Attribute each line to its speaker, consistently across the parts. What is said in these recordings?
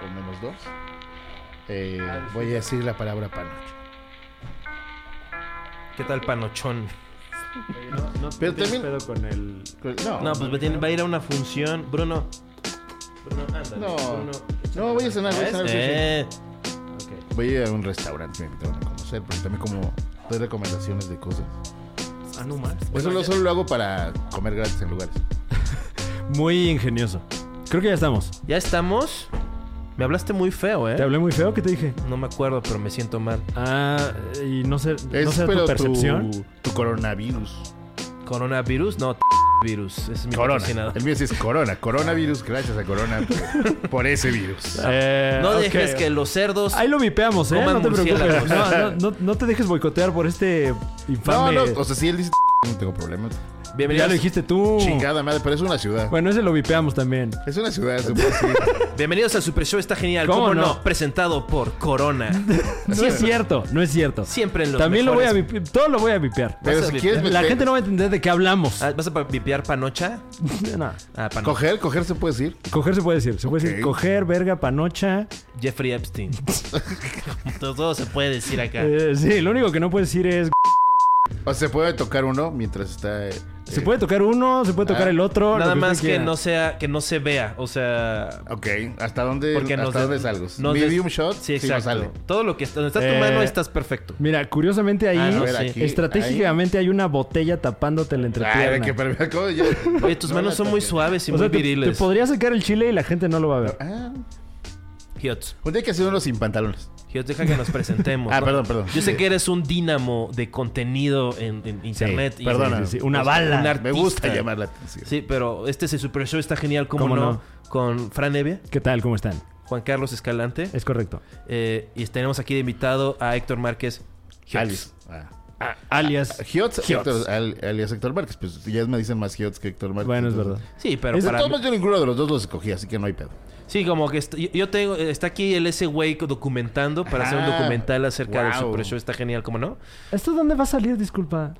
Speaker 1: con menos 2. Eh, voy a decir la palabra panocho.
Speaker 2: ¿Qué tal panochón?
Speaker 3: Oye, No, no te
Speaker 1: Pero
Speaker 3: tienes
Speaker 1: también-
Speaker 3: pedo con el...
Speaker 1: No,
Speaker 2: No,
Speaker 1: no,
Speaker 2: pues va a tener- va a ir a una función. Bruno. Bruno, ándale.
Speaker 1: No.
Speaker 2: Bruno, échale.
Speaker 1: voy a
Speaker 3: Ah,
Speaker 1: cenar, voy a
Speaker 2: ¿Ves?
Speaker 1: cenar.
Speaker 2: Eh,
Speaker 3: Ok.
Speaker 1: Voy a ir a un restaurante, me invitaron a conocer, pero también como doy recomendaciones de cosas.
Speaker 2: Ah, no más.
Speaker 3: Pues
Speaker 1: Eso
Speaker 2: Bueno,
Speaker 1: lo, solo lo hago para comer gratis en lugares.
Speaker 3: Muy ingenioso. Creo que ya estamos.
Speaker 2: ¿Ya estamos? Me hablaste muy feo, ¿eh?
Speaker 3: ¿Te hablé muy feo? ¿Qué te dije?
Speaker 2: No me acuerdo, pero me siento mal.
Speaker 3: Ah, y no sé,
Speaker 1: Es
Speaker 3: no sé
Speaker 1: pero
Speaker 3: tu percepción.
Speaker 1: Tu, tu coronavirus.
Speaker 2: ¿Coronavirus? No, virus. Ese es mi
Speaker 1: Corona.
Speaker 2: patrocinador.
Speaker 1: El mío sí es corona. Coronavirus, gracias a Corona por, por ese virus.
Speaker 3: Eh,
Speaker 2: No
Speaker 3: ok.
Speaker 2: dejes que los cerdos...
Speaker 3: Ahí lo vipeamos, ¿eh?
Speaker 2: Coman
Speaker 3: No te preocupes.
Speaker 2: murciélagos.
Speaker 3: No, no, no, no te dejes boicotear por este
Speaker 1: No,
Speaker 3: infame...
Speaker 1: no, o sea, si él dice no tengo problema.
Speaker 3: ya
Speaker 2: Bienvenidos,
Speaker 3: lo dijiste tú.
Speaker 1: Chingada madre, pero es una ciudad.
Speaker 3: Uh. Bueno, ese lo vipeamos también.
Speaker 1: Es una ciudad, se puede decir.
Speaker 2: bienvenidos al Super Show. Está genial.
Speaker 3: ¿Cómo
Speaker 2: ¿Cómo, no?
Speaker 3: no?
Speaker 2: Presentado por Corona.
Speaker 3: No es cierto, no es cierto.
Speaker 2: Siempre en los
Speaker 3: También lo voy a
Speaker 2: mejores-
Speaker 3: vipear. Todo lo voy a vipear.
Speaker 1: Pero
Speaker 2: Vas a
Speaker 1: si quieres
Speaker 3: La
Speaker 1: meter-
Speaker 3: gente no va a entender de qué hablamos.
Speaker 2: Ah, ¿Vas a pa- vipear panocha?
Speaker 3: No.
Speaker 2: Ah, panocha.
Speaker 1: Coger, coger se puede decir.
Speaker 3: Coger se puede decir. Se puede decir
Speaker 1: Ok.
Speaker 3: coger, verga, panocha.
Speaker 2: Jeffrey Epstein. todo, todo se puede decir acá.
Speaker 3: Eh, sí, lo único que no puede decir es.
Speaker 1: O sea, se puede tocar uno mientras está. eh,
Speaker 3: Se
Speaker 1: eh,
Speaker 3: puede tocar uno, se puede tocar
Speaker 1: Ah.
Speaker 3: el otro.
Speaker 2: Nada
Speaker 3: lo
Speaker 2: más
Speaker 3: usted
Speaker 2: que
Speaker 3: quiera.
Speaker 2: no sea, que no se vea. O sea,
Speaker 1: eh, Ok, ¿hasta dónde,
Speaker 2: porque
Speaker 1: hasta
Speaker 2: nos
Speaker 1: dónde
Speaker 2: des-
Speaker 1: salgo?
Speaker 2: nos des-
Speaker 1: Medium shot,
Speaker 2: Sí,
Speaker 1: sí, no
Speaker 2: exacto.
Speaker 1: sale.
Speaker 2: Todo lo que está, donde está tu
Speaker 3: Eh,
Speaker 2: mano estás perfecto.
Speaker 3: Mira, curiosamente ahí,
Speaker 2: Ah, no,
Speaker 1: A ver,
Speaker 2: sí.
Speaker 1: aquí,
Speaker 3: estratégicamente hay una botella tapándote la
Speaker 1: ahí. Ay,
Speaker 3: entrepierna.
Speaker 1: qué perver- ¿cómo ya?
Speaker 2: Oye, tus
Speaker 1: No
Speaker 2: manos
Speaker 1: la
Speaker 2: son muy
Speaker 1: toques.
Speaker 2: suaves y
Speaker 3: o
Speaker 2: muy
Speaker 3: sea, te, te
Speaker 2: viriles.
Speaker 3: podría sacar el chile y la gente no lo va a ver.
Speaker 1: Ah,
Speaker 2: Hiots,
Speaker 1: un día hay que hacer uno sin pantalones.
Speaker 2: Hiots, deja que nos presentemos.
Speaker 1: Ah,
Speaker 2: ¿no?
Speaker 1: perdón, perdón.
Speaker 2: Yo sé que eres un dínamo de contenido en, en internet. y-
Speaker 1: perdona.
Speaker 3: Sí, sí, sí, una
Speaker 2: o sea,
Speaker 3: bala.
Speaker 2: un
Speaker 1: Me
Speaker 2: artista.
Speaker 1: gusta llamar la atención.
Speaker 2: Sí, pero este se Super Show está genial, como
Speaker 3: ¿Cómo
Speaker 2: no?
Speaker 3: no?
Speaker 2: Con Fran Evia,
Speaker 3: ¿Qué tal? ¿Cómo están?
Speaker 2: Juan Carlos Escalante.
Speaker 3: Es correcto.
Speaker 2: eh, y tenemos aquí de invitado a Héctor Márquez. Hiots.
Speaker 1: Alias. Ah.
Speaker 3: Alias.
Speaker 1: Hiots,
Speaker 3: Hiots.
Speaker 1: Héctor- al- alias Héctor Márquez. Pues ya me dicen más Hiots que Héctor Márquez.
Speaker 3: Bueno, es
Speaker 1: entonces- pues,
Speaker 3: verdad.
Speaker 2: Sí, pero
Speaker 3: Es de
Speaker 1: De
Speaker 2: para
Speaker 1: todos
Speaker 2: mí-
Speaker 1: modos, yo ninguno de los dos los escogí, así que no hay pedo.
Speaker 2: Sí, como que est- yo- yo tengo, está aquí el ese güey documentando para hacer un
Speaker 3: Ah.
Speaker 1: Ajá.
Speaker 2: documental acerca del
Speaker 1: Wow.
Speaker 2: Super Show, está genial, ¿cómo no?
Speaker 3: ¿Esto dónde va a salir? Disculpa.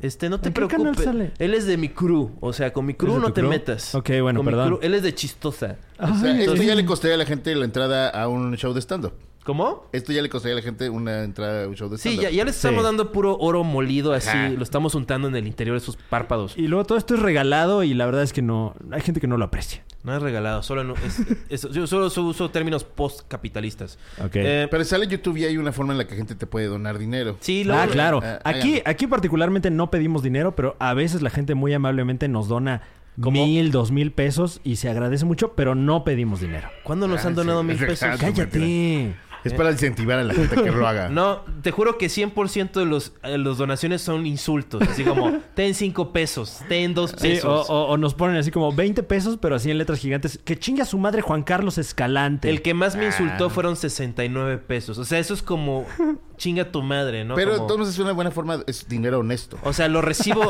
Speaker 2: Este, no te
Speaker 3: ¿En qué canal
Speaker 2: preocupes.
Speaker 3: sale?
Speaker 2: Él es de mi crew, o sea, con mi
Speaker 3: ¿Es
Speaker 2: crew
Speaker 3: de
Speaker 2: no
Speaker 3: tu
Speaker 2: te
Speaker 3: crew?
Speaker 2: metas.
Speaker 3: Ok, bueno,
Speaker 2: Con mi
Speaker 3: perdón.
Speaker 2: crew- Él es de chistosa.
Speaker 1: O sea,
Speaker 3: Ay,
Speaker 1: esto ya
Speaker 3: entonces-
Speaker 1: le costaría a la gente la entrada a un show de stand-up.
Speaker 2: ¿Cómo?
Speaker 1: Esto ya le costaría a la gente una entrada a un show de
Speaker 2: Sí,
Speaker 1: stand-up.
Speaker 2: ya, ya les estamos
Speaker 3: Sí.
Speaker 2: dando puro oro molido así,
Speaker 1: Ajá.
Speaker 2: lo estamos untando en el interior de sus párpados.
Speaker 3: Y luego todo esto es regalado y la verdad es que no. Hay gente que no lo aprecia.
Speaker 2: No es regalado, solo en- es- es- yo solo su- uso términos postcapitalistas.
Speaker 3: Ok.
Speaker 2: Eh,
Speaker 1: Pero sale YouTube y hay una forma en la que gente te puede donar dinero.
Speaker 2: sí,
Speaker 3: ah,
Speaker 2: luego-
Speaker 3: claro.
Speaker 1: eh,
Speaker 3: aquí,
Speaker 1: háganlo.
Speaker 3: aquí particularmente no pedimos dinero, pero a veces la gente muy amablemente nos dona
Speaker 2: ¿Cómo?
Speaker 3: mil, dos mil pesos y se agradece mucho, pero no pedimos dinero.
Speaker 2: ¿Cuándo nos
Speaker 1: Ah,
Speaker 2: han donado
Speaker 1: sí,
Speaker 2: mil
Speaker 1: es
Speaker 2: pesos?
Speaker 1: exacto.
Speaker 3: Cállate.
Speaker 1: Es para incentivar a la gente que lo haga.
Speaker 2: No, te juro que 100% de los, eh, los donaciones son insultos. Así como, ten 5 pesos, ten 2
Speaker 3: Sí, o,
Speaker 2: pesos.
Speaker 3: o- o nos ponen así como 20 pesos, pero así en letras gigantes. Que chinga su madre Juan Carlos Escalante.
Speaker 2: El que más me insultó
Speaker 1: Ah.
Speaker 2: fueron 69 pesos. O sea, eso es como, chinga tu madre, ¿no?
Speaker 1: Pero
Speaker 2: Como-
Speaker 1: entonces es una buena forma, es dinero honesto.
Speaker 2: O sea, lo recibo.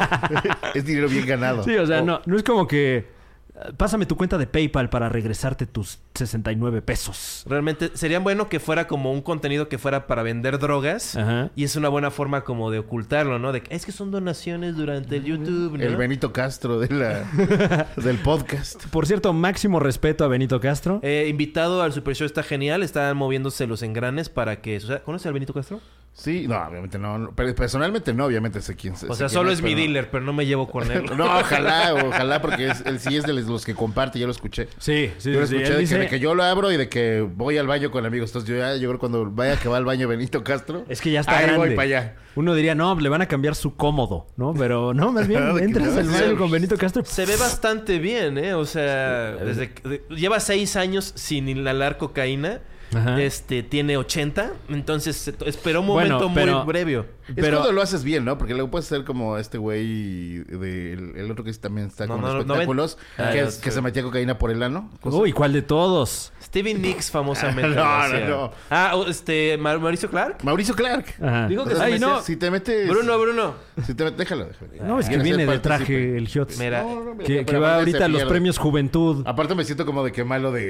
Speaker 1: es dinero bien ganado.
Speaker 3: Sí, o sea, no, no es como que. eh, Pásame tu cuenta de PayPal para regresarte tus 69 pesos.
Speaker 2: Realmente sería bueno que fuera como un contenido que fuera para vender drogas.
Speaker 3: Ajá.
Speaker 2: Y es una buena forma como de ocultarlo, ¿no? De que es que son donaciones durante el YouTube, ¿no?
Speaker 1: El Benito Castro de la, del podcast.
Speaker 3: Por cierto, máximo respeto a Benito Castro.
Speaker 2: Eh, invitado al Super Show está genial. Están moviéndose los engranes para que... O sea, ¿Conoces al Benito Castro?
Speaker 1: Sí, no, obviamente no. no, pero Personalmente no, obviamente sé quién sé
Speaker 2: O sea,
Speaker 1: quién
Speaker 2: solo es mi
Speaker 1: pero no.
Speaker 2: dealer, pero no me llevo con él.
Speaker 1: No, ojalá, ojalá, porque es, él sí es de los que comparte, yo lo escuché.
Speaker 3: Sí, sí,
Speaker 1: yo lo
Speaker 3: sí,
Speaker 1: escuché
Speaker 3: él
Speaker 1: de,
Speaker 3: dice-
Speaker 1: que, de que yo lo abro y de que voy al baño con amigos. Entonces yo ya, yo creo que cuando vaya que va al baño Benito Castro.
Speaker 3: Es que ya está
Speaker 1: ahí
Speaker 3: grande.
Speaker 1: voy para allá.
Speaker 3: Uno diría, no, le van a cambiar su cómodo, ¿no? Pero no, más bien
Speaker 1: Claro que
Speaker 3: entras
Speaker 1: no,
Speaker 3: al
Speaker 1: sí.
Speaker 3: baño con Benito Castro. y-
Speaker 2: Se ve bastante bien, ¿eh? O sea, desde que- de- lleva seis años sin inhalar cocaína.
Speaker 3: Ajá.
Speaker 2: Este, tiene 80. Entonces, se- esperó un momento
Speaker 3: Bueno, pero-
Speaker 2: muy breve.
Speaker 1: es
Speaker 3: Pero-
Speaker 1: cuando lo haces bien, ¿no? Porque luego puedes ser como este güey de- el, el otro que también está
Speaker 2: No,
Speaker 1: con
Speaker 2: no,
Speaker 1: los
Speaker 2: no,
Speaker 1: espectáculos,
Speaker 2: no ven-
Speaker 1: que,
Speaker 2: Ah,
Speaker 1: es-
Speaker 2: no,
Speaker 1: que
Speaker 2: sí.
Speaker 1: se metía cocaína por el ano. cosa-
Speaker 3: Uy, ¿cuál de todos?
Speaker 2: Stevie Nicks, famosamente.
Speaker 1: No,
Speaker 2: lo
Speaker 1: no,
Speaker 2: hacía.
Speaker 1: no.
Speaker 2: Ah, o- este, Mar- Mauricio Clark.
Speaker 1: Mauricio Clark.
Speaker 3: Ajá. Pues
Speaker 2: Digo que
Speaker 1: Entonces,
Speaker 2: Ay,
Speaker 1: si-
Speaker 2: no.
Speaker 1: Si te metes.
Speaker 2: Bruno, Bruno.
Speaker 1: Si te metes, déjalo, déjalo.
Speaker 3: No, es que
Speaker 1: Quiero ser
Speaker 3: viene de
Speaker 1: partícipe.
Speaker 3: traje el Hiots.
Speaker 2: Mira,
Speaker 1: No, no, mira,
Speaker 3: Que, que
Speaker 1: pero
Speaker 3: va
Speaker 1: aparte
Speaker 3: ahorita
Speaker 1: se
Speaker 3: a los
Speaker 1: pierde. Ah,
Speaker 3: premios Juventud.
Speaker 1: Aparte me siento como de que malo de.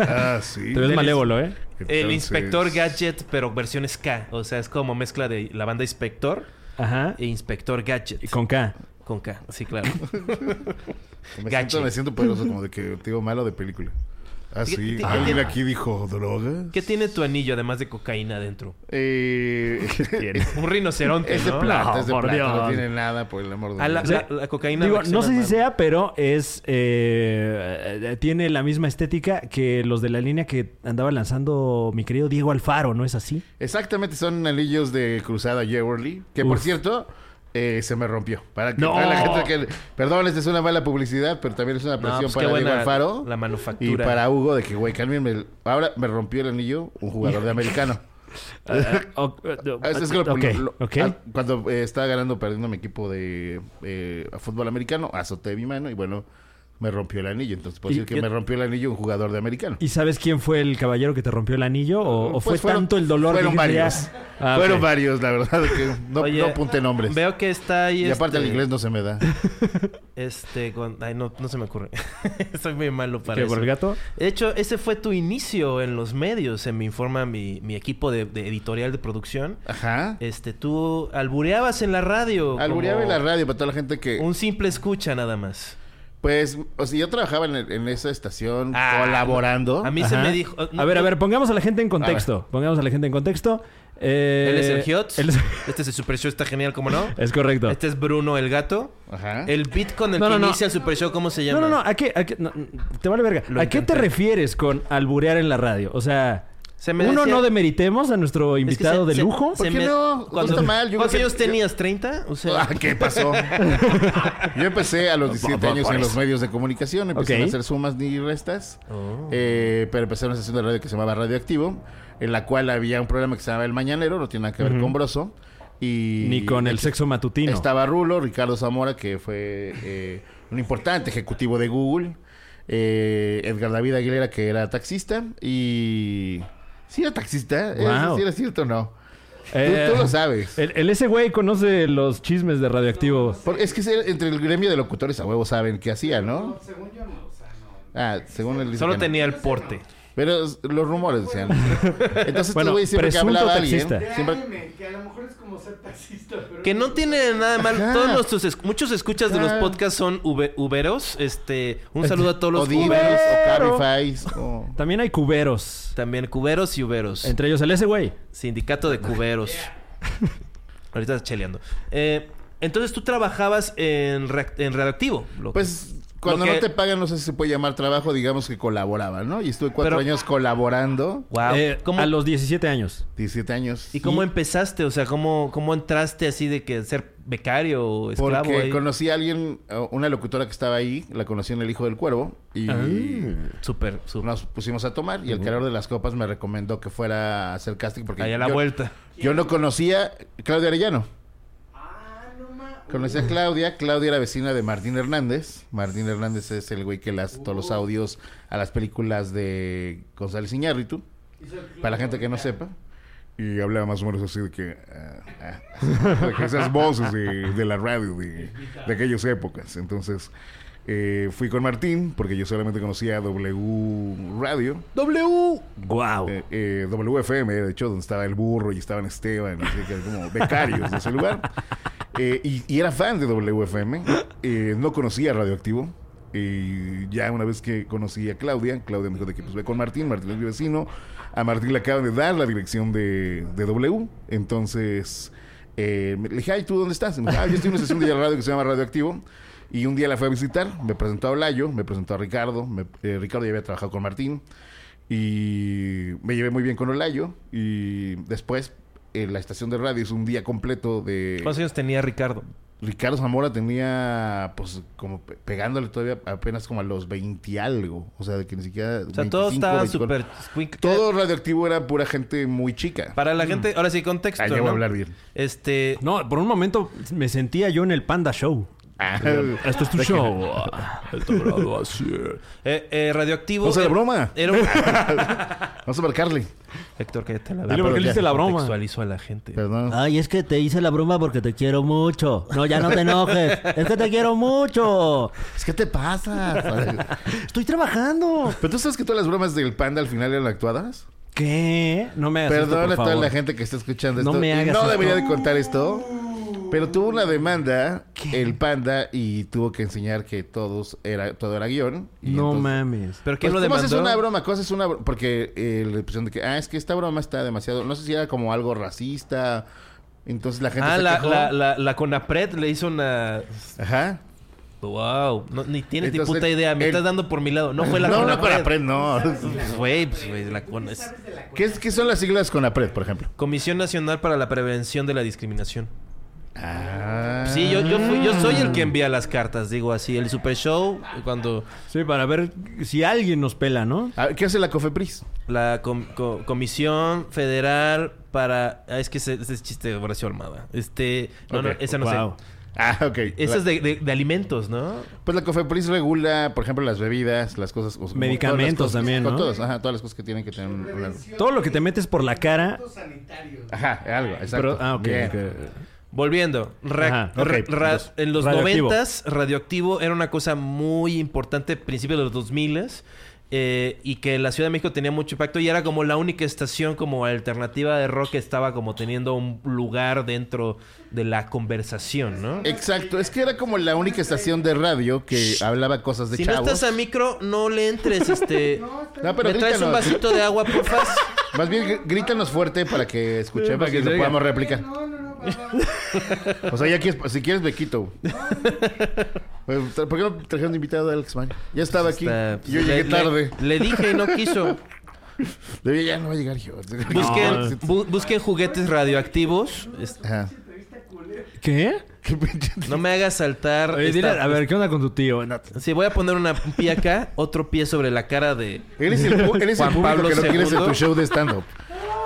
Speaker 1: ah, sí.
Speaker 3: Te ves
Speaker 1: Entonces,
Speaker 3: malévolo, ¿eh?
Speaker 2: el inspector Gadget, pero versión ska. O sea, es como mezcla de la banda Inspector
Speaker 3: Ajá.
Speaker 2: e Inspector Gadget.
Speaker 3: Y con K.
Speaker 2: Con K, sí, claro.
Speaker 1: Me
Speaker 2: Gache.
Speaker 1: siento, me siento poderoso, como de que te digo malo de película. Así,
Speaker 2: ¿Qué- qué-
Speaker 1: alguien
Speaker 2: qué-
Speaker 1: aquí dijo drogas.
Speaker 2: ¿Qué tiene tu anillo además de cocaína adentro?
Speaker 1: Eh,
Speaker 3: Tiene.
Speaker 2: Un rinoceronte,
Speaker 1: es de
Speaker 2: ¿no?
Speaker 1: plata,
Speaker 3: No,
Speaker 1: es de
Speaker 3: por
Speaker 1: plata. No
Speaker 3: Dios.
Speaker 1: tiene nada, por el amor de
Speaker 2: Ah, la,
Speaker 1: Dios.
Speaker 3: Pues, Sí.
Speaker 2: la- la cocaína.
Speaker 3: Digo,
Speaker 2: reacciona
Speaker 3: no sé si
Speaker 2: mal.
Speaker 3: sea, pero es. eh, eh, tiene la misma estética que los de la línea que andaba lanzando mi querido Diego Alfaro, ¿no es así?
Speaker 1: Exactamente, son anillos de cruzada Yeverly. Que por
Speaker 3: Uf.
Speaker 1: cierto, eh, se me rompió. Para que
Speaker 3: No.
Speaker 1: para la gente que. Perdón, esta es una mala publicidad, pero también es una
Speaker 2: No,
Speaker 1: presión
Speaker 2: pues, qué
Speaker 1: para Diego
Speaker 2: buena
Speaker 1: Alfaro.
Speaker 2: la manufactura.
Speaker 1: Y para Hugo, de que, güey, cálmenme. el- Ahora me rompió el anillo un jugador de americano.
Speaker 3: Eh, o- eh,
Speaker 1: Ah, Es, es que lo-
Speaker 3: ok,
Speaker 1: lo-
Speaker 3: ok.
Speaker 1: ah, cuando eh, estaba ganando, perdiendo mi equipo de eh, fútbol americano, azoté mi mano y bueno, me rompió el anillo. Entonces puedo
Speaker 3: Y
Speaker 1: decir que
Speaker 3: yo-
Speaker 1: me rompió el anillo un jugador de americano.
Speaker 3: ¿Y sabes quién fue el caballero que te rompió el anillo? ¿O, o
Speaker 1: Pues
Speaker 3: fue
Speaker 1: fueron-
Speaker 3: tanto el dolor
Speaker 1: fueron
Speaker 3: que dijiste,
Speaker 1: varios.
Speaker 3: "Ah, ah, ok".
Speaker 1: Fueron varios, la verdad, que no,
Speaker 2: Oye,
Speaker 1: no apunté nombres.
Speaker 2: Veo que está ahí.
Speaker 1: Y aparte el
Speaker 2: este,
Speaker 1: inglés no se me da.
Speaker 2: Este, con- ay, no, no se me ocurre. Soy muy malo para
Speaker 3: ¿Qué,
Speaker 2: eso.
Speaker 3: por el gato?
Speaker 2: De hecho, ese fue tu inicio en los medios, se me informa mi, mi equipo de, de editorial de producción.
Speaker 1: Ajá.
Speaker 3: Eh,
Speaker 2: Este, tú albureabas en la radio.
Speaker 1: Albureaba en
Speaker 2: como
Speaker 1: la radio para toda la gente que...
Speaker 2: Un simple escucha nada más.
Speaker 1: Pues, o sea, yo trabajaba en, el- en esa estación
Speaker 2: Ah,
Speaker 1: colaborando.
Speaker 2: A mí se
Speaker 3: Ajá.
Speaker 2: me dijo.
Speaker 3: a ver, a ver, pongamos a la gente en
Speaker 1: ver.
Speaker 3: contexto. Pongamos a la gente en contexto. Eh,
Speaker 2: Él es el Giotz.
Speaker 3: él es-
Speaker 2: Este es el Super Show, está genial, ¿cómo no?
Speaker 3: es correcto.
Speaker 2: Este es Bruno el gato.
Speaker 1: Ajá.
Speaker 2: El beat con el
Speaker 3: Ah. No,
Speaker 2: que
Speaker 3: no, no.
Speaker 2: inicia el Super Show, ¿cómo se llama?
Speaker 3: No, no, no. ¿A qué, a qué- no, te vale verga.
Speaker 2: Lo
Speaker 3: ¿A qué te
Speaker 2: intenté.
Speaker 3: refieres con alburear en la radio? O sea,
Speaker 2: Se me
Speaker 3: uno,
Speaker 2: decía-
Speaker 3: no demeritemos a nuestro
Speaker 2: Es que
Speaker 3: invitado
Speaker 2: se-
Speaker 3: de
Speaker 2: se-
Speaker 3: lujo.
Speaker 1: ¿Por
Speaker 2: se
Speaker 1: qué
Speaker 2: me-
Speaker 1: no? No
Speaker 2: Cuando,
Speaker 1: está mal, yo creo
Speaker 2: ¿Cuántos
Speaker 1: que-
Speaker 2: años tenías? ¿30? O sea,
Speaker 1: Ah, ¿Qué pasó? Yo empecé a los 17 años en los medios de comunicación, empecé
Speaker 3: Ok.
Speaker 1: a hacer sumas ni restas,
Speaker 2: Oh.
Speaker 1: Eh, pero empecé en una estación de radio que se llamaba Radioactivo, en la cual había un programa que se llamaba El Mañanero, no tiene nada que ver con Broso, y...
Speaker 3: Ni con el sexo matutino.
Speaker 1: Estaba Rulo, Ricardo Zamora, que fue eh, un importante ejecutivo de Google, eh, Edgar David Aguilera, que era taxista, y... Sí era taxista, ¿eh?
Speaker 3: Wow.
Speaker 1: sí era cierto o no. Tú-
Speaker 3: Eh,
Speaker 1: tú lo sabes.
Speaker 3: El, el ese güey conoce los chismes de radioactivo.
Speaker 1: Por- es que se- entre el gremio de locutores a huevo saben qué hacía, ¿no? según yo no. Ah, según él dice
Speaker 2: solo
Speaker 1: que no.
Speaker 2: tenía el porte.
Speaker 1: Pero s- los rumores decían. Entonces, este
Speaker 3: Bueno,
Speaker 1: güey siempre que
Speaker 3: presunto
Speaker 1: hablaba a
Speaker 3: taxista.
Speaker 1: alguien.
Speaker 4: de
Speaker 1: Siempre...
Speaker 4: anime, que a lo mejor es como ser taxista, pero...
Speaker 2: Que no tiene nada de mal.
Speaker 1: Ajá.
Speaker 2: Todos nuestros es- muchos escuchas de los
Speaker 1: Ajá.
Speaker 2: podcasts son ube- uberos. Este, un saludo a todos
Speaker 1: O
Speaker 2: los
Speaker 1: Divas,
Speaker 2: uberos.
Speaker 1: o Cabify. O...
Speaker 3: También hay cuberos.
Speaker 2: También cuberos y uberos.
Speaker 3: Entre ellos el ese güey.
Speaker 2: Sindicato de cuberos. Ahorita estás cheleando. Eh, entonces tú trabajabas en, reac- en radioactivo. lo que-
Speaker 1: Pues cuando
Speaker 2: Lo que-
Speaker 1: no te pagan, no sé si se puede llamar trabajo, digamos que colaboraba, ¿no? Y estuve cuatro
Speaker 2: Pero-
Speaker 1: años colaborando.
Speaker 2: wow.
Speaker 3: Eh,
Speaker 2: Ah, ¿Cómo-
Speaker 3: A los 17 años.
Speaker 1: 17 años.
Speaker 2: ¿Y cómo empezaste? O sea, ¿cómo, ¿cómo entraste así de que ser becario o esclavo?
Speaker 1: Porque
Speaker 2: ahí?
Speaker 1: conocí a alguien, a una locutora que estaba ahí, la conocí en El Hijo del Cuervo. Y.
Speaker 3: Ah.
Speaker 2: Súper, súper.
Speaker 1: Nos pusimos a tomar y el calor de las copas me recomendó que fuera a hacer casting porque
Speaker 2: Ahí a la
Speaker 1: yo- eh,
Speaker 2: vuelta.
Speaker 1: Yo no conocía Claudia Arellano.
Speaker 4: Ah, no ma-
Speaker 1: Conocí a Claudia. Claudia era vecina de Martín Hernández. Martín Hernández es el güey que le hace todos los
Speaker 4: Uh.
Speaker 1: audios a las películas de González Iñárritu.
Speaker 4: Hizo el club.
Speaker 1: Para la gente que no sepa. Y hablaba más o menos así de que... ah, ah, de que esas voces de, de la radio de, de aquellas épocas. Entonces eh, fui con Martín porque yo solamente conocía W Radio.
Speaker 3: W. Wow.
Speaker 1: Eh, eh, WFM, de hecho, donde estaba el burro y estaban Esteban, así que como becarios de ese lugar. Eh, y, y era fan de WFM, eh, no conocía Radioactivo. Y ya una vez que conocí a Claudia, Claudia me dijo de que pues ve con Martín, Martín es mi vecino. A Martín le acaban de dar la dirección de, de W. Entonces eh, me- le dije, ay, ¿tú dónde estás? Y me dijo, ah, yo estoy en una estación de radio que se llama Radioactivo. Y un día la fue a visitar, me presentó a Olayo, me presentó a Ricardo. me- eh, Ricardo ya había trabajado con Martín. Y me llevé muy bien con Olayo. Y después eh, la estación de radio hizo un día completo
Speaker 2: ¿Cuántos
Speaker 1: de...
Speaker 2: años tenía Ricardo?
Speaker 1: Ricardo Zamora tenía, pues, como pe- pegándole todavía apenas como a los 20 y algo. O sea, de que ni siquiera...
Speaker 2: O sea, todos estaban súper... Eh,
Speaker 1: Todo radioactivo era pura gente muy chica.
Speaker 2: Para la gente... Ahora sí, contexto,
Speaker 1: Ah, ya voy
Speaker 2: ¿no?
Speaker 1: a hablar bien.
Speaker 2: Este...
Speaker 3: No, por un momento me sentía yo en el Panda Show.
Speaker 1: Ah,
Speaker 3: Esto es tu
Speaker 1: de que-
Speaker 3: show. Esto graduación.
Speaker 2: eh, eh, radioactivo...
Speaker 1: No sea la
Speaker 2: era-
Speaker 1: broma.
Speaker 2: Era un...
Speaker 1: Vamos a marcarle.
Speaker 2: Héctor, cállate la
Speaker 3: Dile
Speaker 1: por qué
Speaker 3: por
Speaker 1: le
Speaker 3: qué le
Speaker 1: hiciste
Speaker 3: hice la broma.
Speaker 2: Contextualizó a la gente.
Speaker 1: Perdón.
Speaker 3: Ah.
Speaker 5: Ay, es que te hice la broma porque te quiero mucho. No, ya no te enojes. Es que te quiero mucho.
Speaker 1: Es que te pasa.
Speaker 5: Estoy trabajando.
Speaker 1: Pero tú sabes que todas las bromas del panda al final eran actuadas.
Speaker 3: ¿Qué? No me hagas esto,
Speaker 1: Perdón
Speaker 3: por
Speaker 1: a toda
Speaker 3: favor.
Speaker 1: la gente que está escuchando
Speaker 3: No
Speaker 1: esto.
Speaker 3: me
Speaker 1: y
Speaker 3: hagas
Speaker 1: no
Speaker 3: esto.
Speaker 1: debería de contar esto. Pero tuvo una demanda el panda y tuvo que enseñar que todos era, todo era guión. y
Speaker 3: no
Speaker 1: entonces-
Speaker 3: mames.
Speaker 2: ¿Pero
Speaker 1: Pues,
Speaker 2: quién lo
Speaker 1: ¿Cómo haces
Speaker 2: demandó?
Speaker 1: una broma? ¿Cómo haces una broma? Porque eh, la impresión de que, ah, es que esta broma está demasiado. No sé si era como algo racista. Entonces la gente
Speaker 2: Ah,
Speaker 1: se
Speaker 2: la,
Speaker 1: quejó.
Speaker 2: la, la, la Conapred le hizo una...
Speaker 1: Ajá.
Speaker 2: Wow, no, ni tienes ni
Speaker 1: Entonces,
Speaker 2: puta idea. Me
Speaker 1: el-
Speaker 2: estás dando por mi lado. No fue la
Speaker 1: no, la Conapred,
Speaker 2: Conapred.
Speaker 1: no.
Speaker 2: Pues, Güey, pues, güey, la con- es-
Speaker 1: ¿Qué, es- ¿Qué son las siglas con la PRED, por ejemplo?
Speaker 2: Comisión Nacional para la Prevención de la Discriminación.
Speaker 1: Ah.
Speaker 2: Sí, yo, yo, fui- yo soy el que envía las cartas, digo así. El Super Show, cuando
Speaker 3: Sí, para ver si alguien nos pela, ¿no?
Speaker 1: A ver, Ah, ¿Qué hace la COFEPRIS?
Speaker 2: la com- co- Comisión Federal para... ah, es que ese, ese es chiste de Horacio Almada. Este... No,
Speaker 1: Ok,
Speaker 2: no, esa no
Speaker 3: wow.
Speaker 2: sé.
Speaker 1: Ah, ok.
Speaker 2: Esa
Speaker 1: La-
Speaker 2: es de, de- de alimentos, ¿no?
Speaker 1: Pues la COFEPRIS regula, por ejemplo, las bebidas, las cosas... o-
Speaker 3: Medicamentos
Speaker 1: todas las cosas-
Speaker 3: también, ¿no?
Speaker 1: Todas, ajá, todas las cosas que tienen que tener... un- un-
Speaker 3: Todo lo que te metes por la cara.
Speaker 4: Sanitarios.
Speaker 1: Ajá, algo, exacto.
Speaker 3: Pero, ah, ok.
Speaker 1: Bien.
Speaker 3: ok.
Speaker 2: Volviendo, ra-
Speaker 3: Ajá,
Speaker 1: ok,
Speaker 2: ra- ra-
Speaker 1: entonces,
Speaker 2: en los
Speaker 3: radioactivo.
Speaker 2: noventas radioactivo era una cosa muy importante, principios de los 2000 eh, y que la Ciudad de México tenía mucho impacto y era como la única estación como alternativa de rock que estaba como teniendo un lugar dentro de la conversación, ¿no?
Speaker 1: Exacto, es que era como la única estación de radio que hablaba cosas de
Speaker 2: si
Speaker 1: chavos.
Speaker 2: no estás a micro, no le entres, este...
Speaker 1: No, pero
Speaker 2: ¿Me traes un
Speaker 1: grítanos.
Speaker 2: vasito de agua, porfa?
Speaker 1: Más bien gr- grítanos fuerte para que
Speaker 3: Sí,
Speaker 1: escuchemos
Speaker 3: para que
Speaker 1: y
Speaker 3: se
Speaker 1: lo
Speaker 3: oiga.
Speaker 1: podamos replicar.
Speaker 4: No, no, no, papá.
Speaker 1: O sea, ya quieres, si quieres me quito. Pues, ¿Por qué no trajeron de invitado a Alex Man? Ya estaba aquí.
Speaker 2: Está-
Speaker 1: Yo
Speaker 2: Ah, pues, le-
Speaker 1: llegué
Speaker 2: le-
Speaker 1: tarde.
Speaker 2: le dije y no quiso.
Speaker 1: Yo ya no va a llegar yo.
Speaker 2: Pues Busquen,
Speaker 1: No.
Speaker 2: bu- busquen juguetes radioactivos. Este,
Speaker 1: Ajá.
Speaker 3: ¿Qué?
Speaker 1: Qué pinche-
Speaker 2: no me hagas saltar.
Speaker 3: Oye,
Speaker 2: esta-
Speaker 3: dile, a ver, ¿qué onda con tu tío? No,
Speaker 2: Sí, voy a poner una, un pie acá, otro pie sobre la cara de...
Speaker 1: Eres el, pu- eres el
Speaker 2: Juan
Speaker 1: público
Speaker 2: Pablo
Speaker 1: que no quieres en
Speaker 2: II.
Speaker 1: tu show de stand-up.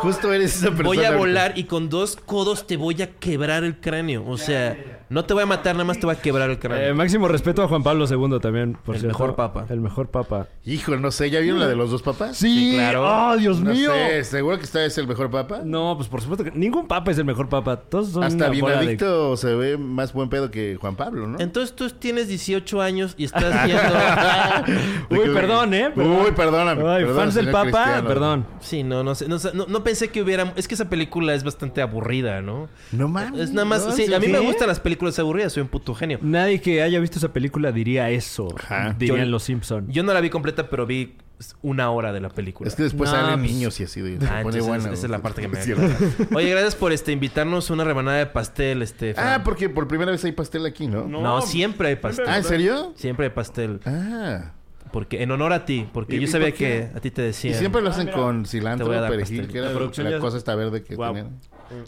Speaker 1: Justo eres esa persona.
Speaker 2: Voy a
Speaker 1: ahorita.
Speaker 2: volar y con dos codos te voy a quebrar el cráneo. O sea, no te voy a matar, nada más te voy a quebrar el
Speaker 3: Eh,
Speaker 2: cráneo.
Speaker 1: Em.
Speaker 3: máximo respeto a Juan Pablo II también, por
Speaker 2: El
Speaker 3: cierto.
Speaker 2: mejor papa.
Speaker 3: El mejor papa.
Speaker 1: Hijo, no sé, ¿ya vieron la de los dos papas?
Speaker 3: Sí,
Speaker 2: claro.
Speaker 1: ah,
Speaker 3: ¡Oh, Dios
Speaker 1: No
Speaker 3: mío!
Speaker 1: sé, ¿seguro que esta es el mejor papa?
Speaker 3: No, pues por supuesto que ningún papa es el mejor papa. Todos son
Speaker 1: Hasta
Speaker 3: una
Speaker 1: bien
Speaker 3: bola de-
Speaker 1: adicto se ve más buen pedo que Juan Pablo, ¿no?
Speaker 2: Entonces tú tienes 18 años y estás viendo...
Speaker 1: Ah. De que-
Speaker 3: Uy, perdón, ¿eh? Perdón.
Speaker 1: Uy, perdóname.
Speaker 3: Ay,
Speaker 1: perdón,
Speaker 3: fans del
Speaker 1: señor
Speaker 3: papa,
Speaker 1: Cristiano.
Speaker 3: perdón.
Speaker 2: Sí, no, no sé. No, sé, no- no pensé que hubiera... Es que esa película es bastante aburrida, ¿no?
Speaker 1: No mames.
Speaker 2: Es nada más...
Speaker 1: No,
Speaker 2: sí, a mí
Speaker 1: ¿qué?
Speaker 2: me gustan las películas aburridas. Soy un puto genio.
Speaker 3: Nadie que haya visto esa película diría eso.
Speaker 1: Ajá.
Speaker 3: Dirían
Speaker 2: Yo-
Speaker 3: los Simpson.
Speaker 2: Yo no la vi completa, pero vi una hora de la película.
Speaker 1: Es que después
Speaker 3: No,
Speaker 1: salen
Speaker 3: pues-
Speaker 1: niños y así de. se
Speaker 2: Ah,
Speaker 1: pone
Speaker 2: entonces
Speaker 1: buena,
Speaker 2: esa es la
Speaker 1: güey.
Speaker 2: parte que me
Speaker 1: Sí, ¿verdad?
Speaker 2: Oye, gracias por este invitarnos una rebanada de pastel, este.
Speaker 1: Ah,
Speaker 2: Fran.
Speaker 1: porque por primera vez hay pastel aquí, ¿no?
Speaker 2: no, siempre hay pastel.
Speaker 1: Ah, ¿en serio?
Speaker 2: Siempre hay pastel.
Speaker 1: Ah.
Speaker 2: Porque en honor a ti, porque
Speaker 1: ¿Y-
Speaker 2: yo
Speaker 1: y
Speaker 2: sabía
Speaker 1: por
Speaker 2: que
Speaker 1: qué?
Speaker 2: a ti te
Speaker 1: Y
Speaker 2: decían.
Speaker 1: siempre lo hacen con
Speaker 2: Te
Speaker 1: cilantro,
Speaker 2: voy a dar
Speaker 1: perejil,
Speaker 2: pastel.
Speaker 1: que era
Speaker 3: La
Speaker 1: la,
Speaker 3: producción ya-
Speaker 1: cosa esta verde que
Speaker 3: Guau.
Speaker 1: tenían.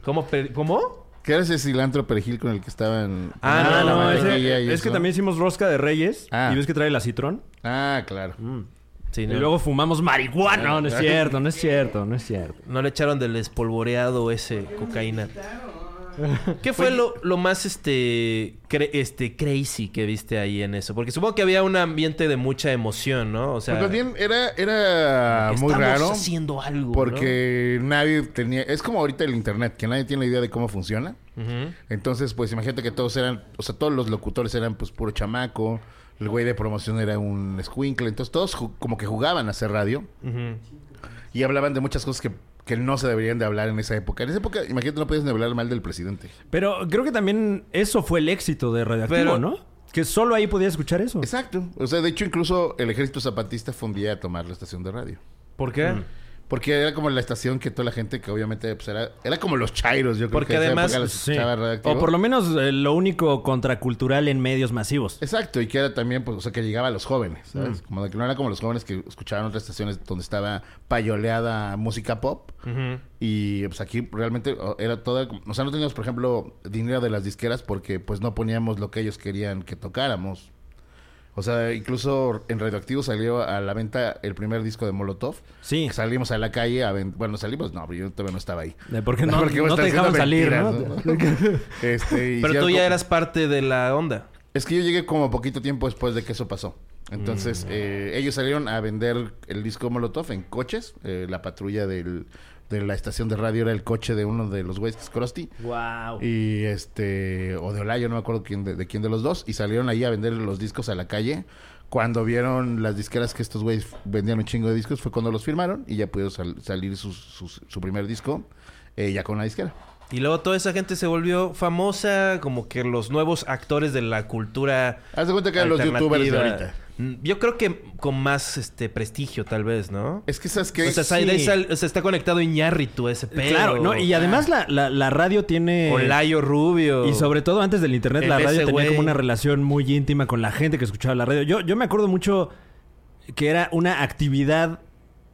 Speaker 2: ¿Cómo? per- ¿Cómo?
Speaker 1: ¿Qué era ese cilantro perejil con el que estaban?
Speaker 2: Ah,
Speaker 1: ponían
Speaker 2: no,
Speaker 1: la
Speaker 2: no,
Speaker 3: ese-
Speaker 1: mantequilla y
Speaker 3: es que
Speaker 1: eso?
Speaker 3: también hicimos rosca de reyes.
Speaker 1: Ah.
Speaker 3: Y ves que trae la citrón.
Speaker 1: Ah, claro.
Speaker 2: Mm. Sí,
Speaker 3: Y
Speaker 2: no.
Speaker 3: luego fumamos marihuana. No, no
Speaker 1: Ah.
Speaker 3: es cierto, no es cierto, no es cierto.
Speaker 2: No le echaron del espolvoreado ese cocaína. ¿Qué fue lo, lo más este, cre- este crazy que viste ahí en eso? Porque supongo que había un ambiente de mucha emoción, ¿no? O sea,
Speaker 1: Porque bien era, era
Speaker 2: estamos
Speaker 1: muy raro.
Speaker 2: haciendo algo. ¿no?
Speaker 1: Porque nadie tenía. Es como ahorita el internet, que nadie tiene idea de cómo funciona.
Speaker 2: Ujú.
Speaker 1: Entonces, pues imagínate que todos eran, o sea, todos los locutores eran pues puro chamaco, el güey de promoción era un squinkle, entonces todos ju- como que jugaban a hacer radio
Speaker 2: Ujú.
Speaker 1: y hablaban de muchas cosas que, que no se deberían de hablar en esa época. En esa época, imagínate, no podías ni hablar mal del presidente.
Speaker 3: Pero creo que también eso fue el éxito de Radioactivo,
Speaker 2: Pero-
Speaker 3: ¿no? Que solo ahí podías escuchar eso.
Speaker 1: Exacto. O sea, de hecho, incluso el ejército zapatista fue un día a tomar la estación de radio.
Speaker 2: ¿Por qué?
Speaker 1: Porque era como la estación que toda la gente que obviamente pues era, era como los chairos, yo creo
Speaker 2: Porque
Speaker 1: que en esa
Speaker 2: además,
Speaker 1: época los
Speaker 3: Sí.
Speaker 1: escuchaba radioactivo.
Speaker 3: O por lo menos eh, lo único contracultural en medios masivos.
Speaker 1: Exacto, y que era también, pues, o sea, que llegaba a los jóvenes,
Speaker 3: Mm.
Speaker 1: ¿sabes? Como de que no era como los jóvenes que escuchaban otras estaciones donde estaba payoleada música pop.
Speaker 2: Ujú.
Speaker 1: Y pues aquí realmente o- era toda. O sea, no teníamos, por ejemplo, dinero de las disqueras porque pues no poníamos lo que ellos querían que tocáramos. O sea, incluso en Radioactivo salió a la venta el primer disco de Molotov.
Speaker 3: Sí.
Speaker 1: Que salimos a la calle a ven- Bueno, salimos, no, yo todavía no estaba ahí.
Speaker 3: Eh, Porque no,
Speaker 1: iba a
Speaker 3: no te
Speaker 1: estar
Speaker 3: dejaban salir,
Speaker 1: diciendo
Speaker 3: ¿no?
Speaker 1: mentiras, ¿no? Este, y
Speaker 2: Pero tú
Speaker 1: algo-
Speaker 2: ya eras parte de la onda.
Speaker 1: es que yo llegué como poquito tiempo después de que eso pasó. Entonces, eh, ellos salieron a vender el disco Molotov en coches. Eh, la patrulla del- de la estación de radio era el coche de uno de los güeyes que es Krusty.
Speaker 3: Wow.
Speaker 1: Y este, o de Olayo, no me acuerdo quién de, de quién de los dos. Y salieron ahí a vender los discos a la calle. Cuando vieron las disqueras que estos güeyes vendían un chingo de discos, fue cuando los firmaron y ya pudieron sal- salir sus- sus- su primer disco. eh, ya con la disquera.
Speaker 2: Y luego toda esa gente se volvió famosa, como que los nuevos actores de la cultura.
Speaker 1: Haz de cuenta que eran los youtubers de
Speaker 2: alternativa.
Speaker 1: ahorita.
Speaker 2: Mm, Yo creo que con más este prestigio, tal vez, ¿no?
Speaker 1: Es que sabes que
Speaker 2: o sea,
Speaker 3: sí.
Speaker 2: de ahí sal- o sea, está conectado Iñárritu a ese pedo.
Speaker 3: Claro, ¿no? Y además la, la- la radio tiene...
Speaker 2: O Layo Rubio.
Speaker 3: Y sobre todo antes del internet, la
Speaker 2: El
Speaker 3: radio
Speaker 2: ese
Speaker 3: tenía
Speaker 2: güey.
Speaker 3: como una relación muy íntima con la gente que escuchaba la radio. Yo, yo me acuerdo mucho que era una actividad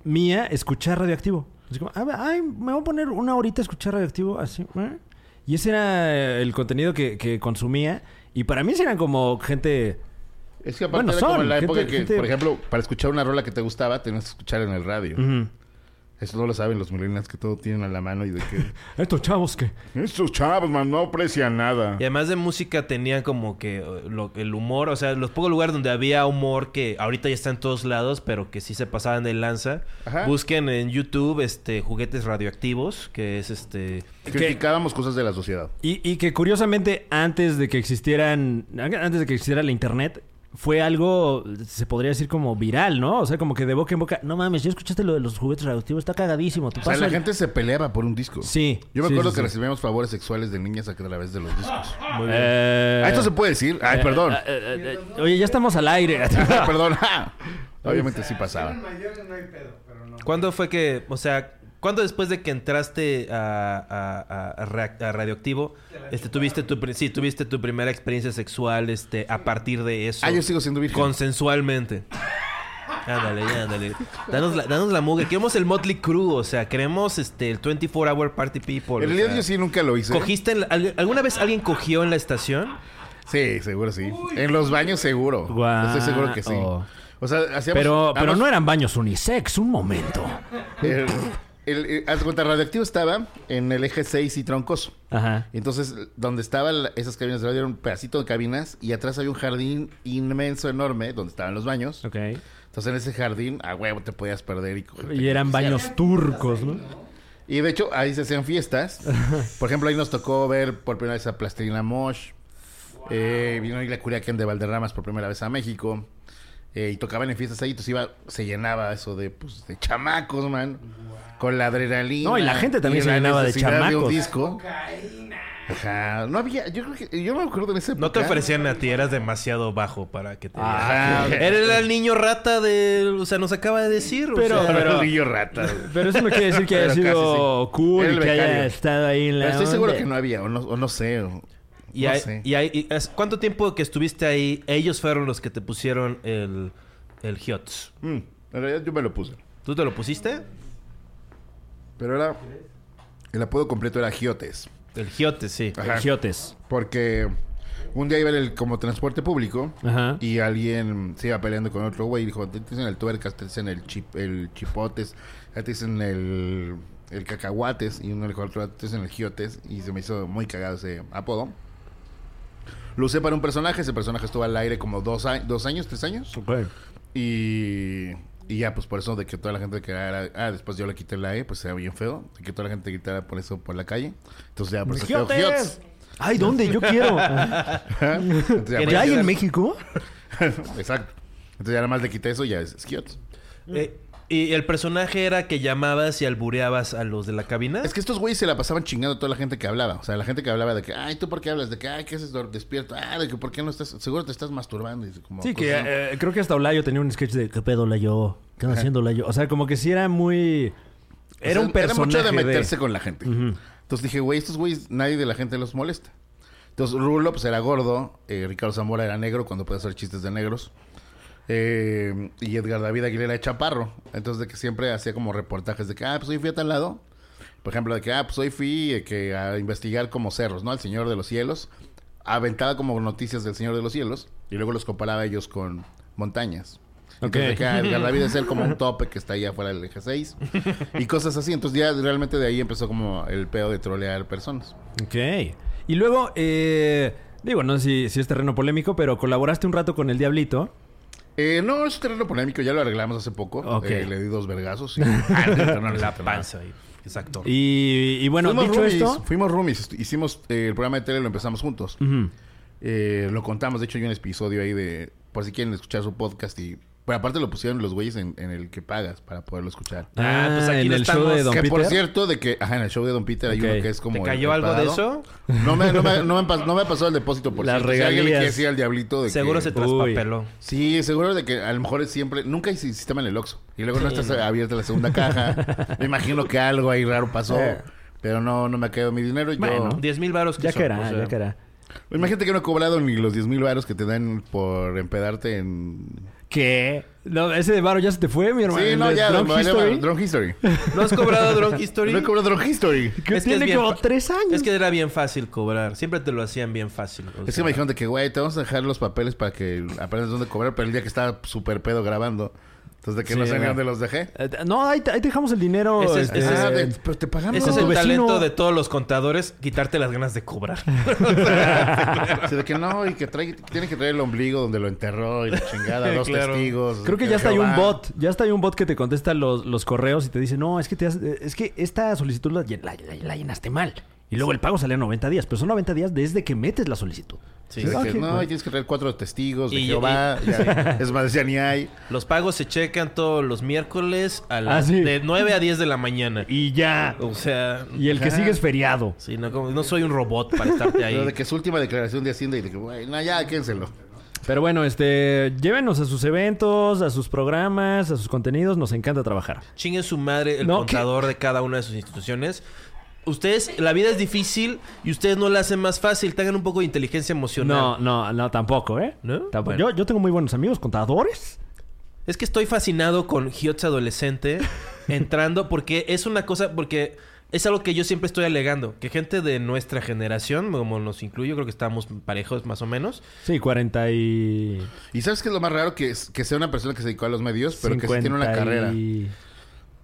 Speaker 3: mía escuchar radioactivo. Así como, "A ver, ay, me voy a poner una horita a escuchar radioactivo, así. ¿eh? Y ese era el contenido que, que consumía. Y para mí sí eran como gente.
Speaker 1: Es que aparte
Speaker 3: Bueno,
Speaker 1: era como
Speaker 3: son,
Speaker 1: en la época
Speaker 3: gente-
Speaker 1: que,
Speaker 3: gente-
Speaker 1: por ejemplo, para escuchar una rola que te gustaba, tenías que escuchar en el radio.
Speaker 3: "Ujú,
Speaker 1: Eso no lo saben los millennials que todo tienen a la mano y de que...
Speaker 3: Estos chavos que.
Speaker 1: Estos chavos, man, no aprecian nada.
Speaker 2: Y además de música tenían como que eh, lo- el humor, o sea, los pocos lugares donde había humor que ahorita ya está en todos lados, pero que sí se pasaban de lanza.
Speaker 1: Ajá.
Speaker 2: Busquen en YouTube este juguetes radioactivos, que es este
Speaker 1: Criticábamos cosas de la sociedad.
Speaker 3: Y, y que curiosamente, antes de que existieran. Antes de que existiera la internet. Fue algo, se podría decir como viral, ¿no? O sea, como que de boca en boca.
Speaker 5: No mames, ¿ya escuchaste lo de los juguetes radioactivos? Está cagadísimo. Te
Speaker 1: O sea,
Speaker 5: paso
Speaker 1: la
Speaker 5: el-
Speaker 1: gente se peleaba por un disco.
Speaker 3: Sí,
Speaker 1: Yo me
Speaker 3: sí,
Speaker 1: acuerdo
Speaker 3: sí,
Speaker 1: que
Speaker 3: sí.
Speaker 1: recibíamos favores sexuales de niñas a través de los discos.
Speaker 3: Eh,
Speaker 1: Ah, esto se puede decir. Ay, perdón.
Speaker 3: eh, eh, eh, oye, ya estamos al aire.
Speaker 1: Ay, perdón. Ja. Obviamente sí
Speaker 4: Si
Speaker 1: pasaba.
Speaker 4: eres mayor, no hay pedo, pero no.
Speaker 2: ¿Cuándo fue que, o sea, cuándo después de que entraste a, a- a- a Reac- a Radioactivo, este, tuviste tu, pri- sí, tuviste tu primera experiencia sexual, este, a partir de eso?
Speaker 1: Ah, yo sigo siendo virgen.
Speaker 2: Consensualmente. Ándale, ya, ándale. Danos la, danos la mugre. Queremos el Motley Crue, o sea, queremos este, el 24 Hour Party People.
Speaker 1: En
Speaker 2: o
Speaker 1: realidad
Speaker 2: sea.
Speaker 1: yo sí nunca lo hice.
Speaker 2: ¿Cogiste en la- al- ¿Alguna vez alguien cogió en la estación?
Speaker 1: Sí, seguro sí. En los baños seguro.
Speaker 3: Guau.
Speaker 1: Estoy seguro que sí. O sea, hacíamos...
Speaker 3: Pero, pero
Speaker 1: ambos-
Speaker 3: no eran baños unisex, un momento.
Speaker 1: El, el- el- haz de cuenta, radioactivo estaba en el eje 6 y troncoso.
Speaker 3: Ajá.
Speaker 1: Entonces, donde estaban la- esas cabinas de radio era un pedacito de cabinas y atrás había un jardín inmenso, enorme, donde estaban los baños.
Speaker 3: Ok.
Speaker 1: Entonces, en ese jardín, a huevo te podías perder y cogerte.
Speaker 3: Y eran baños turcos, ¿no?
Speaker 1: Y de hecho, ahí se hacían fiestas. Por ejemplo, ahí nos tocó ver por primera vez a Plastilina Mosh. Eh, vino ahí la Curiaquén de Valderramas por primera vez a México. Eh, y tocaban en fiestas ahí, entonces iba, se llenaba eso de, pues, de chamacos, man. Con la adrenalina.
Speaker 3: No, y la gente también
Speaker 1: y
Speaker 3: se
Speaker 1: la
Speaker 3: llenaba de
Speaker 1: necesidad un
Speaker 3: chamacos.
Speaker 1: disco. Ajá. No había, yo creo que, yo me acuerdo en ese
Speaker 2: No te ofrecían a ti, eras demasiado bajo para que te...
Speaker 1: Ajá.
Speaker 2: Eres el niño rata de... O sea, nos acaba de decir. o
Speaker 3: Pero-
Speaker 2: sea,
Speaker 1: Pero, niño rata.
Speaker 3: Pero eso no quiere decir que haya
Speaker 1: Pero casi,
Speaker 3: sido
Speaker 1: sí.
Speaker 3: cool
Speaker 1: Era
Speaker 3: y
Speaker 1: el
Speaker 3: que haya
Speaker 1: becario.
Speaker 3: estado ahí en la.
Speaker 1: Pero estoy seguro
Speaker 3: onda.
Speaker 1: que no había, o no, o no sé. o-
Speaker 2: Y,
Speaker 1: no
Speaker 2: ahí-
Speaker 1: sé.
Speaker 2: y ahí- y as- ¿Cuánto tiempo que estuviste ahí? Ellos fueron los que te pusieron el, el HIOTS.
Speaker 1: Mm, en realidad yo me lo puse.
Speaker 2: ¿Tú te lo pusiste?
Speaker 1: Pero era. El apodo completo era Giotes.
Speaker 2: El HIOTS, sí.
Speaker 1: Ajá.
Speaker 3: Giotes.
Speaker 1: Porque un día iba en el como transporte público
Speaker 3: Ajá.
Speaker 1: y alguien se iba peleando con otro güey y dijo, te dicen el tuercas, te dicen el, chip, el chipotes, te dicen el, el cacahuates y uno le dijo al otro, te dicen el giotes y se me hizo muy cagado ese apodo. Lo usé para un personaje, ese personaje estuvo al aire como dos, a- dos años, tres años
Speaker 3: Ok.
Speaker 1: y, y ya pues por eso de que toda la gente que era, ah, después yo le quité la E, pues era bien feo, de que toda la gente gritara por eso por la calle, entonces ya por eso quedó
Speaker 3: ¡Giotes!
Speaker 1: giotes.
Speaker 3: Ay, ¿dónde? Yo quiero.
Speaker 1: Entonces, ya,
Speaker 3: ¿Ya hay
Speaker 1: pues,
Speaker 3: en México?
Speaker 1: Exacto. Entonces ya nada más le quité eso y ya es Skiot.
Speaker 2: Eh, ¿Y el personaje era que llamabas y albureabas a los de la cabina?
Speaker 3: Ah.
Speaker 1: Es que estos güeyes se la pasaban chingando a toda la gente que hablaba. O sea, la gente que hablaba de que, ay, ¿tú por qué hablas? De que, ay, ¿qué haces dor- despierto? Ah, de que, ¿por qué no estás? Seguro te estás masturbando. Y como
Speaker 3: Sí, que
Speaker 1: cosas, ¿no?
Speaker 3: eh, creo que hasta Olayo tenía un sketch de.
Speaker 5: ¿Qué pedo la yo? ¿Qué anda haciendo la yo?
Speaker 3: O sea, como que sí era muy.
Speaker 1: O sea,
Speaker 3: Era un personaje.
Speaker 1: Pues mucho de
Speaker 3: de-
Speaker 1: meterse con la gente. Entonces dije, güey, estos güeyes, nadie de la gente los molesta. Entonces Rulo, pues era gordo. eh, Ricardo Zamora era negro cuando podía hacer chistes de negros. eh, y Edgar David Aguilera era chaparro. Entonces de que siempre hacía como reportajes de que, ah, pues hoy fui a tal lado. Por ejemplo, de que, ah, pues hoy fui eh, que a investigar como cerros, ¿no? Al Señor de los Cielos. Aventaba como noticias del Señor de los Cielos. Y luego los comparaba ellos con montañas. Entonces, de que, ah, Edgar David es él como un tope que está ahí afuera del eje 6. Y cosas así. Entonces ya realmente de ahí empezó como el pedo de trolear personas.
Speaker 3: Ok. Y luego, eh, digo, no sé si, si es terreno polémico, pero colaboraste un rato con el Diablito.
Speaker 1: Eh, no, es terreno polémico, ya lo arreglamos hace poco.
Speaker 3: Ok.
Speaker 1: Eh, le di dos vergazos. y- Ah, no, no, no, no,
Speaker 2: la
Speaker 1: no.
Speaker 2: panza. y- Exacto.
Speaker 3: Y, y bueno,
Speaker 1: fuimos
Speaker 3: dicho
Speaker 1: roomies,
Speaker 3: esto. Mm.
Speaker 1: fuimos roomies. Hicimos eh, el programa de tele, lo empezamos juntos.
Speaker 3: Ujú.
Speaker 1: Eh, lo contamos, de hecho hay un episodio ahí de, por si quieren escuchar su podcast y Pero aparte lo pusieron los güeyes en, en el que pagas para poderlo escuchar.
Speaker 2: Ah, pues aquí
Speaker 3: en
Speaker 2: no
Speaker 3: el show de
Speaker 2: estamos.
Speaker 3: Don
Speaker 1: que
Speaker 3: Peter.
Speaker 1: por cierto, de que, ajá, en el show de Don Peter hay
Speaker 3: Ok.
Speaker 1: uno que es como.
Speaker 2: ¿Te
Speaker 1: el
Speaker 2: cayó algo de
Speaker 1: preparado.
Speaker 2: eso?
Speaker 1: No me, no, me, no, me, han pas- no me ha pasado el depósito por
Speaker 3: Las
Speaker 1: cierto. Si alguien le quiere
Speaker 3: regalías.
Speaker 1: decir al diablito de
Speaker 2: Seguro
Speaker 1: que-
Speaker 2: se traspapeló.
Speaker 1: Sí, seguro de que a lo mejor es siempre. Nunca hay sistema en el Oxxo. Y luego no estás abierta la segunda caja. me imagino que algo ahí raro pasó. Pero no, no me ha quedado mi dinero. Yo,
Speaker 3: Eh. Bueno.
Speaker 2: 10 mil baros que
Speaker 3: Ya
Speaker 2: son,
Speaker 3: que era,
Speaker 2: o
Speaker 1: pues,
Speaker 2: sea.
Speaker 1: eh.
Speaker 3: ya que era.
Speaker 1: Imagínate que no he cobrado ni los 10 mil baros que te dan por empedarte en.
Speaker 3: ¿Qué? No, ese de Varo ya se te fue, mi hermano.
Speaker 1: Sí,
Speaker 3: El
Speaker 1: no,
Speaker 3: de
Speaker 1: ya.
Speaker 3: Drunk
Speaker 1: me vale
Speaker 3: History.
Speaker 1: madre, Drunk History.
Speaker 2: ¿No has cobrado Drunk History?
Speaker 1: No he cobrado Drunk History.
Speaker 3: Que
Speaker 2: Es que es
Speaker 3: tiene
Speaker 2: bien
Speaker 3: como
Speaker 2: fa-
Speaker 3: tres años.
Speaker 2: Es que era bien fácil cobrar. Siempre te lo hacían bien fácil. o
Speaker 1: Es que
Speaker 2: sea.
Speaker 1: me dijeron de que, güey, te vamos a dejar los papeles para que aprendas dónde cobrar, pero el día que estaba súper pedo grabando. Entonces, ¿de que no
Speaker 3: Sí,
Speaker 1: sé ni
Speaker 3: no.
Speaker 1: dónde los dejé?
Speaker 3: Eh, No, ahí te, ahí te dejamos el dinero.
Speaker 2: Ese es-
Speaker 3: este,
Speaker 2: ese es-
Speaker 1: Ah, de- pero te pagamos.
Speaker 2: Ese es
Speaker 3: tu
Speaker 2: el
Speaker 3: vecino.
Speaker 2: talento de todos los contadores, quitarte las ganas de cobrar.
Speaker 1: Sí, de que no, y que trae, tiene que traer el ombligo donde lo enterró y la chingada, dos
Speaker 2: Claro.
Speaker 1: testigos.
Speaker 3: Creo que ya está hay
Speaker 1: Jehová.
Speaker 3: un bot. Ya está hay un bot que te contesta los, los correos y te dice, no, es que, te has- eh, es que esta solicitud la, llen- la- la- la llenaste mal. Y luego el pago sale a 90 días, pero son 90 días desde que metes la solicitud.
Speaker 1: Sí,
Speaker 2: Sí.
Speaker 1: de que,
Speaker 3: Ok,
Speaker 1: no,
Speaker 3: bueno.
Speaker 1: y tienes que traer cuatro testigos de
Speaker 2: Y-
Speaker 1: Jehová.
Speaker 2: y-
Speaker 1: ya. es más, ya ni hay.
Speaker 2: Los pagos se checan todos los miércoles a las-
Speaker 3: Ah, sí.
Speaker 2: de 9 a 10 de la mañana.
Speaker 3: Y ya.
Speaker 2: O sea,
Speaker 3: Y el que sigue es feriado.
Speaker 2: sí, no, como- no soy un robot para estarte
Speaker 1: Pero de
Speaker 2: ahí.
Speaker 1: que su última declaración de Hacienda y de que, güey, no, ya, quédenselo.
Speaker 3: Pero bueno, este, llévenos a sus eventos, a sus programas, a sus contenidos. Nos encanta trabajar.
Speaker 2: Chinguen su madre el
Speaker 3: No,
Speaker 2: contador de cada una de sus instituciones. Ustedes, la vida es difícil y ustedes no la hacen más fácil. Tengan un poco de inteligencia emocional.
Speaker 3: No, no, no, tampoco, ¿eh?
Speaker 2: ¿No?
Speaker 3: Tampoco.
Speaker 2: Bueno.
Speaker 3: Yo, yo tengo muy buenos amigos, contadores.
Speaker 2: Es que estoy fascinado con Hiots adolescente entrando porque es una cosa, porque es algo que yo siempre estoy alegando, que gente de nuestra generación, como nos incluyo, creo que estamos parejos más o menos,
Speaker 3: Sí, 40 y...
Speaker 1: Y sabes que es lo más raro que, es- que sea una persona que se dedicó a los medios, pero que sí tiene una
Speaker 3: 50
Speaker 1: carrera.
Speaker 3: y-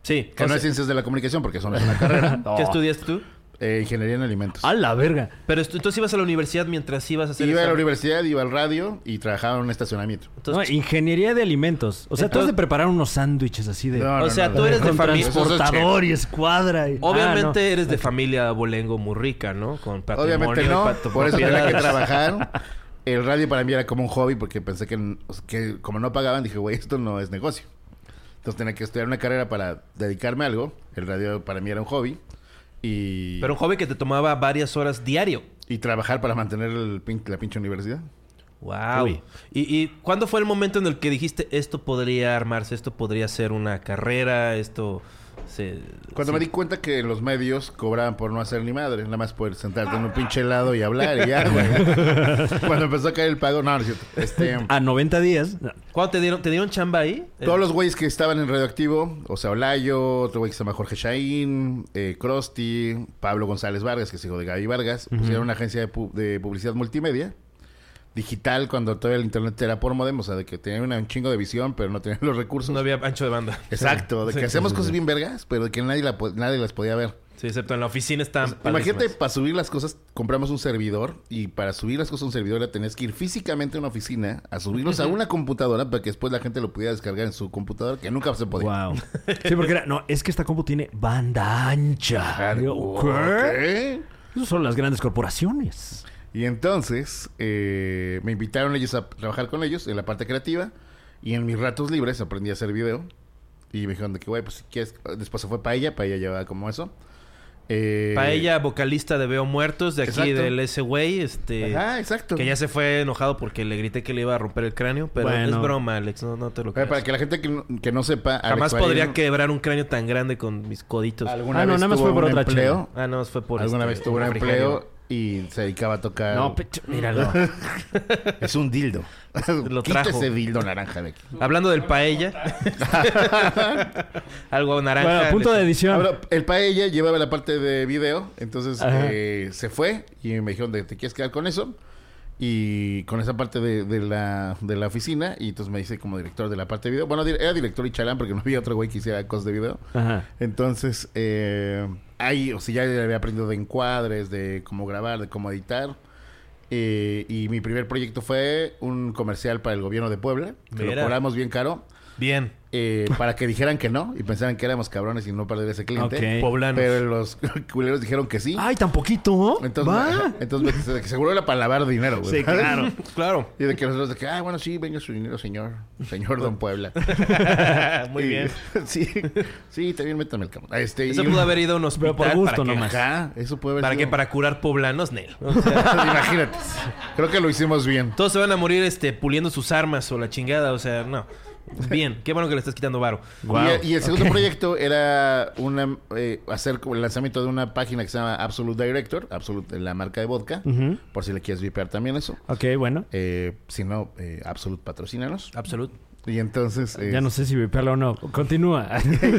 Speaker 2: sí,
Speaker 1: Que
Speaker 2: o
Speaker 1: no
Speaker 2: sea,
Speaker 1: es Oh. ciencias de la comunicación, porque eso no es una carrera. No.
Speaker 2: ¿qué estudiaste tú?
Speaker 1: Eh, ingeniería en alimentos.
Speaker 3: A la verga.
Speaker 2: Pero estu- entonces ibas a la universidad mientras ibas a hacer
Speaker 1: Iba a la
Speaker 2: esa-
Speaker 1: universidad, iba al radio y trabajaba en un estacionamiento.
Speaker 2: Entonces,
Speaker 3: no, ingeniería de alimentos. O sea, tú has de preparar unos sándwiches así de...
Speaker 1: No,
Speaker 2: O
Speaker 1: no,
Speaker 2: sea,
Speaker 1: no,
Speaker 2: tú
Speaker 1: no.
Speaker 2: eres de
Speaker 1: Con
Speaker 2: familia.
Speaker 1: transportador.
Speaker 3: Transportador y escuadra. y-
Speaker 2: Obviamente
Speaker 3: Ah,
Speaker 2: eres de familia bolengo muy rica, ¿no? Con patrimonio
Speaker 1: Obviamente
Speaker 2: y
Speaker 1: no,
Speaker 2: pat-
Speaker 1: por eso tenía que
Speaker 2: propiedades.
Speaker 1: trabajar. El radio para mí era como un hobby porque pensé que, que como no pagaban, dije, güey, esto no es negocio. Entonces tenía que estudiar una carrera para dedicarme a algo. El radio para mí era un hobby. Y,
Speaker 2: Pero un joven que te tomaba varias horas diario.
Speaker 1: y trabajar para mantener el pin- la pinche universidad.
Speaker 2: Wow.
Speaker 3: Uy.
Speaker 2: ¿Y, y cuándo fue el momento en el que dijiste esto podría armarse, esto podría ser una carrera, esto se
Speaker 1: Cuando me di cuenta que en los medios cobraban por no hacer ni madre, nada más por sentarte
Speaker 2: Ah.
Speaker 1: en un pinche helado y hablar y ya, güey. Cuando empezó a caer el pago, no, no es cierto. Este,
Speaker 3: no. A 90 días. No.
Speaker 2: ¿Cuándo te dieron te dieron chamba ahí?
Speaker 1: Todos los güeyes que estaban en Radioactivo, o sea, Olayo, otro güey que se llama Jorge Shain, eh, Krusty, Pablo González Vargas, que es hijo de Gaby Vargas, pusieron una agencia de, pu- de publicidad multimedia, digital, cuando todavía el internet era por modem, o sea, de que tenían una- un chingo de visión, pero no tenían los recursos.
Speaker 2: Eh, no había ancho de banda.
Speaker 1: Exacto, de que hacemos cosas bien vergas, pero de que nadie, la po- nadie las podía ver.
Speaker 2: Sí, excepto en la oficina están
Speaker 1: Imagínate, para subir las cosas, compramos un servidor y para subir las cosas a un servidor ya tenías que ir físicamente a una oficina a subirlos a una computadora para que después la gente lo pudiera descargar en su computadora, que nunca se podía.
Speaker 3: Wow. Sí, porque era... No, es que esta compu tiene banda
Speaker 1: Ah,
Speaker 3: ancha. Yo, ¿Qué?
Speaker 1: Ok.
Speaker 3: Esas son las grandes corporaciones.
Speaker 1: Y entonces eh, me invitaron ellos a trabajar con ellos en la parte creativa y en mis ratos libres aprendí a hacer video. Y me dijeron de que, güey, pues si quieres, después se fue Paella, Paella llevaba como eso. Eh,
Speaker 2: Paella, vocalista de Veo Muertos, de aquí
Speaker 1: Exacto.
Speaker 2: del ese güey, este
Speaker 1: Ajá, exacto.
Speaker 2: que ya se fue enojado porque le grité que le iba a romper el cráneo, pero
Speaker 3: Bueno.
Speaker 2: es broma, Alex, no, no te lo
Speaker 1: Oye,
Speaker 2: creas.
Speaker 1: para que la gente que no, que no sepa,
Speaker 2: Jamás
Speaker 1: Alex Paella
Speaker 2: podría quebrar un cráneo tan grande con mis coditos.
Speaker 1: Alguna
Speaker 3: Ah, no,
Speaker 1: vez
Speaker 3: nada más
Speaker 1: tuvo
Speaker 3: fue por
Speaker 1: un
Speaker 3: otra
Speaker 1: empleo.
Speaker 2: Ah, no, fue por
Speaker 1: Alguna
Speaker 2: este,
Speaker 1: vez tuvo un
Speaker 2: refrigerio.
Speaker 1: empleo y se dedicaba a tocar.
Speaker 3: No, pecho, míralo.
Speaker 1: es un dildo.
Speaker 2: Lo
Speaker 1: Quita
Speaker 2: trajo.
Speaker 1: ese dildo naranja de aquí.
Speaker 2: Hablando del paella. Algo naranja.
Speaker 3: bueno, punto de edición.
Speaker 1: Ahora, Ah, el Paella llevaba la parte de video, entonces
Speaker 3: Ajá.
Speaker 1: eh, se fue y me dijeron, de, ¿te quieres quedar con eso? Y con esa parte de, de la, de la oficina, y entonces me hice como director de la parte de video. Bueno, di- era director y chalán porque no había otro güey que hiciera cosas de video.
Speaker 3: Ajá.
Speaker 1: Entonces, eh, ahí, o sea, ya había aprendido de encuadres, de cómo grabar, de cómo editar. Eh, y mi primer proyecto fue un comercial para el gobierno de Puebla, que
Speaker 2: Mira.
Speaker 1: lo cobramos bien caro.
Speaker 2: Bien.
Speaker 1: eh, para que dijeran que no y pensaran que éramos cabrones y no perder ese cliente.
Speaker 3: Ok.
Speaker 2: Poblanos.
Speaker 1: Pero los culeros dijeron que sí.
Speaker 3: Ay, tan poquito, ¿no?
Speaker 1: Entonces,
Speaker 3: Va.
Speaker 1: entonces de que seguro era para lavar dinero, güey.
Speaker 3: Sí, claro.
Speaker 2: Claro.
Speaker 1: Y de que nosotros de que, ah, bueno, sí, venga su dinero, señor. Señor Don Puebla.
Speaker 2: Muy
Speaker 1: Y-
Speaker 2: bien.
Speaker 1: sí, sí, también métame el cabrón. Ah, Este,
Speaker 2: Eso
Speaker 1: y-
Speaker 2: pudo haber ido a un hospital.
Speaker 3: Pero por gusto
Speaker 2: ¿para qué?
Speaker 3: nomás.
Speaker 1: Ajá, eso puede haber
Speaker 2: ¿Para qué?
Speaker 1: sido-
Speaker 2: Para curar poblanos, Nel.
Speaker 1: Imagínate. Creo que lo hicimos bien.
Speaker 2: Todos se van a morir este, puliendo sus armas o la chingada. O sea, no. Bien. Qué bueno que le estás quitando varo.
Speaker 3: Guau.
Speaker 1: Y, y el segundo proyecto era una, eh, hacer como el lanzamiento de una página que se llama Absolute Director, Absolute, la marca de vodka,
Speaker 3: Ujú.
Speaker 1: por si le quieres vipear también eso.
Speaker 3: Ok, bueno.
Speaker 1: Eh, si no, eh, Absolute patrocínanos.
Speaker 2: Absolut.
Speaker 1: Y entonces... eh,
Speaker 3: Ya no sé si vipearla o no. Continúa.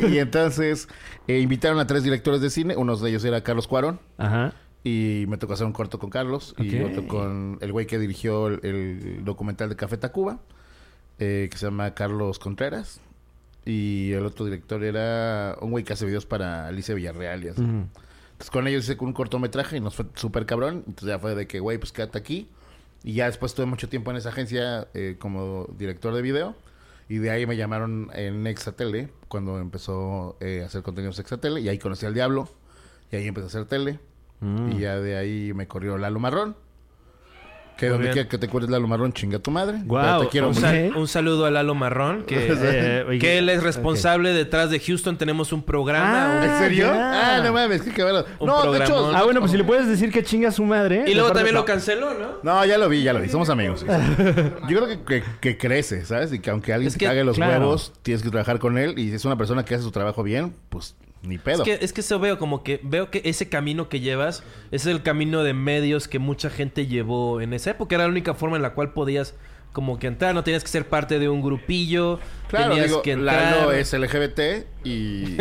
Speaker 1: y entonces eh, invitaron a tres directores de cine, uno de ellos era Carlos Cuarón,
Speaker 3: Ajá.
Speaker 1: y me tocó hacer un corto con Carlos, y
Speaker 3: Ok.
Speaker 1: otro con el güey que dirigió el, el documental de Café Tacuba, eh, que se llama Carlos Contreras, y el otro director era un güey que hace videos para Alicia Villarreal y así.
Speaker 3: Ujú.
Speaker 1: Entonces pues, con ellos hice un cortometraje y nos fue súper cabrón, entonces ya fue de que, güey, pues quédate aquí, y ya después tuve mucho tiempo en esa agencia eh, como director de video. Y de ahí me llamaron en Exatele, cuando empezó eh, a hacer contenidos Exatele. Y ahí conocí al Diablo. Y ahí empecé a hacer tele. Y ya de ahí me corrió Lalo Marrón. Que
Speaker 2: Muy
Speaker 1: donde
Speaker 2: bien.
Speaker 1: quiera que te cuelgues Lalo Marrón, chinga tu madre. Pero
Speaker 3: Guau,
Speaker 1: te quiero
Speaker 3: o
Speaker 2: Un,
Speaker 1: mucho.
Speaker 3: sea,
Speaker 2: sal- un saludo a Lalo Marrón, que,
Speaker 3: Eh, oye,
Speaker 2: que él es responsable detrás de Houston. Tenemos un programa.
Speaker 3: Ah,
Speaker 2: un-
Speaker 1: ¿En serio?
Speaker 3: ya.
Speaker 1: Ah, no mames, qué cabrón.
Speaker 2: Un
Speaker 1: No, de
Speaker 2: programón.
Speaker 1: hecho.
Speaker 3: Ah, bueno, pues si le puedes decir que chinga su madre.
Speaker 2: y luego
Speaker 3: mejor-
Speaker 2: también
Speaker 3: no.
Speaker 2: lo canceló, ¿no?
Speaker 1: No, ya lo vi, ya lo vi. Somos amigos. sí, sí. Yo creo que, que- que crece, ¿sabes? Y que aunque alguien
Speaker 2: Es
Speaker 1: se
Speaker 2: que,
Speaker 1: cague los
Speaker 3: claro.
Speaker 1: huevos, tienes que trabajar con él. Y si es una persona que hace su trabajo bien, pues ni
Speaker 2: Es
Speaker 1: pedo.
Speaker 2: que, es que eso veo, como que veo que ese camino que llevas es el camino de medios que mucha gente llevó en esa época. Era la única forma en la cual podías como que entrar. No tenías que ser parte de un grupillo.
Speaker 1: Claro,
Speaker 2: tenías
Speaker 1: digo,
Speaker 2: que entrar.
Speaker 1: Lalo es LGBT y...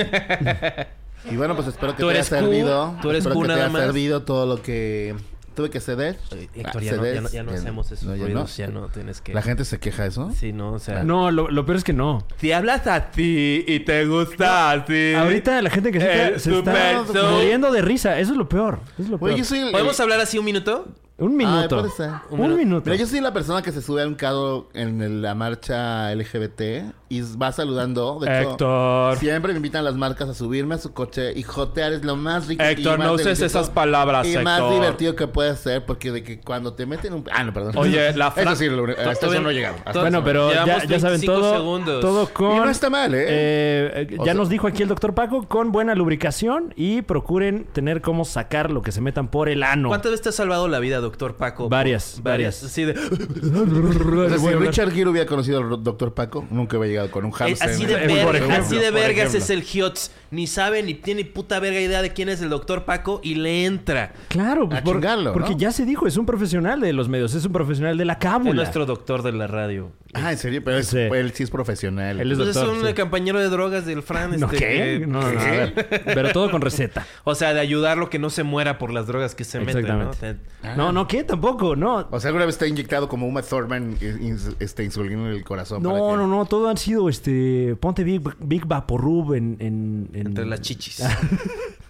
Speaker 1: y bueno, pues espero que
Speaker 2: Tú
Speaker 1: te haya
Speaker 2: eres Q,
Speaker 1: servido.
Speaker 2: tú eres
Speaker 1: espero
Speaker 2: Q
Speaker 1: que te
Speaker 2: nada
Speaker 1: haya
Speaker 2: más.
Speaker 1: servido todo lo que tuve que ceder.
Speaker 2: Eh, Héctor,
Speaker 1: Ah,
Speaker 2: ya, no, ya
Speaker 1: cedes.
Speaker 2: no- ya no
Speaker 1: Bien.
Speaker 2: hacemos esos
Speaker 1: No, ya
Speaker 2: ruidos,
Speaker 1: no.
Speaker 2: ya no tienes que...
Speaker 1: La gente se queja de eso.
Speaker 2: Sí, no, o sea...
Speaker 3: No, lo, lo peor es que no.
Speaker 2: Si hablas así y te gusta así...
Speaker 3: Ahorita la gente que se
Speaker 2: El
Speaker 3: está, se está
Speaker 2: super show.
Speaker 3: muriendo de risa. Eso es lo peor. Eso es lo
Speaker 1: Oye,
Speaker 3: peor.
Speaker 1: yo soy el-
Speaker 2: ¿Podemos hablar así un minuto?
Speaker 3: Un minuto.
Speaker 1: puede ser.
Speaker 3: Un,
Speaker 2: Un
Speaker 3: minuto.
Speaker 1: Mira, yo soy la persona que se sube a un carro en el- la marcha LGBT y va saludando. De hecho,
Speaker 3: Héctor.
Speaker 1: Siempre me invitan las marcas a subirme a su coche y jotear es lo más rico. y
Speaker 3: Héctor,
Speaker 1: más
Speaker 3: no uses
Speaker 1: delicioso
Speaker 3: esas palabras,
Speaker 1: Y más
Speaker 3: Héctor.
Speaker 1: divertido que puede ser porque de que cuando te meten un... Ah, no, perdón.
Speaker 3: Oye, la fra-
Speaker 1: Eso sí, lo, hasta eso
Speaker 2: todavía-
Speaker 1: no he llegado. Hasta
Speaker 2: to-
Speaker 3: Bueno, pero ya,
Speaker 2: Llevamos
Speaker 3: ya saben
Speaker 2: 25
Speaker 3: todo.
Speaker 2: segundos.
Speaker 3: Todo
Speaker 1: Y
Speaker 3: con.
Speaker 1: no está mal, ¿eh?
Speaker 3: eh, eh,
Speaker 1: O
Speaker 3: ya
Speaker 1: sea-
Speaker 3: nos dijo aquí el doctor Paco con buena lubricación y procuren tener cómo sacar lo que se metan por el ano.
Speaker 2: ¿Cuántas veces te ha salvado la vida, doctor Paco?
Speaker 3: Varias, varias.
Speaker 2: Así de...
Speaker 3: pues,
Speaker 1: O sea, si Richard Gere hubiera conocido al doctor Paco, nunca hubiera llegado con un
Speaker 2: Eh,
Speaker 1: hamster.
Speaker 2: así,
Speaker 1: en
Speaker 2: de
Speaker 1: el-
Speaker 2: verga-
Speaker 3: por ejemplo,
Speaker 2: así de
Speaker 3: por
Speaker 2: vergas
Speaker 3: ejemplo.
Speaker 2: es el Hiots. Ni sabe, ni tiene puta verga idea de quién es el doctor Paco y le entra.
Speaker 3: Claro, pues
Speaker 1: A chingarlo,
Speaker 3: porque
Speaker 1: ¿no?
Speaker 3: ya se dijo, es un profesional de los medios, es un profesional de la cábula.
Speaker 2: Es nuestro doctor de la radio.
Speaker 1: Ah, en serio, pero es-
Speaker 3: Sí.
Speaker 1: él sí es profesional.
Speaker 3: Él es
Speaker 2: Entonces es
Speaker 3: doctor,
Speaker 2: un
Speaker 3: sí.
Speaker 2: eh, compañero de drogas del Fran.
Speaker 3: ¿No
Speaker 2: este,
Speaker 3: qué?
Speaker 2: que-
Speaker 3: No, no, no, a ver. Pero todo con receta.
Speaker 2: O sea, de ayudarlo que no se muera por las drogas que se meten. ¿no?
Speaker 3: Exactamente.
Speaker 2: Te-
Speaker 3: No, no, ¿qué? Tampoco, no.
Speaker 1: Ah. O sea, alguna vez está inyectado como Uma Thurman eh, ins- este, insulina en el corazón. para
Speaker 3: No,
Speaker 1: que-
Speaker 3: no, no, todo han sido este. Ponte Big, Big Vaporub en, en, en-
Speaker 2: Entre las chichis.
Speaker 3: Ah,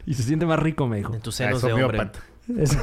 Speaker 3: Y se siente más rico, me dijo.
Speaker 2: en tus
Speaker 1: Ah,
Speaker 2: senos
Speaker 1: es
Speaker 2: de hombre.
Speaker 1: homeópata.
Speaker 3: Es-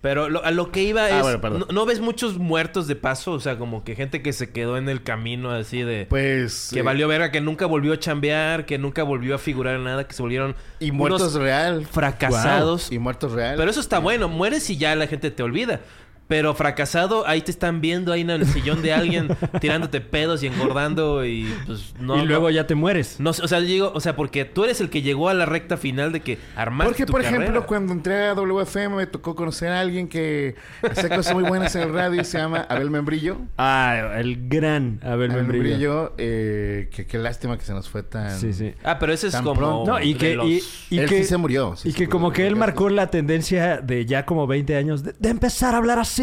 Speaker 2: Pero lo- a lo que iba es...
Speaker 1: Ah, bueno, perdón.
Speaker 2: ¿no, no ves muchos muertos de paso? O sea, como que gente que se quedó en el camino así de...
Speaker 1: Pues.
Speaker 2: Que
Speaker 1: eh,
Speaker 2: valió verga, que nunca volvió a chambear, que nunca volvió a figurar en nada, que se volvieron
Speaker 1: eh, Y muertos
Speaker 2: unos
Speaker 1: real.
Speaker 2: fracasados.
Speaker 1: Y muertos real.
Speaker 2: Pero eso está bueno, mueres y ya la gente te olvida. Pero fracasado, ahí te están viendo ahí en el sillón de alguien tirándote pedos y engordando y pues no.
Speaker 3: y luego
Speaker 2: no-
Speaker 3: ya te mueres.
Speaker 2: no sé, o sea, yo digo, o sea, porque tú eres el que llegó a la recta final de que armaste
Speaker 1: Porque,
Speaker 2: tu
Speaker 1: por
Speaker 2: carrera.
Speaker 1: ejemplo, cuando entré a WFM me tocó conocer a alguien que hace cosas muy buenas en el radio y se llama Abel Membrillo.
Speaker 3: Ah, el gran Abel
Speaker 1: Abel
Speaker 3: Membrillo.
Speaker 1: Membrillo, eh, que qué lástima que se nos fue tan...
Speaker 3: Sí, sí.
Speaker 2: Ah, pero ese es
Speaker 1: Tan
Speaker 2: como.
Speaker 1: pronto.
Speaker 3: No, y
Speaker 2: de
Speaker 3: que,
Speaker 2: los-
Speaker 3: y, y
Speaker 1: él
Speaker 3: que,
Speaker 1: sí se murió. sí pues,
Speaker 3: y
Speaker 1: se
Speaker 3: que
Speaker 1: murió.
Speaker 3: como que él marcó la tendencia de ya como 20 años de, de empezar a hablar así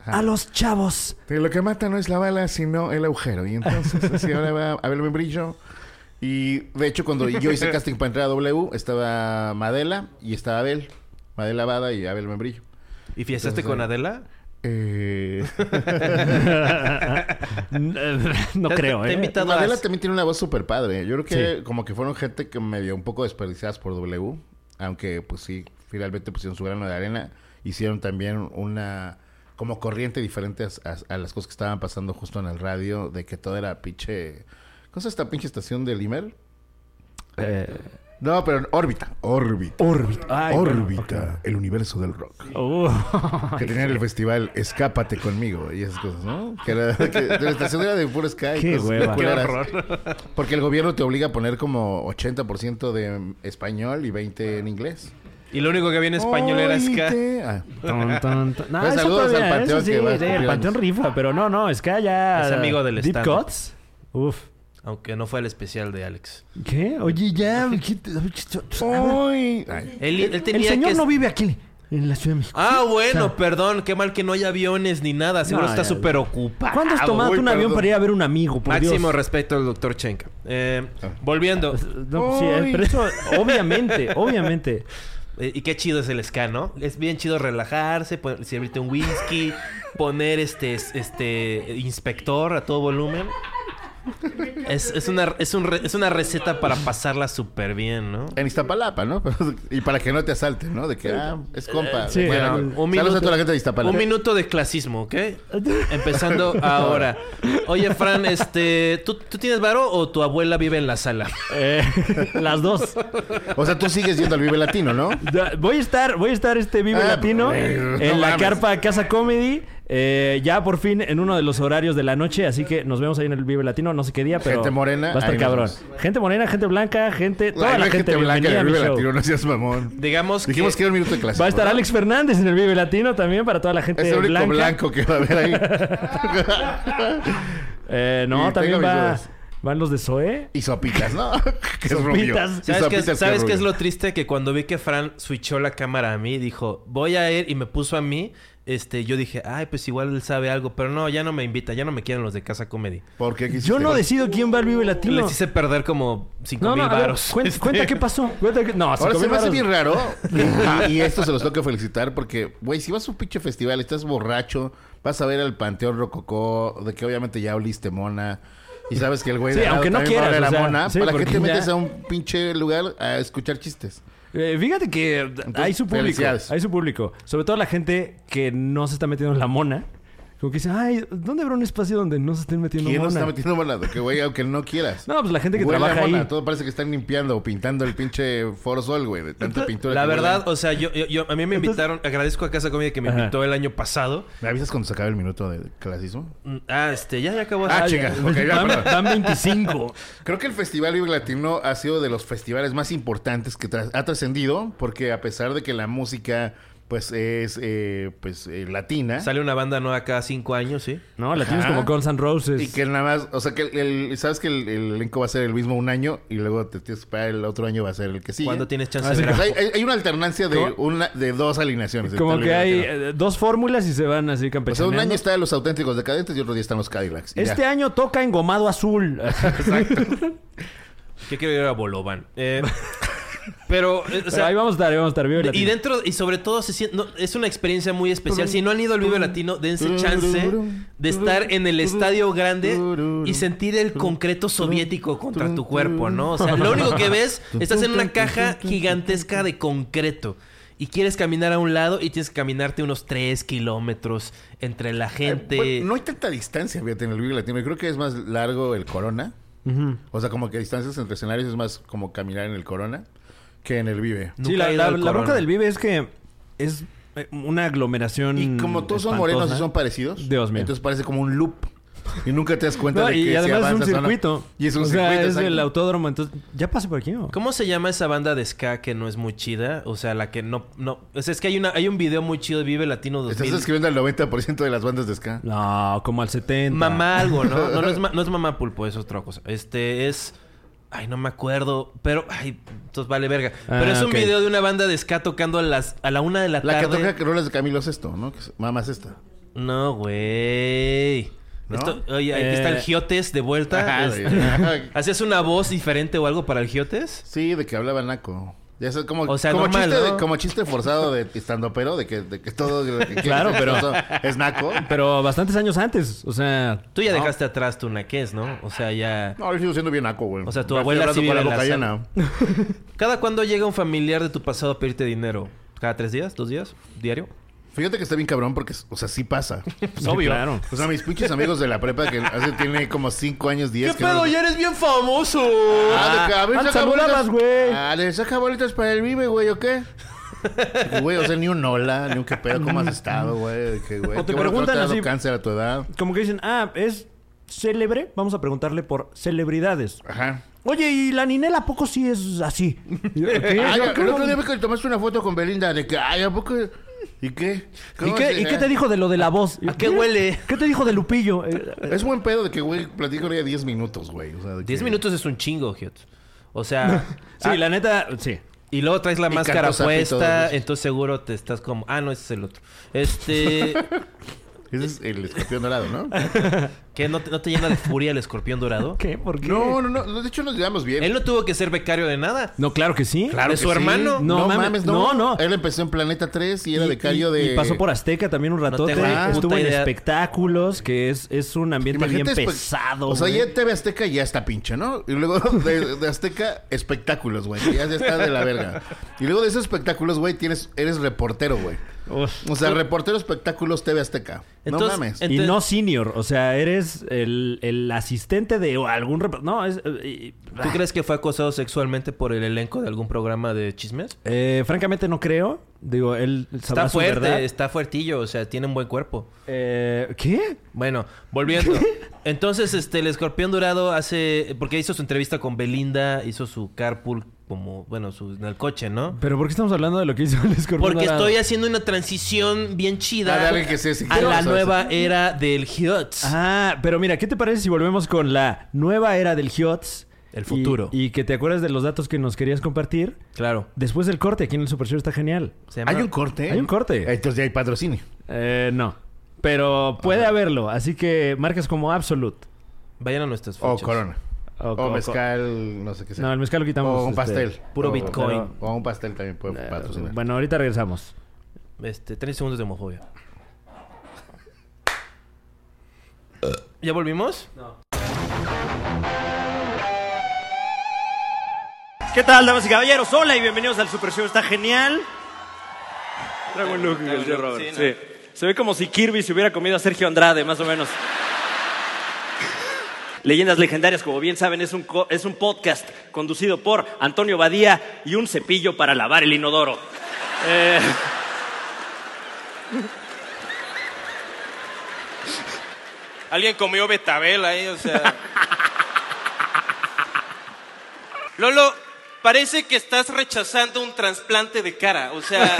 Speaker 1: Ajá.
Speaker 3: a los chavos.
Speaker 1: Sí, lo que mata no es la bala, sino el agujero. Y entonces así ahora va Abel Membrillo. Y de hecho, cuando yo hice casting para entrar a W, estaba Madela y estaba Abel. Madela Bada y Abel Membrillo.
Speaker 2: ¿Y fiestaste
Speaker 1: Entonces,
Speaker 2: con Adela?
Speaker 1: Eh...
Speaker 3: no
Speaker 2: Te-
Speaker 3: creo,
Speaker 2: te
Speaker 3: ¿eh?
Speaker 2: invita- invitado
Speaker 1: Adela
Speaker 2: a-
Speaker 1: también tiene una voz súper padre. Yo creo que
Speaker 3: Sí.
Speaker 1: como que fueron gente que me dio un poco desperdiciadas por W. Aunque, pues sí, finalmente pusieron su grano de arena. Hicieron también una como corriente diferente a, a- a las cosas que estaban pasando justo en el radio, de que todo era pinche... ¿Cómo es esta pinche estación de Limer? Eh, No, pero órbita. Órbita.
Speaker 3: Orbit. Ay, bueno,
Speaker 1: órbita, el universo del rock.
Speaker 3: oh.
Speaker 1: Que tenían el festival Escápate conmigo y esas cosas, ¿no? Que era que la estación era de puro Sky.
Speaker 3: Qué hueva. Qué
Speaker 1: Porque el gobierno te obliga a poner como 80% de español y 20 en inglés.
Speaker 2: Y lo único que había en español era Ska.
Speaker 1: Oíte. Ah,
Speaker 3: Ton, ton, ton. No,
Speaker 1: Pues
Speaker 3: eso
Speaker 1: saludos
Speaker 3: todavía,
Speaker 1: al Panteón
Speaker 3: eso sí,
Speaker 1: que va a
Speaker 3: sí,
Speaker 1: cumplir
Speaker 3: el
Speaker 1: años.
Speaker 3: Panteón rifa, pero no, no, es que ya...
Speaker 2: Es amigo del
Speaker 3: Deep
Speaker 2: stand-up.
Speaker 3: Cuts. Uf.
Speaker 2: Aunque no fue el especial de Alex.
Speaker 3: ¿Qué? Oye, ya... ¿qué te-
Speaker 1: pues, Oh, Ay. Ay.
Speaker 2: Él, él tenía
Speaker 3: el señor
Speaker 2: que...
Speaker 3: no vive aquí, en la Ciudad de México.
Speaker 2: Ah, bueno, perdón. Qué mal que no haya aviones ni nada. Seguro
Speaker 3: No,
Speaker 2: está
Speaker 3: ya,
Speaker 2: súper ocupado.
Speaker 3: ¿Cuándo has tomado
Speaker 1: uy,
Speaker 3: un avión
Speaker 1: ah, perdón.
Speaker 3: para ir a ver un amigo, por
Speaker 2: Máximo
Speaker 3: Dios?
Speaker 2: respeto al doctor Chenka. Eh,
Speaker 1: Ah.
Speaker 2: volviendo.
Speaker 3: No, sí, eh,
Speaker 1: Uy.
Speaker 3: pero eso, obviamente, obviamente.
Speaker 2: Eh, y qué chido es el ska, ¿no? Es bien chido relajarse, pon- servirte un whisky, poner este, es- este inspector a todo volumen. Es, es una, es, un re- es una receta para pasarla súper bien, ¿no?
Speaker 1: En Iztapalapa, ¿no? y para que no te asalten, ¿no? De que, ah, es compa.
Speaker 3: Sí,
Speaker 1: Bueno,
Speaker 3: ah,
Speaker 1: saludos
Speaker 2: un minuto.
Speaker 1: a toda la gente de Iztapalapa.
Speaker 2: Un minuto de clasismo, ¿ok? Empezando ahora. Oye, Fran, este, ¿tú, tú tienes varo o tu abuela vive en la sala?
Speaker 3: Eh, las dos.
Speaker 1: O sea, tú sigues yendo al Vive Latino, ¿no?
Speaker 3: Ya, Voy a estar, voy a estar este Vive
Speaker 1: Ah,
Speaker 3: Latino
Speaker 1: pues,
Speaker 3: en
Speaker 1: no
Speaker 3: la
Speaker 1: mames.
Speaker 3: carpa Casa Comedy. eh, ya por fin en uno de los horarios de la noche, así que nos vemos ahí en el Vive Latino, no sé qué día, pero
Speaker 1: Gente morena,
Speaker 3: va a estar
Speaker 1: ahí nos
Speaker 3: cabrón.
Speaker 1: vemos.
Speaker 3: Gente morena, gente blanca, gente, toda
Speaker 1: Ay, no
Speaker 3: la
Speaker 1: hay
Speaker 3: gente,
Speaker 1: gente blanca en
Speaker 3: bienvenida a
Speaker 1: el
Speaker 3: mi
Speaker 1: Vive
Speaker 3: show.
Speaker 1: Latino, no seas mamón.
Speaker 2: Digamos
Speaker 1: Dijimos que era un minuto de clase.
Speaker 3: Va a estar Alex Fernández en el Vive Latino también para toda la gente
Speaker 1: Es el único
Speaker 3: blanca.
Speaker 1: blanco que va a haber ahí.
Speaker 3: Eh,
Speaker 1: Y
Speaker 3: no,
Speaker 1: tengo
Speaker 3: también
Speaker 1: mis
Speaker 3: va,
Speaker 1: dudas.
Speaker 3: van los de Zoe.
Speaker 1: y sopitas, ¿no? que es rubio.
Speaker 3: Sopitas.
Speaker 1: Y
Speaker 2: ¿Sabes, qué es,
Speaker 1: Sopitas,
Speaker 2: ¿sabes qué es
Speaker 1: rubio.
Speaker 2: lo triste? Que cuando vi que Fran switchó la cámara a mí, dijo, voy a ir y me puso a mí, este, yo dije, ay, pues igual él sabe algo, pero no, ya no me invita, ya no me quieren los de Casa Comedy.
Speaker 1: Porque quisiste-
Speaker 3: Yo no decido quién va al Vive Latino.
Speaker 2: Les hice perder como 5
Speaker 3: No,
Speaker 2: mil
Speaker 3: no, a ver,
Speaker 2: varos.
Speaker 3: cuen-
Speaker 2: Este,
Speaker 3: cuenta qué pasó. Cuenta qué- no,
Speaker 1: Ahora
Speaker 3: cinco
Speaker 1: se
Speaker 3: mil
Speaker 1: me hace
Speaker 3: varos.
Speaker 1: bien raro. y, y esto se los tengo que felicitar porque, güey, si vas a un pinche festival, estás borracho, vas a ver al Panteón Rococó, de que obviamente ya oliste mona. Y sabes que el güey
Speaker 3: Sí,
Speaker 1: de al lado
Speaker 3: aunque no
Speaker 1: también va a
Speaker 3: quieras,
Speaker 1: oler a
Speaker 3: o sea,
Speaker 1: mona,
Speaker 3: sí,
Speaker 1: ¿para qué
Speaker 3: porque
Speaker 1: te metes
Speaker 3: ya-
Speaker 1: a un pinche lugar a escuchar chistes?
Speaker 3: Eh, fíjate que hay su público.
Speaker 1: felicidades.
Speaker 3: Hay su público. Sobre todo la gente que no se está metiendo en la mona. Como que dice, ay, ¿dónde habrá un espacio donde no se estén metiendo
Speaker 1: ¿Quién no
Speaker 3: mona?
Speaker 1: está metiendo mona? De que, güey, aunque no quieras.
Speaker 3: No, pues la gente que
Speaker 1: Huele a
Speaker 3: trabaja
Speaker 1: mona,
Speaker 3: ahí.
Speaker 1: Todo parece que están limpiando o pintando el pinche Foro Sol, güey, de tanta pintura.
Speaker 2: La
Speaker 1: que huele.
Speaker 2: verdad, o sea, yo, yo- yo- a mí me invitaron, agradezco a Casa Comedy que me
Speaker 3: Ajá.
Speaker 2: invitó el año pasado.
Speaker 1: ¿Me avisas cuando se acabe el minuto de clasismo?
Speaker 2: Mm, Ah, este, ya, ya acabó.
Speaker 1: Ah,
Speaker 2: Ay,
Speaker 1: chinga. Ok, ya,
Speaker 3: dan,
Speaker 1: perdón.
Speaker 3: dan 25.
Speaker 1: Creo que el Festival Vive Latino ha sido de los festivales más importantes que tra- ha trascendido, porque a pesar de que la música pues es eh, pues eh, latina
Speaker 2: Sale una banda nueva cada 5 años, ¿sí?
Speaker 3: No, la tienes
Speaker 1: Ajá.
Speaker 3: como Guns N' Roses.
Speaker 1: y que nada más, o sea que el, el- sabes que el, el elenco va a ser el mismo un año y luego te tienes que esperar el otro año va a ser el que sigue.
Speaker 2: Cuando tienes chance
Speaker 3: Ah,
Speaker 2: de
Speaker 3: sí,
Speaker 2: ver a-
Speaker 1: Pues hay, hay- hay una alternancia de
Speaker 3: ¿Cómo?
Speaker 1: una de dos alineaciones.
Speaker 3: como
Speaker 1: Está
Speaker 3: que hay
Speaker 1: bien,
Speaker 3: eh, dos fórmulas y se van así
Speaker 1: ¿no? O sea,
Speaker 3: campechaneando.
Speaker 1: Pues un año está los auténticos decadentes y otro día están los Cadillacs. y ya.
Speaker 3: Este año toca engomado azul.
Speaker 2: Yo quiero ir a Bolovan. Eh, pero, eh, o
Speaker 3: Pero
Speaker 2: sea,
Speaker 3: ahí vamos a estar, ahí vamos a estar. Vive
Speaker 2: Y
Speaker 3: Latino.
Speaker 2: dentro, y sobre todo, se sien- no, es una experiencia muy especial. Si no han ido al Vive Latino, dense chance de estar en el estadio grande y sentir el concreto soviético contra tu cuerpo, ¿no? O sea, lo único que ves, estás en una caja gigantesca de concreto. Y quieres caminar a un lado y tienes que caminarte unos 3 kilómetros entre la gente.
Speaker 1: Bueno, pues, no hay tanta distancia, fíjate, en el Vive Latino. Creo que es más largo el Corona. O sea, como que distancias entre escenarios es más como caminar en el Corona que en el Vive.
Speaker 2: Nunca
Speaker 3: Sí, la,
Speaker 2: he ido
Speaker 3: la,
Speaker 2: al
Speaker 3: la bronca
Speaker 2: Corona.
Speaker 3: del Vive es que es eh, una aglomeración.
Speaker 1: Y como todos son morenos y
Speaker 3: Mm, espantosa.
Speaker 1: son parecidos,
Speaker 3: Dios mío.
Speaker 1: entonces parece como un loop. Y nunca te das cuenta
Speaker 3: No,
Speaker 1: de que
Speaker 3: y
Speaker 1: si
Speaker 3: además es un
Speaker 1: avanzas o no.
Speaker 3: circuito.
Speaker 1: Y es un
Speaker 3: o sea,
Speaker 1: circuito.
Speaker 3: Es
Speaker 1: exacto.
Speaker 3: el autódromo, entonces. ¿Ya pasé por aquí o?
Speaker 2: ¿Cómo se llama esa banda de ska que no es muy chida? O sea, la que no... no o sea, es que hay, una, hay un video muy chido de Vive Latino 2000.
Speaker 1: Estás escribiendo al 90% de las bandas de ska.
Speaker 3: No, como al 70.
Speaker 2: Mamá algo, ¿no? No, no es, ma- no es mamá pulpo, es otra cosa. Este es... Ay, no me acuerdo, pero... Ay, entonces vale verga. pero
Speaker 3: Ah,
Speaker 2: es un
Speaker 3: ok.
Speaker 2: video de una banda de ska tocando a, las, a la una de la,
Speaker 1: La que
Speaker 2: tarde.
Speaker 1: toca que rolas de Camilo es esto, ¿no? Que es- Mamá es esta.
Speaker 2: No, güey.
Speaker 1: ¿No?
Speaker 2: Esto- Oye, aquí está el
Speaker 3: Eh.
Speaker 2: Giotes de vuelta.
Speaker 1: Ajá,
Speaker 2: Este,
Speaker 1: de-
Speaker 2: ¿Hacías una voz diferente o algo para el Giotes?
Speaker 1: Sí, de que hablaba Naco. Ya sé, como,
Speaker 2: O sea,
Speaker 1: como,
Speaker 2: normal,
Speaker 1: chiste de-
Speaker 2: ¿no?
Speaker 1: como chiste forzado de estando pero, de que, de que todo lo que quieres
Speaker 3: Claro,
Speaker 1: es
Speaker 3: pero-
Speaker 1: chistoso, es Naco.
Speaker 3: Pero bastantes años antes. O sea.
Speaker 2: Tú ya dejaste atrás tu naqués, ¿no? O sea, ya...
Speaker 1: No, yo sigo siendo bien naco, güey.
Speaker 2: O sea, tu
Speaker 1: Me estoy
Speaker 2: abuela
Speaker 1: hablando
Speaker 2: sí
Speaker 1: con
Speaker 2: vive
Speaker 1: la
Speaker 2: en
Speaker 1: boca
Speaker 2: la
Speaker 1: llena.
Speaker 2: ¿Cada cuándo llega un familiar de tu pasado a pedirte dinero? ¿Cada tres días? ¿Dos días? ¿Diario?
Speaker 1: Fíjate que está bien cabrón porque, o sea, sí pasa.
Speaker 2: Pues, obvio.
Speaker 3: Claro.
Speaker 1: O sea, mis pinches amigos de la prepa que hace tiene como 5 años, 10.
Speaker 2: ¿Qué pedo? Ya eres bien famoso.
Speaker 1: Ah, de- a ver,
Speaker 3: ah,
Speaker 1: saca
Speaker 3: Zamora
Speaker 1: bolitas-
Speaker 3: más, güey.
Speaker 1: Ah, le saca bolitas para el vive, güey, ¿o qué? Güey, o sea, ni un hola, ni un qué pedo, ¿cómo has estado, güey? ¿Qué, güey?
Speaker 3: O
Speaker 1: Qué bueno que
Speaker 3: te
Speaker 1: no
Speaker 3: preguntan
Speaker 1: te ha dado
Speaker 3: así-
Speaker 1: cáncer a tu edad.
Speaker 3: Como que dicen, ah, es célebre. Vamos a preguntarle por celebridades.
Speaker 1: Ajá.
Speaker 3: Oye, ¿y la Ninel a poco sí es así?
Speaker 1: Ay, el otro día vi Ah, que tomaste una foto con Belinda de que, ay, ¿a poco? ¿Y qué?
Speaker 3: ¿Y
Speaker 1: ¿Cómo Eh,
Speaker 3: qué,
Speaker 1: se-
Speaker 3: y qué te dijo de lo de la voz?
Speaker 2: ¿A qué
Speaker 3: Mira,
Speaker 2: huele?
Speaker 3: ¿Qué te dijo de Lupillo? Eh, eh,
Speaker 1: Es buen pedo de que, güey, platico ya 10 minutos, güey. O sea, de
Speaker 2: 10
Speaker 1: que-
Speaker 2: minutos es un chingo, Giot. O sea,
Speaker 3: Sí,
Speaker 2: ah,
Speaker 3: la neta, sí.
Speaker 2: y luego traes la
Speaker 1: Y
Speaker 2: máscara
Speaker 1: canto zapito dos
Speaker 2: puesta,
Speaker 1: veces.
Speaker 2: entonces seguro te estás como, ah, no, ese es el otro. Este,
Speaker 1: Ese es el escorpión dorado, ¿no?
Speaker 2: que no, te- no te llena de furia el escorpión dorado.
Speaker 3: ¿Qué? ¿Por qué?
Speaker 1: No, no, no. De hecho, nos llevamos bien.
Speaker 2: Él no tuvo que ser becario de nada.
Speaker 3: No, claro que sí.
Speaker 2: Claro. ¿De
Speaker 1: que
Speaker 2: su hermano?
Speaker 1: No,
Speaker 3: No,
Speaker 1: mames,
Speaker 3: mames,
Speaker 1: no.
Speaker 3: no, no.
Speaker 1: Él empezó en Planeta 3 y era
Speaker 3: Y-
Speaker 1: becario
Speaker 3: y-
Speaker 1: de...
Speaker 3: Y pasó por Azteca también un ratote.
Speaker 2: tengo
Speaker 1: ni
Speaker 3: Estuvo
Speaker 2: puta
Speaker 3: en
Speaker 2: idea.
Speaker 3: espectáculos, que es, es un ambiente bien
Speaker 1: después-
Speaker 3: pesado.
Speaker 1: pues, O sea,
Speaker 3: güey.
Speaker 1: ya TV Azteca ya está pinche, ¿no? Y luego de, de Azteca, espectáculos, güey. que Ya está de la verga. Y luego de esos espectáculos, güey, tienes, eres reportero, güey.
Speaker 3: Uf.
Speaker 1: O sea, reportero espectáculos TV Azteca. no
Speaker 2: Entonces,
Speaker 1: mames.
Speaker 2: en-
Speaker 3: Y
Speaker 2: Entonces-
Speaker 3: no senior, o sea, eres el, el asistente de algún... rep- No, es... eh,
Speaker 2: ¿Tú crees que fue acosado sexualmente por el elenco de algún programa de chismes?
Speaker 3: eh, francamente no creo. Digo, él sabrá
Speaker 2: Está
Speaker 3: su
Speaker 2: fuerte,
Speaker 3: verdad.
Speaker 2: está fuertillo, o sea, tiene un buen cuerpo.
Speaker 3: Eh, ¿Qué?
Speaker 2: Bueno, volviendo. Entonces, este, el escorpión dorado hace. Porque hizo su entrevista con Belinda, hizo su carpool, como, bueno, su, en el coche, ¿no?
Speaker 3: ¿Pero por qué estamos hablando de lo que hizo el escorpión
Speaker 2: Porque
Speaker 3: dorado?
Speaker 2: estoy haciendo una transición bien chida
Speaker 1: Dale, alguien que sea
Speaker 2: a
Speaker 1: sincero,
Speaker 2: la
Speaker 1: ¿sabes?
Speaker 2: nueva era del Hiots.
Speaker 3: Ah, pero mira, ¿qué te parece si volvemos con la nueva era del HIOTS?
Speaker 2: El
Speaker 3: Y-
Speaker 2: futuro.
Speaker 3: Y, que te acuerdas de los datos que nos querías compartir.
Speaker 2: Claro.
Speaker 3: Después del corte, aquí en el Super Show está genial.
Speaker 2: Se llama-
Speaker 1: Hay un corte.
Speaker 3: Hay un corte.
Speaker 1: Entonces ya hay patrocinio.
Speaker 3: Eh, no. Pero puede haberlo, así que marcas como Absolute.
Speaker 2: Vayan a nuestras
Speaker 1: O
Speaker 2: fechas.
Speaker 1: Oh, Corona.
Speaker 3: O-
Speaker 1: O,
Speaker 3: o-
Speaker 1: mezcal, no sé qué sea.
Speaker 3: No, el mezcal lo quitamos,
Speaker 1: O un
Speaker 3: este,
Speaker 1: pastel.
Speaker 2: puro
Speaker 1: O-
Speaker 2: Bitcoin.
Speaker 1: O un pastel también puede
Speaker 3: Eh,
Speaker 1: patrocinar.
Speaker 3: bueno, ahorita regresamos.
Speaker 2: Este, 30 segundos de homofobia. ¿Ya volvimos?
Speaker 6: ¿Qué tal, damas y caballeros? Hola y bienvenidos al Super Show. Está genial. Traigo un look, el tío Robert. Sí. Se ve como si Kirby se hubiera comido a Sergio Andrade, más o menos. Leyendas legendarias, como bien saben, es un, co- es un podcast conducido por Antonio Badía y un cepillo para lavar el inodoro. Eh,
Speaker 7: Alguien comió betabel ahí, o sea. Lolo, parece que estás rechazando un trasplante de cara, o sea.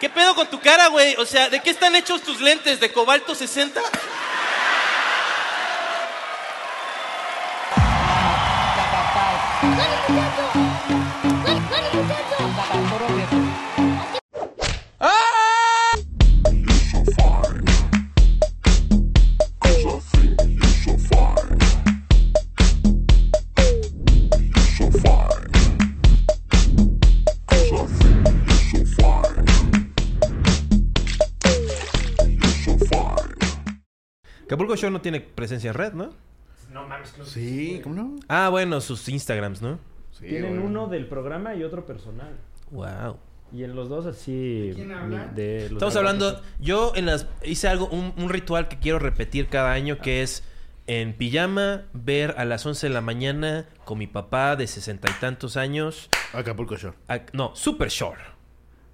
Speaker 7: ¿Qué pedo con tu cara, güey? O sea, ¿de qué están hechos tus lentes? ¿De cobalto 60?
Speaker 2: Acapulco Show no tiene presencia en red, ¿no?
Speaker 1: Sí, ¿cómo no?
Speaker 2: Ah, bueno, sus Instagrams, ¿no?
Speaker 1: Sí,
Speaker 3: Tienen
Speaker 1: güey.
Speaker 3: uno del programa y otro personal.
Speaker 2: Wow.
Speaker 3: Y en los dos así... de los
Speaker 2: Estamos hablando, yo en las hice algo, un, un ritual que quiero repetir cada año que es en pijama, ver a las 11 de la mañana con mi papá de sesenta y tantos años,
Speaker 1: Acapulco Show.
Speaker 2: a- no, Super Shore,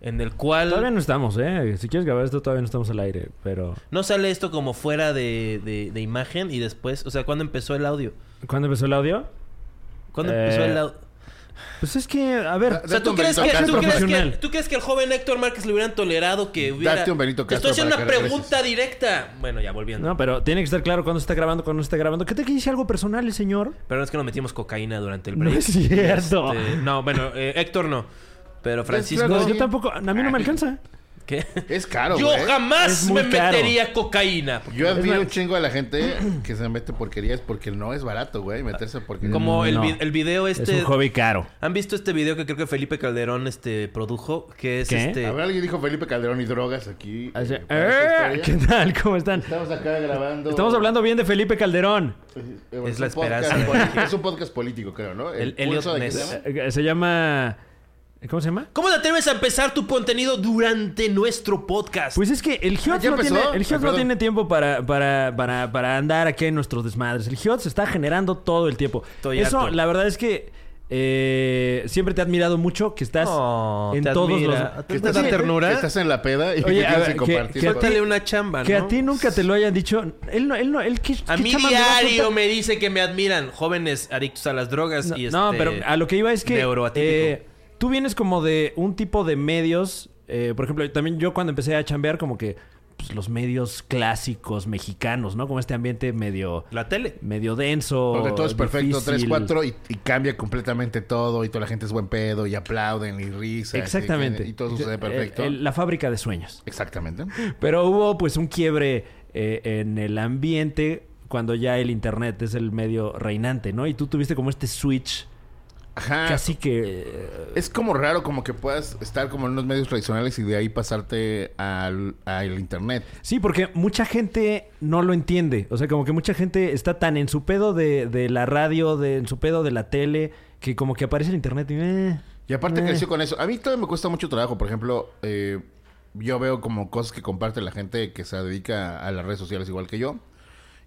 Speaker 2: en el
Speaker 3: Todavía
Speaker 2: cual
Speaker 3: no estamos, ¿eh? Si quieres grabar esto, todavía no estamos al aire, pero...
Speaker 2: no sale esto como fuera de, de- de imagen y después, o sea, ¿cuándo empezó el audio?
Speaker 3: ¿Cuándo empezó el audio?
Speaker 2: ¿Cuándo
Speaker 3: Eh,
Speaker 2: empezó el audio?
Speaker 3: Pues es que, a ver...
Speaker 1: Da-
Speaker 2: O sea,
Speaker 1: Date
Speaker 2: ¿tú
Speaker 1: un
Speaker 2: crees, que,
Speaker 1: Benito
Speaker 2: tú,
Speaker 1: Castro
Speaker 2: crees que,
Speaker 3: profesional.
Speaker 2: ¿tú crees que el joven Héctor Márquez le hubieran tolerado que hubiera...
Speaker 1: Date un Benito
Speaker 2: Te
Speaker 1: Castro
Speaker 2: estoy haciendo
Speaker 1: para
Speaker 2: una
Speaker 1: que regreses.
Speaker 2: pregunta directa. Bueno, ya volviendo.
Speaker 3: No, pero tiene que estar claro cuándo se está grabando, cuándo no se está grabando. ¿Qué te que dice algo personal el señor?
Speaker 2: Pero es que nos metimos cocaína durante el
Speaker 3: No
Speaker 2: break.
Speaker 3: es cierto.
Speaker 2: Este, no, bueno, eh, Héctor no. Pero Francisco.
Speaker 1: claro.
Speaker 3: No,
Speaker 1: sí.
Speaker 3: yo tampoco... A mí no me alcanza.
Speaker 2: ¿Qué?
Speaker 1: Es caro,
Speaker 2: Yo
Speaker 1: güey.
Speaker 2: jamás
Speaker 3: Es muy
Speaker 2: me
Speaker 3: caro.
Speaker 2: metería cocaína.
Speaker 1: Yo admiro un chingo a la gente que se mete porquerías porque no es barato, güey, meterse porquerías.
Speaker 2: Como el,
Speaker 3: No.
Speaker 2: vi- el video este.
Speaker 3: Es un hobby caro.
Speaker 2: ¿Han visto este video que creo que Felipe Calderón este, produjo? Que es
Speaker 3: ¿Qué?
Speaker 2: este.
Speaker 1: A ver, alguien dijo Felipe Calderón y drogas aquí.
Speaker 3: Así-
Speaker 1: eh, para
Speaker 3: ¡Eh!
Speaker 1: esta
Speaker 3: ¿Qué
Speaker 1: historia.
Speaker 3: tal? ¿Cómo están?
Speaker 1: Estamos acá grabando.
Speaker 3: Estamos hablando bien de Felipe Calderón.
Speaker 1: Eh,
Speaker 2: Es la
Speaker 1: un podcast
Speaker 2: esperanza.
Speaker 1: político- es un podcast político, creo, ¿no?
Speaker 2: El Elliot
Speaker 1: pulso de qué
Speaker 2: Ness.
Speaker 1: se llama?
Speaker 3: Eh, Se llama ¿Cómo se llama?
Speaker 2: ¿Cómo te atreves a empezar tu contenido durante nuestro podcast?
Speaker 3: Pues es que el Hiots
Speaker 1: ya
Speaker 3: no,
Speaker 1: empezó.
Speaker 3: tiene, el Hiots
Speaker 1: Ah,
Speaker 3: no
Speaker 1: perdón.
Speaker 3: tiene tiempo para, para, para, para andar aquí en nuestros desmadres. El Hiots está generando todo el tiempo.
Speaker 2: Estoy
Speaker 3: Eso,
Speaker 2: harto.
Speaker 3: la verdad es que eh, siempre te he admirado mucho que estás
Speaker 2: Oh,
Speaker 3: en
Speaker 2: te
Speaker 3: todos
Speaker 2: admira.
Speaker 3: los...
Speaker 2: ¿Te da ternura?
Speaker 1: que estás en la peda y
Speaker 3: Oye,
Speaker 1: que
Speaker 3: Ah, a
Speaker 1: quieres
Speaker 3: ver, que-
Speaker 1: compartir.
Speaker 3: que a
Speaker 1: todo.
Speaker 2: Suéltale una chamba,
Speaker 3: Que
Speaker 2: Ah, ¿no?
Speaker 3: a ti nunca te lo hayan dicho. Él no, él no, él qué.
Speaker 2: A
Speaker 3: qué
Speaker 2: mí
Speaker 3: chamba me va a
Speaker 2: diario
Speaker 3: contar?
Speaker 2: me dice que me admiran jóvenes adictos a las drogas
Speaker 3: No,
Speaker 2: y este...
Speaker 3: no, pero a lo que iba es que
Speaker 2: neuroatípico.
Speaker 3: eh, tú vienes como de un tipo de medios. eh, por ejemplo, también yo cuando empecé a chambear, como que pues, los medios clásicos mexicanos, ¿no? Como este ambiente medio,
Speaker 2: La tele.
Speaker 3: medio denso.
Speaker 1: Donde todo es perfecto,
Speaker 3: difícil.
Speaker 1: 3-4 y, y cambia completamente todo y toda la gente es buen pedo y aplauden y risas. y-
Speaker 3: Exactamente.
Speaker 1: Y, todo sucede
Speaker 3: El-
Speaker 1: perfecto.
Speaker 3: el- la fábrica de sueños.
Speaker 1: Exactamente.
Speaker 3: Pero hubo pues un quiebre eh, en el ambiente cuando ya el internet es el medio reinante, ¿no? Y tú tuviste como este switch
Speaker 1: Ajá.
Speaker 3: casi que... eh,
Speaker 1: Es como raro como que puedas estar como en los medios tradicionales y de ahí pasarte al, al internet.
Speaker 3: Sí, porque mucha gente no lo entiende. O sea, como que mucha gente está tan en su pedo de, de la radio, de, en su pedo de la tele, que como que aparece el internet y... eh,
Speaker 1: Y aparte
Speaker 3: eh.
Speaker 1: creció con eso. A mí todavía me cuesta mucho trabajo. Por ejemplo, eh, yo veo como cosas que comparte la gente que se dedica a las redes sociales igual que yo.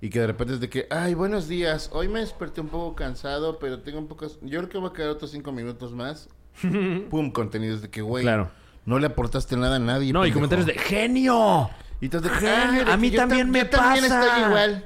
Speaker 1: Y que de repente es de que, ay, buenos días. Hoy me desperté un poco cansado, pero tengo un poco... Yo creo que voy a quedar otros cinco minutos más. Pum, contenidos de que, güey,
Speaker 3: Claro.
Speaker 1: no le aportaste nada a nadie.
Speaker 3: No, y
Speaker 1: pendejo".
Speaker 3: comentarios de genio.
Speaker 1: Y estás de,
Speaker 3: Ajá,
Speaker 1: "Ah, de
Speaker 3: a
Speaker 1: que
Speaker 3: mí
Speaker 1: yo
Speaker 3: también
Speaker 1: tam-
Speaker 3: me
Speaker 1: yo también
Speaker 3: pasa".
Speaker 1: estoy igual.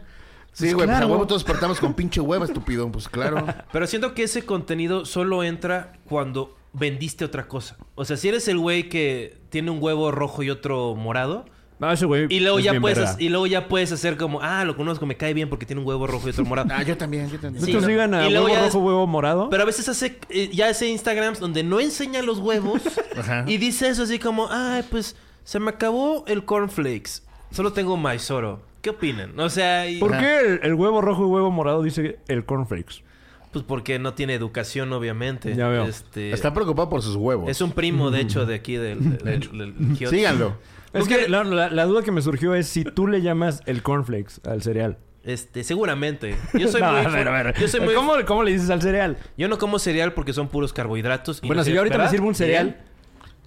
Speaker 1: Sí,
Speaker 3: Pues
Speaker 1: güey, pues a
Speaker 3: claro.
Speaker 1: huevo todos partamos con pinche hueva, estúpido. Pues claro.
Speaker 2: Pero siento que ese contenido solo entra cuando vendiste otra cosa. O sea, si eres el güey que tiene un huevo rojo y otro morado...
Speaker 3: No, ese güey...
Speaker 2: Y luego,
Speaker 3: es
Speaker 2: ya
Speaker 3: bien
Speaker 2: puedes,
Speaker 3: verga.
Speaker 2: hac- y luego ya puedes hacer como, ah, lo conozco, me cae bien porque tiene un huevo rojo y otro morado.
Speaker 1: Ah, yo también, yo también.
Speaker 3: ¿No
Speaker 2: Sí,
Speaker 3: te
Speaker 2: no.
Speaker 3: sigan a
Speaker 2: Y luego
Speaker 3: huevo
Speaker 2: ya
Speaker 3: rojo,
Speaker 2: des-
Speaker 3: huevo morado?
Speaker 2: Pero a veces hace eh, ya hace Instagrams donde no enseña los huevos
Speaker 1: Ajá.
Speaker 2: y dice eso así como, ay, pues se me acabó el cornflakes. Solo tengo maizoro. ¿Qué opinan? O sea, y-
Speaker 3: ¿Por qué el, el huevo rojo y huevo morado dice el cornflakes?
Speaker 2: pues porque no tiene educación, obviamente.
Speaker 3: Ya veo. Mm.
Speaker 2: Este,
Speaker 1: Está preocupado por sus huevos.
Speaker 2: es un primo, de hecho, de aquí del, del, del- del-
Speaker 1: Síganlo.
Speaker 3: Es que la, la- la duda que me surgió es si tú le llamas el cornflakes al cereal.
Speaker 2: Este, seguramente. Yo soy
Speaker 3: No,
Speaker 2: muy.
Speaker 3: a ver, a ver.
Speaker 2: Yo soy muy.
Speaker 3: ¿Cómo, cómo le dices al cereal?
Speaker 2: Yo no como cereal porque son puros carbohidratos. y
Speaker 3: Bueno,
Speaker 2: no
Speaker 3: si
Speaker 2: sé-
Speaker 3: yo ahorita
Speaker 2: ¿verdad? Ah,
Speaker 3: me sirvo un cereal...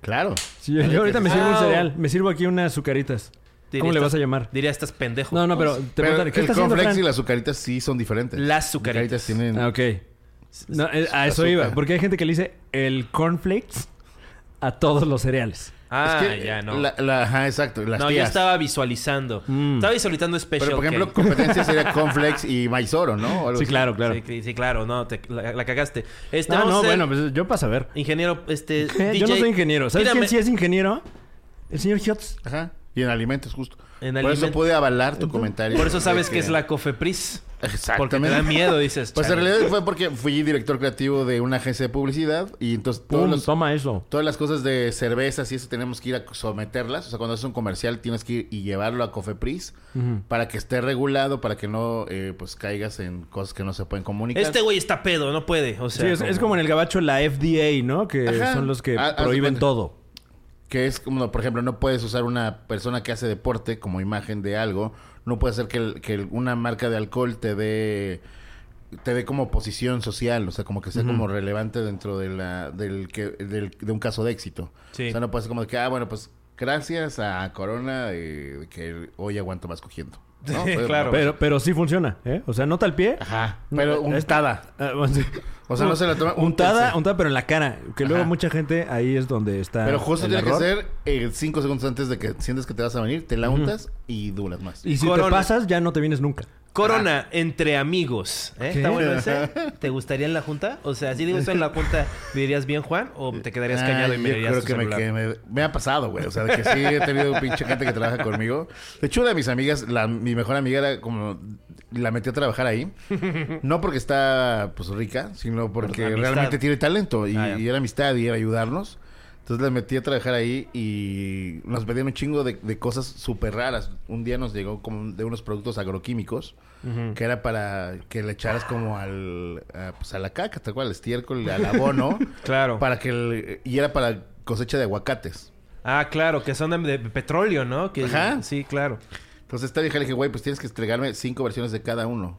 Speaker 1: Claro.
Speaker 3: Si yo, yo ahorita me
Speaker 1: Ah,
Speaker 3: sirvo un
Speaker 2: Wow.
Speaker 3: cereal, me sirvo aquí unas azucaritas.
Speaker 2: Diría,
Speaker 3: ¿Cómo le
Speaker 2: estás-
Speaker 3: vas a llamar?
Speaker 2: Diría, estás pendejo.
Speaker 3: No, no, pero te
Speaker 1: Pero
Speaker 3: preguntan, ¿qué
Speaker 1: el
Speaker 3: estás haciendo,
Speaker 1: cornflakes
Speaker 3: Fran?
Speaker 1: y las azucaritas sí son diferentes.
Speaker 2: Las azucaritas.
Speaker 1: tienen...
Speaker 3: Ah, ok. No, eh, a eso
Speaker 1: azúcar.
Speaker 3: iba, porque hay gente que le dice el cornflakes a todos los cereales.
Speaker 2: Ah,
Speaker 1: Es que,
Speaker 2: ya no.
Speaker 1: la- la- ajá, exacto. Las
Speaker 2: no, yo
Speaker 1: tías.
Speaker 2: estaba visualizando.
Speaker 3: Mm.
Speaker 2: Estaba visualizando Special
Speaker 1: Pero, por ejemplo,
Speaker 2: K.
Speaker 1: competencia sería cornflakes y maizoro, ¿no? O algo
Speaker 3: Sí,
Speaker 1: así.
Speaker 3: claro, claro.
Speaker 2: Sí, sí, claro, no, te- la, la cagaste. Este,
Speaker 3: Ah,
Speaker 2: vamos a
Speaker 3: no,
Speaker 2: hacer-
Speaker 3: bueno, pues yo para saber.
Speaker 2: Ingeniero, este.
Speaker 3: Eh,
Speaker 2: DJ,
Speaker 3: yo no soy ingeniero. ¿Sabes
Speaker 2: tírame-
Speaker 3: quién sí es ingeniero? El señor Hiots.
Speaker 1: Ajá. Y en alimentos, justo.
Speaker 2: En
Speaker 1: por
Speaker 2: alimentos.
Speaker 1: eso pude avalar tu comentario.
Speaker 2: Por eso sabes
Speaker 1: de
Speaker 2: que es la Cofepris. Porque te
Speaker 1: Exactamente.
Speaker 2: da miedo, dices.
Speaker 1: Pues en
Speaker 2: "Chale".
Speaker 1: realidad fue porque fui director creativo de una agencia de publicidad y entonces todos
Speaker 3: Pum,
Speaker 1: los-
Speaker 3: toma eso.
Speaker 1: todas las cosas de cervezas y eso tenemos que ir a someterlas. O sea, cuando haces un comercial tienes que ir y llevarlo a Cofepris para que esté regulado, para que no eh, pues caigas en cosas que no se pueden comunicar.
Speaker 2: Este güey está pedo, no puede. O sea,
Speaker 3: Sí, es, es como en el gabacho la FDA, ¿no? Que
Speaker 1: Ajá.
Speaker 3: son los que
Speaker 1: Ah, haz de
Speaker 3: prohíben
Speaker 1: cuenta.
Speaker 3: todo.
Speaker 1: Que es como, por ejemplo, no puedes usar una persona que hace deporte como imagen de algo. No puede ser que, el- que el- una marca de alcohol te dé te dé como posición social, o sea, como que sea como relevante dentro de la del que del- de un caso de éxito.
Speaker 2: Sí.
Speaker 1: O sea, no puede ser como de que ah, bueno, pues gracias a Corona eh, que hoy aguanto más cogiendo. ¿no?
Speaker 2: Sí,
Speaker 1: Pero-
Speaker 2: claro.
Speaker 3: Pero, pero sí funciona, ¿eh? O sea, nota al pie.
Speaker 1: Ajá. Pero untada.
Speaker 3: Ah, bueno, sí.
Speaker 1: O sea, no se la toma
Speaker 3: Untada,
Speaker 1: úntense.
Speaker 3: untada, pero en la cara. Que luego
Speaker 1: Ajá.
Speaker 3: mucha gente ahí es donde está.
Speaker 1: Pero justo
Speaker 3: el
Speaker 1: tiene
Speaker 3: error.
Speaker 1: que ser eh, cinco segundos antes de que sientes que te vas a venir, te la untas y duras más.
Speaker 3: Y si
Speaker 2: Corona.
Speaker 3: te pasas, ya no te vienes nunca.
Speaker 2: Corona entre amigos. ¿eh?
Speaker 3: ¿Qué?
Speaker 2: ¿Está bueno ese? ¿Te gustaría en la junta? O sea, si digo eso en la junta, ¿dirías bien, Juan? ¿O te quedarías callado
Speaker 1: Ah,
Speaker 2: y
Speaker 1: yo
Speaker 2: mirarías
Speaker 1: creo
Speaker 2: tu
Speaker 1: que me,
Speaker 2: celular?
Speaker 1: que me- me ha pasado, güey. O sea, de que sí he tenido pinche gente que trabaja conmigo. De hecho, una de mis amigas, la- mi mejor amiga era como... La metí a trabajar ahí. No porque está, pues, rica, sino porque
Speaker 2: Amistad.
Speaker 1: realmente tiene talento. Y,
Speaker 2: Ah, ya.
Speaker 1: y era amistad y era ayudarnos. Entonces la metí a trabajar ahí y nos pedían un chingo de, de cosas súper raras. Un día nos llegó como un- de unos productos agroquímicos que era para que le echaras como al, a, pues, a la caca, tal cual, al estiércol, al abono.
Speaker 2: Claro.
Speaker 1: Para que el- y era para cosecha de aguacates.
Speaker 2: Ah, claro, que son de, de petróleo, ¿no? Que,
Speaker 1: Ajá.
Speaker 2: Sí, claro.
Speaker 1: Entonces esta vieja le dije, güey, pues tienes que entregarme cinco versiones de cada uno.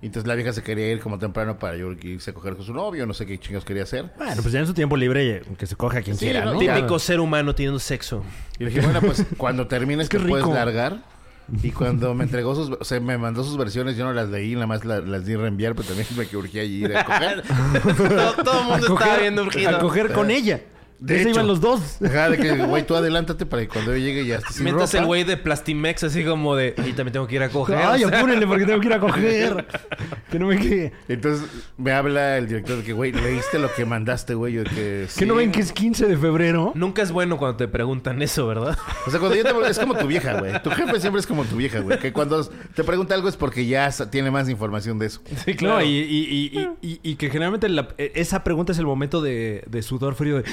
Speaker 1: Y Y entonces la vieja se quería ir como temprano para York irse a coger con su novio, no sé qué chingados quería hacer.
Speaker 3: Bueno, pues ya en su tiempo libre eh, que se coja a quien
Speaker 1: Sí,
Speaker 3: quiera,
Speaker 1: no,
Speaker 3: ¿no?
Speaker 2: Típico ser humano teniendo sexo.
Speaker 1: Y le dije, bueno, pues cuando termines
Speaker 3: Qué
Speaker 1: te puedes
Speaker 3: rico.
Speaker 1: largar. Y cuando me entregó sus, o sea, me mandó sus versiones, yo no las leí, nada más la- las di reenviar, pero también me que urgía allí ir a coger.
Speaker 7: Todo, todo el mundo estaba viendo
Speaker 3: a
Speaker 7: urgido.
Speaker 3: coger con ella.
Speaker 1: De
Speaker 3: De eso
Speaker 1: hecho.
Speaker 3: iban los dos.
Speaker 1: Ajá, de que, güey, tú adelántate para que cuando yo llegue ya estés sin
Speaker 2: Mientras
Speaker 1: ropa.
Speaker 2: el güey de Plastimex así como de... Y también tengo que ir a coger.
Speaker 3: Ay,
Speaker 2: o sea,
Speaker 3: apúrenle porque tengo que ir a coger. que no me quede.
Speaker 1: Entonces me habla el director de que, güey, leíste lo que mandaste, güey. Yo de que,
Speaker 3: Que no ven que es 15 de febrero.
Speaker 2: Nunca es bueno cuando te preguntan eso, ¿verdad?
Speaker 1: O sea, cuando ya te vol- es como tu vieja, güey. Tu jefe siempre es como tu vieja, güey. Que cuando te pregunta algo es porque ya sa- tiene más información de eso.
Speaker 3: Sí, claro. y, y- y- y- y que generalmente la-
Speaker 2: e,
Speaker 3: eh, esa pregunta es el momento de, de sudor frío de.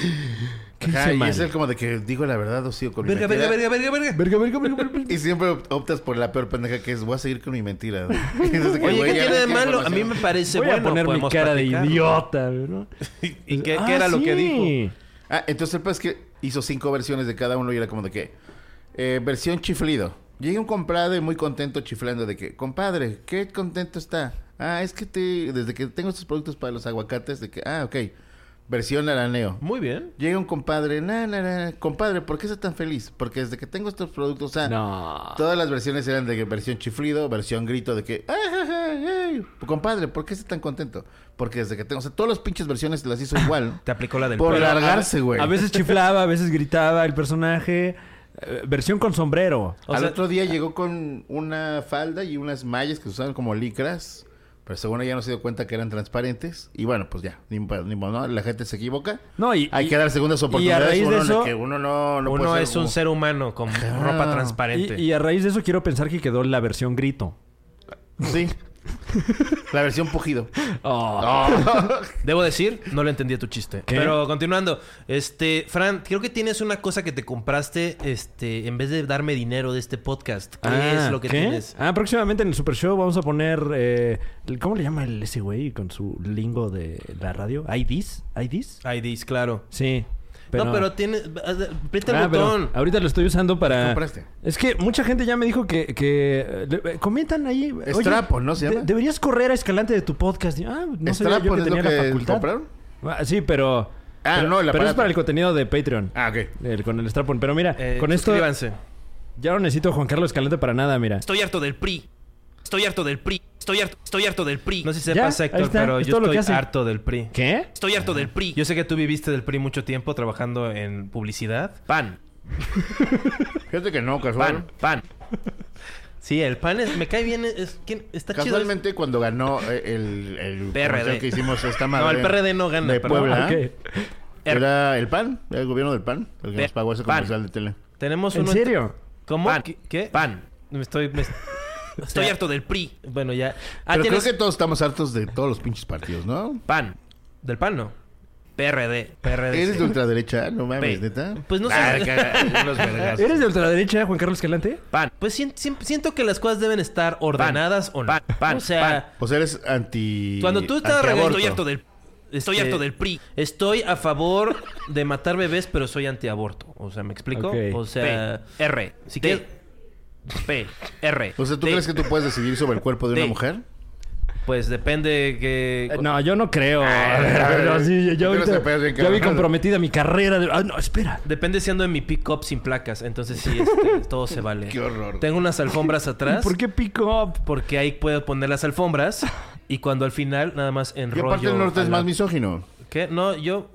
Speaker 3: ¿Qué hice
Speaker 1: Ajá, y
Speaker 3: mal?
Speaker 1: es el como de que digo la verdad o sigo con mi
Speaker 2: Verga, verga,
Speaker 1: mentira.
Speaker 2: verga, verga, verga.
Speaker 3: Verga, verga, verga, verga, verga.
Speaker 1: Y siempre op- optas por la peor pendeja que es voy a seguir con mi mentira. güey. Entonces, que,
Speaker 2: Oye,
Speaker 1: güey,
Speaker 2: ¿qué
Speaker 1: ya
Speaker 2: tiene
Speaker 1: no
Speaker 2: de
Speaker 1: tiene
Speaker 2: malo? A mí
Speaker 1: información.
Speaker 2: me parece
Speaker 3: Voy
Speaker 2: bueno.
Speaker 3: a poner mi
Speaker 2: podemos
Speaker 3: cara de
Speaker 2: platicarlo.
Speaker 3: idiota, ¿no?
Speaker 2: ¿Y qué,
Speaker 3: Ah,
Speaker 2: qué era lo que
Speaker 3: sí.
Speaker 2: dijo?
Speaker 1: Ah, entonces el pues que hizo cinco versiones de cada uno y era como de que... eh, versión chiflido. Llega un compadre muy contento chiflando de que... Compadre, qué contento está. Ah, es que te, desde que tengo estos productos para los aguacates de que... Ah, ok. Versión araneo.
Speaker 2: Muy bien.
Speaker 1: Llega un compadre, na, na, na, compadre, ¿por qué estás tan feliz? Porque desde que tengo estos productos, ah,
Speaker 3: No.
Speaker 1: todas las versiones eran de que versión chiflido, versión grito, de que, "Ah, ah, ah, ay". compadre, ¿por qué estás tan contento? Porque desde que tengo, o sea, todas las pinches versiones las hizo igual.
Speaker 2: Te aplicó la del
Speaker 1: por
Speaker 2: perro.
Speaker 1: largarse, güey.
Speaker 3: A veces chiflaba, a veces gritaba el personaje. eh, versión con sombrero.
Speaker 2: O
Speaker 1: Al
Speaker 2: sea-
Speaker 1: otro
Speaker 3: ah.
Speaker 1: día llegó con una falda y unas mallas que se usaban como licras, pero según ella no se dio cuenta que eran transparentes. Y bueno, pues ya, ni, pa- ni modo, ¿no? la gente se equivoca.
Speaker 3: No, y-
Speaker 1: Hay
Speaker 3: y-
Speaker 1: que dar segundas
Speaker 3: y a
Speaker 1: oportunidades.
Speaker 3: raíz de
Speaker 1: uno en el
Speaker 3: eso,
Speaker 1: que uno no, no
Speaker 2: Uno
Speaker 1: puede ser
Speaker 2: es un
Speaker 1: como-
Speaker 2: ser humano con ropa transparente.
Speaker 3: Ah. Y, y a raíz de eso quiero pensar que quedó la versión grito.
Speaker 1: Sí. La versión pujido.
Speaker 3: Oh,
Speaker 2: Debo decir, no le entendí a tu chiste.
Speaker 3: ¿Qué?
Speaker 2: Pero continuando, este, Fran, creo que tienes una cosa que te compraste, este, en vez de darme dinero de este podcast. ¿Qué
Speaker 3: Ah,
Speaker 2: es lo que
Speaker 3: ¿qué?
Speaker 2: tienes?
Speaker 3: Ah, próximamente en el Super Show vamos a poner. eh, el- ¿Cómo le llama el, ese güey con su lingo de la radio? ¿IDs? ¿IDs?
Speaker 2: IDs, claro.
Speaker 3: Sí.
Speaker 2: no, pero tiene. Aprieta el
Speaker 3: Ah, pero
Speaker 2: botón.
Speaker 3: ahorita lo estoy usando para.
Speaker 1: compraste?
Speaker 3: Es que mucha gente ya me dijo que. que eh, le- eh, comentan ahí. oye,
Speaker 1: Strapo, ¿no se llama?
Speaker 3: de- deberías correr a Escalante de tu podcast. Y, Ah, no sabía yo
Speaker 1: Strapo,
Speaker 3: que
Speaker 1: ¿es lo
Speaker 3: tenía la
Speaker 1: que
Speaker 3: facultad.
Speaker 1: compraron?
Speaker 3: Ah, sí, pero.
Speaker 1: Ah,
Speaker 3: pero-
Speaker 1: no, el
Speaker 3: Pero es
Speaker 1: aparato.
Speaker 3: para el contenido de Patreon.
Speaker 1: Ah, ok.
Speaker 3: el- con el Strapon. Pero mira,
Speaker 2: Eh,
Speaker 3: con esto.
Speaker 2: suscríbanse.
Speaker 3: Ya no necesito a Juan Carlos Escalante para nada, mira.
Speaker 7: Estoy harto del PRI. Estoy harto del PRI. Estoy harto, estoy harto del PRI.
Speaker 2: No sé si
Speaker 3: Ya,
Speaker 2: sepas,
Speaker 3: ahí
Speaker 2: Héctor,
Speaker 3: está,
Speaker 2: pero
Speaker 3: es
Speaker 2: yo
Speaker 3: todo lo que hace.
Speaker 2: estoy harto del PRI.
Speaker 3: ¿Qué?
Speaker 7: Estoy harto del PRI.
Speaker 2: Yo sé que tú viviste del PRI mucho tiempo trabajando en publicidad.
Speaker 7: Pan,
Speaker 1: Fíjate que no, casual.
Speaker 7: pan.
Speaker 2: Sí, el pan es- me cae bien. es- ¿quién- está chido. es-
Speaker 1: Casualmente cuando ganó eh, el, el
Speaker 2: PRD.
Speaker 1: comercial que hicimos esta madre.
Speaker 2: No, el PRD no gana.
Speaker 1: De
Speaker 2: perdón. Ah,
Speaker 1: Puebla.
Speaker 3: Ok.
Speaker 1: Era el PAN, era el gobierno del PAN, el que
Speaker 7: Pe-
Speaker 1: nos pagó ese
Speaker 7: PAN.
Speaker 1: comercial de tele.
Speaker 2: Tenemos
Speaker 3: ¿En
Speaker 2: uno-
Speaker 3: serio?
Speaker 2: ¿Cómo?
Speaker 7: Pan.
Speaker 2: ¿Qué- ¿Qué?
Speaker 7: Pan.
Speaker 2: Me estoy. me- o
Speaker 7: Estoy
Speaker 2: sea,
Speaker 7: harto del PRI.
Speaker 2: Bueno, ya. Ah,
Speaker 1: Pero
Speaker 2: tienes- Ah,
Speaker 1: creo que todos estamos hartos de todos los pinches partidos, ¿no?
Speaker 7: Pan,
Speaker 2: Del pan, ¿no?
Speaker 7: PRD.
Speaker 2: PRD.
Speaker 1: Eres
Speaker 2: sí.
Speaker 1: de ultraderecha, no mames,
Speaker 7: Pe-
Speaker 1: neta.
Speaker 2: pues no sé.
Speaker 1: Ah, caga- unos vergazos.
Speaker 3: ¿Eres de ultraderecha, Juan Carlos Escalante?
Speaker 7: Pan,
Speaker 2: Pues sien- sien- siento que las cosas deben estar ordenadas o no.
Speaker 7: pan, pan,
Speaker 2: o sea,
Speaker 1: O sea, eres anti.
Speaker 2: Cuando tú estás
Speaker 1: antiaborto.
Speaker 2: Aborto.
Speaker 7: estoy harto del Estoy
Speaker 2: Este-
Speaker 7: harto del PRI.
Speaker 2: estoy a favor de matar bebés, pero soy antiaborto. O sea, ¿me explico?
Speaker 3: Ok.
Speaker 2: O
Speaker 7: P,
Speaker 2: sea,
Speaker 7: R,
Speaker 2: si
Speaker 7: T,
Speaker 2: quieres-
Speaker 7: P, R.
Speaker 1: O sea, ¿tú
Speaker 7: T.
Speaker 1: crees que tú puedes decidir sobre el cuerpo de una
Speaker 7: Pe-
Speaker 1: mujer?
Speaker 2: pues depende que.
Speaker 3: Eh, No, yo no creo.
Speaker 1: a ver, a ver,
Speaker 3: No, sí, yo- yo
Speaker 1: tú eres
Speaker 3: ahorita-
Speaker 1: el peor bien
Speaker 3: ya vi
Speaker 1: cabrón.
Speaker 3: comprometida mi carrera. de- Ah, no, espera.
Speaker 2: Depende siendo en mi pick-up sin placas. Entonces sí, este, todo se vale.
Speaker 1: Qué horror.
Speaker 2: Tengo unas alfombras atrás.
Speaker 3: ¿Por qué pick up?
Speaker 2: Porque ahí puedo poner las alfombras. Y cuando al final nada más
Speaker 1: Y
Speaker 2: enrollo...
Speaker 1: aparte el norte
Speaker 2: a
Speaker 1: es
Speaker 2: la-
Speaker 1: más misógino.
Speaker 2: ¿Qué? No, yo...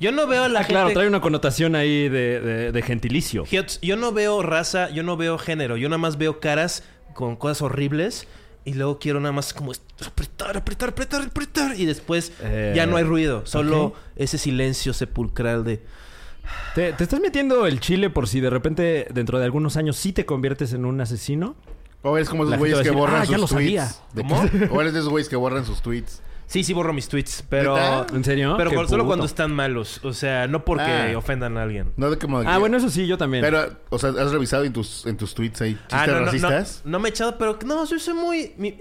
Speaker 2: Yo no veo a la
Speaker 3: Ah, claro,
Speaker 2: gente...
Speaker 3: trae una connotación ahí de, de- de gentilicio.
Speaker 2: Hits, Yo no veo raza, yo no veo género, yo nada más veo caras con cosas horribles y luego quiero nada más como apretar, apretar, apretar, apretar y después
Speaker 3: Eh,
Speaker 2: ya no hay ruido, solo
Speaker 3: ok.
Speaker 2: ese silencio sepulcral de
Speaker 3: ¿Te, te estás metiendo el chile por si de repente dentro de algunos años sí te conviertes en un asesino?
Speaker 1: O eres como
Speaker 3: La
Speaker 1: esos
Speaker 3: gente
Speaker 1: güeyes
Speaker 3: va a
Speaker 1: que
Speaker 3: decir,
Speaker 1: borran
Speaker 3: "Ah,
Speaker 1: sus
Speaker 3: ya lo
Speaker 1: tweets.
Speaker 3: sabía".
Speaker 1: De-
Speaker 2: ¿Cómo?
Speaker 1: O eres de esos güeyes que borran sus tweets.
Speaker 2: Sí, sí borro mis tweets, pero
Speaker 1: ¿Neta?
Speaker 3: ¿En serio?
Speaker 2: pero
Speaker 3: Qué
Speaker 2: con- solo
Speaker 3: puto.
Speaker 2: cuando están malos, o sea, no porque
Speaker 1: Ah.
Speaker 2: ofendan a alguien.
Speaker 1: No de como. de
Speaker 3: Ah,
Speaker 1: que-
Speaker 3: bueno, eso sí, yo también.
Speaker 1: Pero, o sea, ¿has revisado en tus, en tus tweets ahí chistes
Speaker 2: Ah, no, no, no,
Speaker 1: racistas?
Speaker 2: no me he echado, pero no, yo soy muy mi-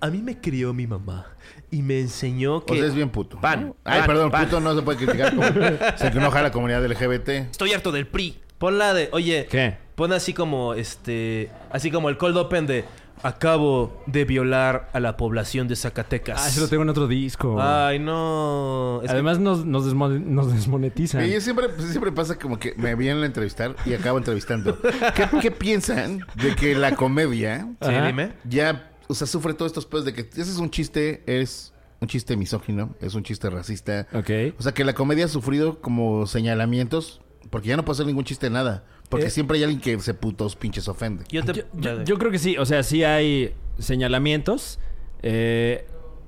Speaker 2: a mí me crió mi mamá y me enseñó que
Speaker 1: O sea, es bien puto.
Speaker 7: Pan,
Speaker 1: Ay,
Speaker 7: pan,
Speaker 1: perdón,
Speaker 7: pan.
Speaker 1: puto no se puede criticar. Como, se enoja a la comunidad LGBT.
Speaker 7: Estoy harto del PRI.
Speaker 2: Pon la de, oye,
Speaker 3: ¿Qué?
Speaker 2: pon así como este, así como el cold open de Acabo de violar a la población de Zacatecas.
Speaker 3: Ah, eso lo tengo en otro disco.
Speaker 1: Ah,
Speaker 2: Ay, no. Es que-
Speaker 3: Además nos, nos, desmo- nos desmonetizan.
Speaker 1: Y siempre, pues, siempre pasa como que me vienen a entrevistar y acabo entrevistando. ¿Qué, qué piensan de que la comedia
Speaker 2: Sí,
Speaker 3: Ajá.
Speaker 2: dime.
Speaker 1: ya, o sea, sufre todos estos pedos de que ese es un chiste, es un chiste misógino, es un chiste racista?
Speaker 3: Ok.
Speaker 1: O sea, que la comedia ha sufrido como señalamientos porque ya no puede hacer ningún chiste de nada. Porque
Speaker 3: Eh.
Speaker 1: siempre hay alguien que se putos pinches ofende.
Speaker 2: Yo te...
Speaker 3: Yo, yo- yo creo que sí, o sea, sí hay señalamientos, eh,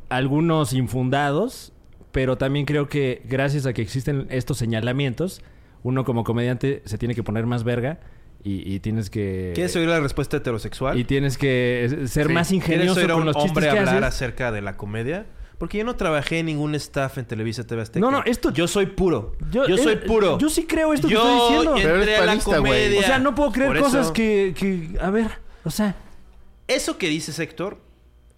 Speaker 3: algunos infundados, pero también creo que gracias a que existen estos señalamientos, uno como comediante se tiene que poner más verga y, y tienes que...
Speaker 2: ¿Quieres oír la respuesta heterosexual?
Speaker 3: Y tienes que eh, ser
Speaker 1: Sí.
Speaker 3: más
Speaker 2: ¿Quieres
Speaker 3: ingenioso
Speaker 2: oír a
Speaker 3: con
Speaker 2: un
Speaker 3: los chistes
Speaker 2: hombre
Speaker 3: que
Speaker 2: hablar
Speaker 3: haces.
Speaker 2: acerca de la comedia? Porque yo no trabajé en ningún staff en Televisa TV Azteca.
Speaker 3: No, no, esto-
Speaker 2: Yo soy puro.
Speaker 3: Yo-
Speaker 2: Yo, soy
Speaker 3: eh,
Speaker 2: puro.
Speaker 3: yo sí creo esto que
Speaker 2: Yo
Speaker 3: estoy diciendo.
Speaker 2: entré
Speaker 1: Pero eres
Speaker 2: a la
Speaker 1: panista, güey.
Speaker 2: comedia.
Speaker 3: O sea, no puedo
Speaker 2: Por
Speaker 3: creer
Speaker 2: eso-
Speaker 3: cosas que, que... A ver, o sea...
Speaker 2: Eso que dices, Héctor,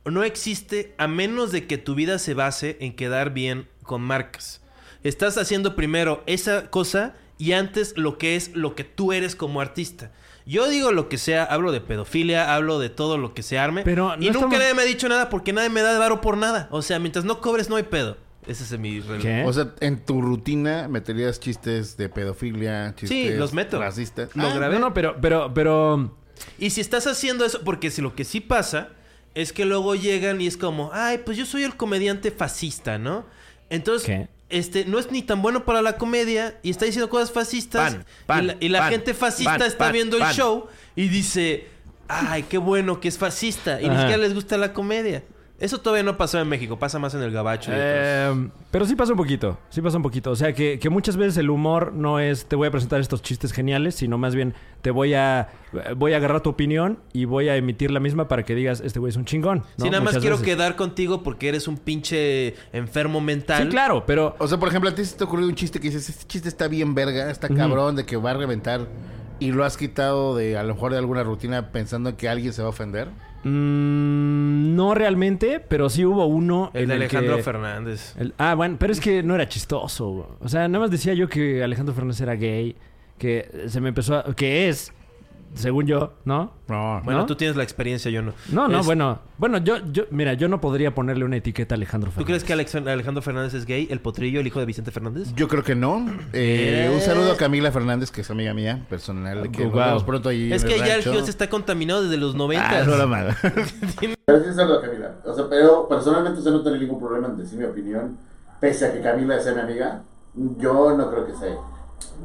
Speaker 2: no existe a menos de que tu vida se base en quedar bien con marcas. Estás haciendo primero esa cosa y antes lo que es lo que tú eres como artista. Yo digo lo que sea, hablo de pedofilia, hablo de todo lo que se arme.
Speaker 3: Pero no
Speaker 2: y nunca
Speaker 3: estamos-
Speaker 2: nadie me ha dicho nada porque nadie me da varo por nada. O sea, mientras no cobres, no hay pedo. Ese es mi reloj.
Speaker 3: ¿Qué?
Speaker 1: O sea, en tu rutina meterías chistes de pedofilia, chistes
Speaker 2: Sí, los meto.
Speaker 1: racistas.
Speaker 2: Lo
Speaker 1: Ah,
Speaker 2: grabé.
Speaker 3: No, no, pero, pero, pero...
Speaker 2: Y si estás haciendo eso, porque si lo que sí pasa es que luego llegan y es como, ay, pues yo soy el comediante fascista, ¿no? Entonces,
Speaker 3: ¿Qué?
Speaker 2: este, no es ni tan bueno para la comedia y está diciendo cosas fascistas.
Speaker 1: Pan, pan,
Speaker 2: y la, y la
Speaker 1: pan,
Speaker 2: gente fascista
Speaker 1: pan,
Speaker 2: está
Speaker 1: pan,
Speaker 2: viendo
Speaker 1: pan.
Speaker 2: el show y dice, ay, qué bueno que es fascista. Y ni
Speaker 3: Ajá.
Speaker 2: siquiera les gusta la comedia. Eso todavía no pasó en México, pasa más en el gabacho. y otros.
Speaker 3: Eh, pero sí pasa un poquito, sí pasa un poquito. O sea, que, que muchas veces el humor no es te voy a presentar estos chistes geniales, sino más bien te voy a eh, voy a agarrar tu opinión y voy a emitir la misma para que digas, este güey es un chingón.
Speaker 2: Sí,
Speaker 3: ¿no?
Speaker 2: nada más
Speaker 3: Muchas
Speaker 2: quiero
Speaker 3: veces.
Speaker 2: quedar contigo porque eres un pinche enfermo mental.
Speaker 3: Sí, claro, pero...
Speaker 1: O sea, por ejemplo, a ti se te ocurrió un chiste que dices, este chiste está bien verga, está cabrón, de que va a reventar y lo has quitado de a lo mejor de alguna rutina pensando en que alguien se va a ofender.
Speaker 3: mm, no realmente, pero sí hubo uno...
Speaker 2: El
Speaker 3: en
Speaker 2: de
Speaker 3: que-
Speaker 2: Alejandro Fernández.
Speaker 3: El- ah, bueno, pero es que no era chistoso. güey. O sea, nada más decía yo que Alejandro Fernández era gay, que se me empezó a... que es, según yo, ¿no?
Speaker 1: No.
Speaker 2: Bueno,
Speaker 3: Ah, ¿No?
Speaker 2: tú tienes la experiencia, yo no.
Speaker 3: No, no,
Speaker 2: Es-
Speaker 3: bueno. Bueno, yo, yo, mira, yo no podría ponerle una etiqueta a Alejandro
Speaker 2: ¿Tú
Speaker 3: Fernández.
Speaker 2: crees que Alex- Alejandro Fernández es gay? ¿El potrillo, el hijo de Vicente Fernández?
Speaker 1: Yo creo que no. Eh, Un saludo a Camila Fernández, que es amiga mía, personal, que nos
Speaker 3: Wow.
Speaker 1: vemos pronto ahí.
Speaker 2: es
Speaker 1: en
Speaker 2: que
Speaker 1: el
Speaker 2: ya el
Speaker 1: rancho.
Speaker 2: Dios está contaminado desde los 90.
Speaker 1: Ah, no la mala.
Speaker 8: Pero sí saludo a Camila. O sea, pero personalmente usted no tiene ningún problema en decir mi opinión. Pese a que Camila sea mi amiga, yo no creo que sea.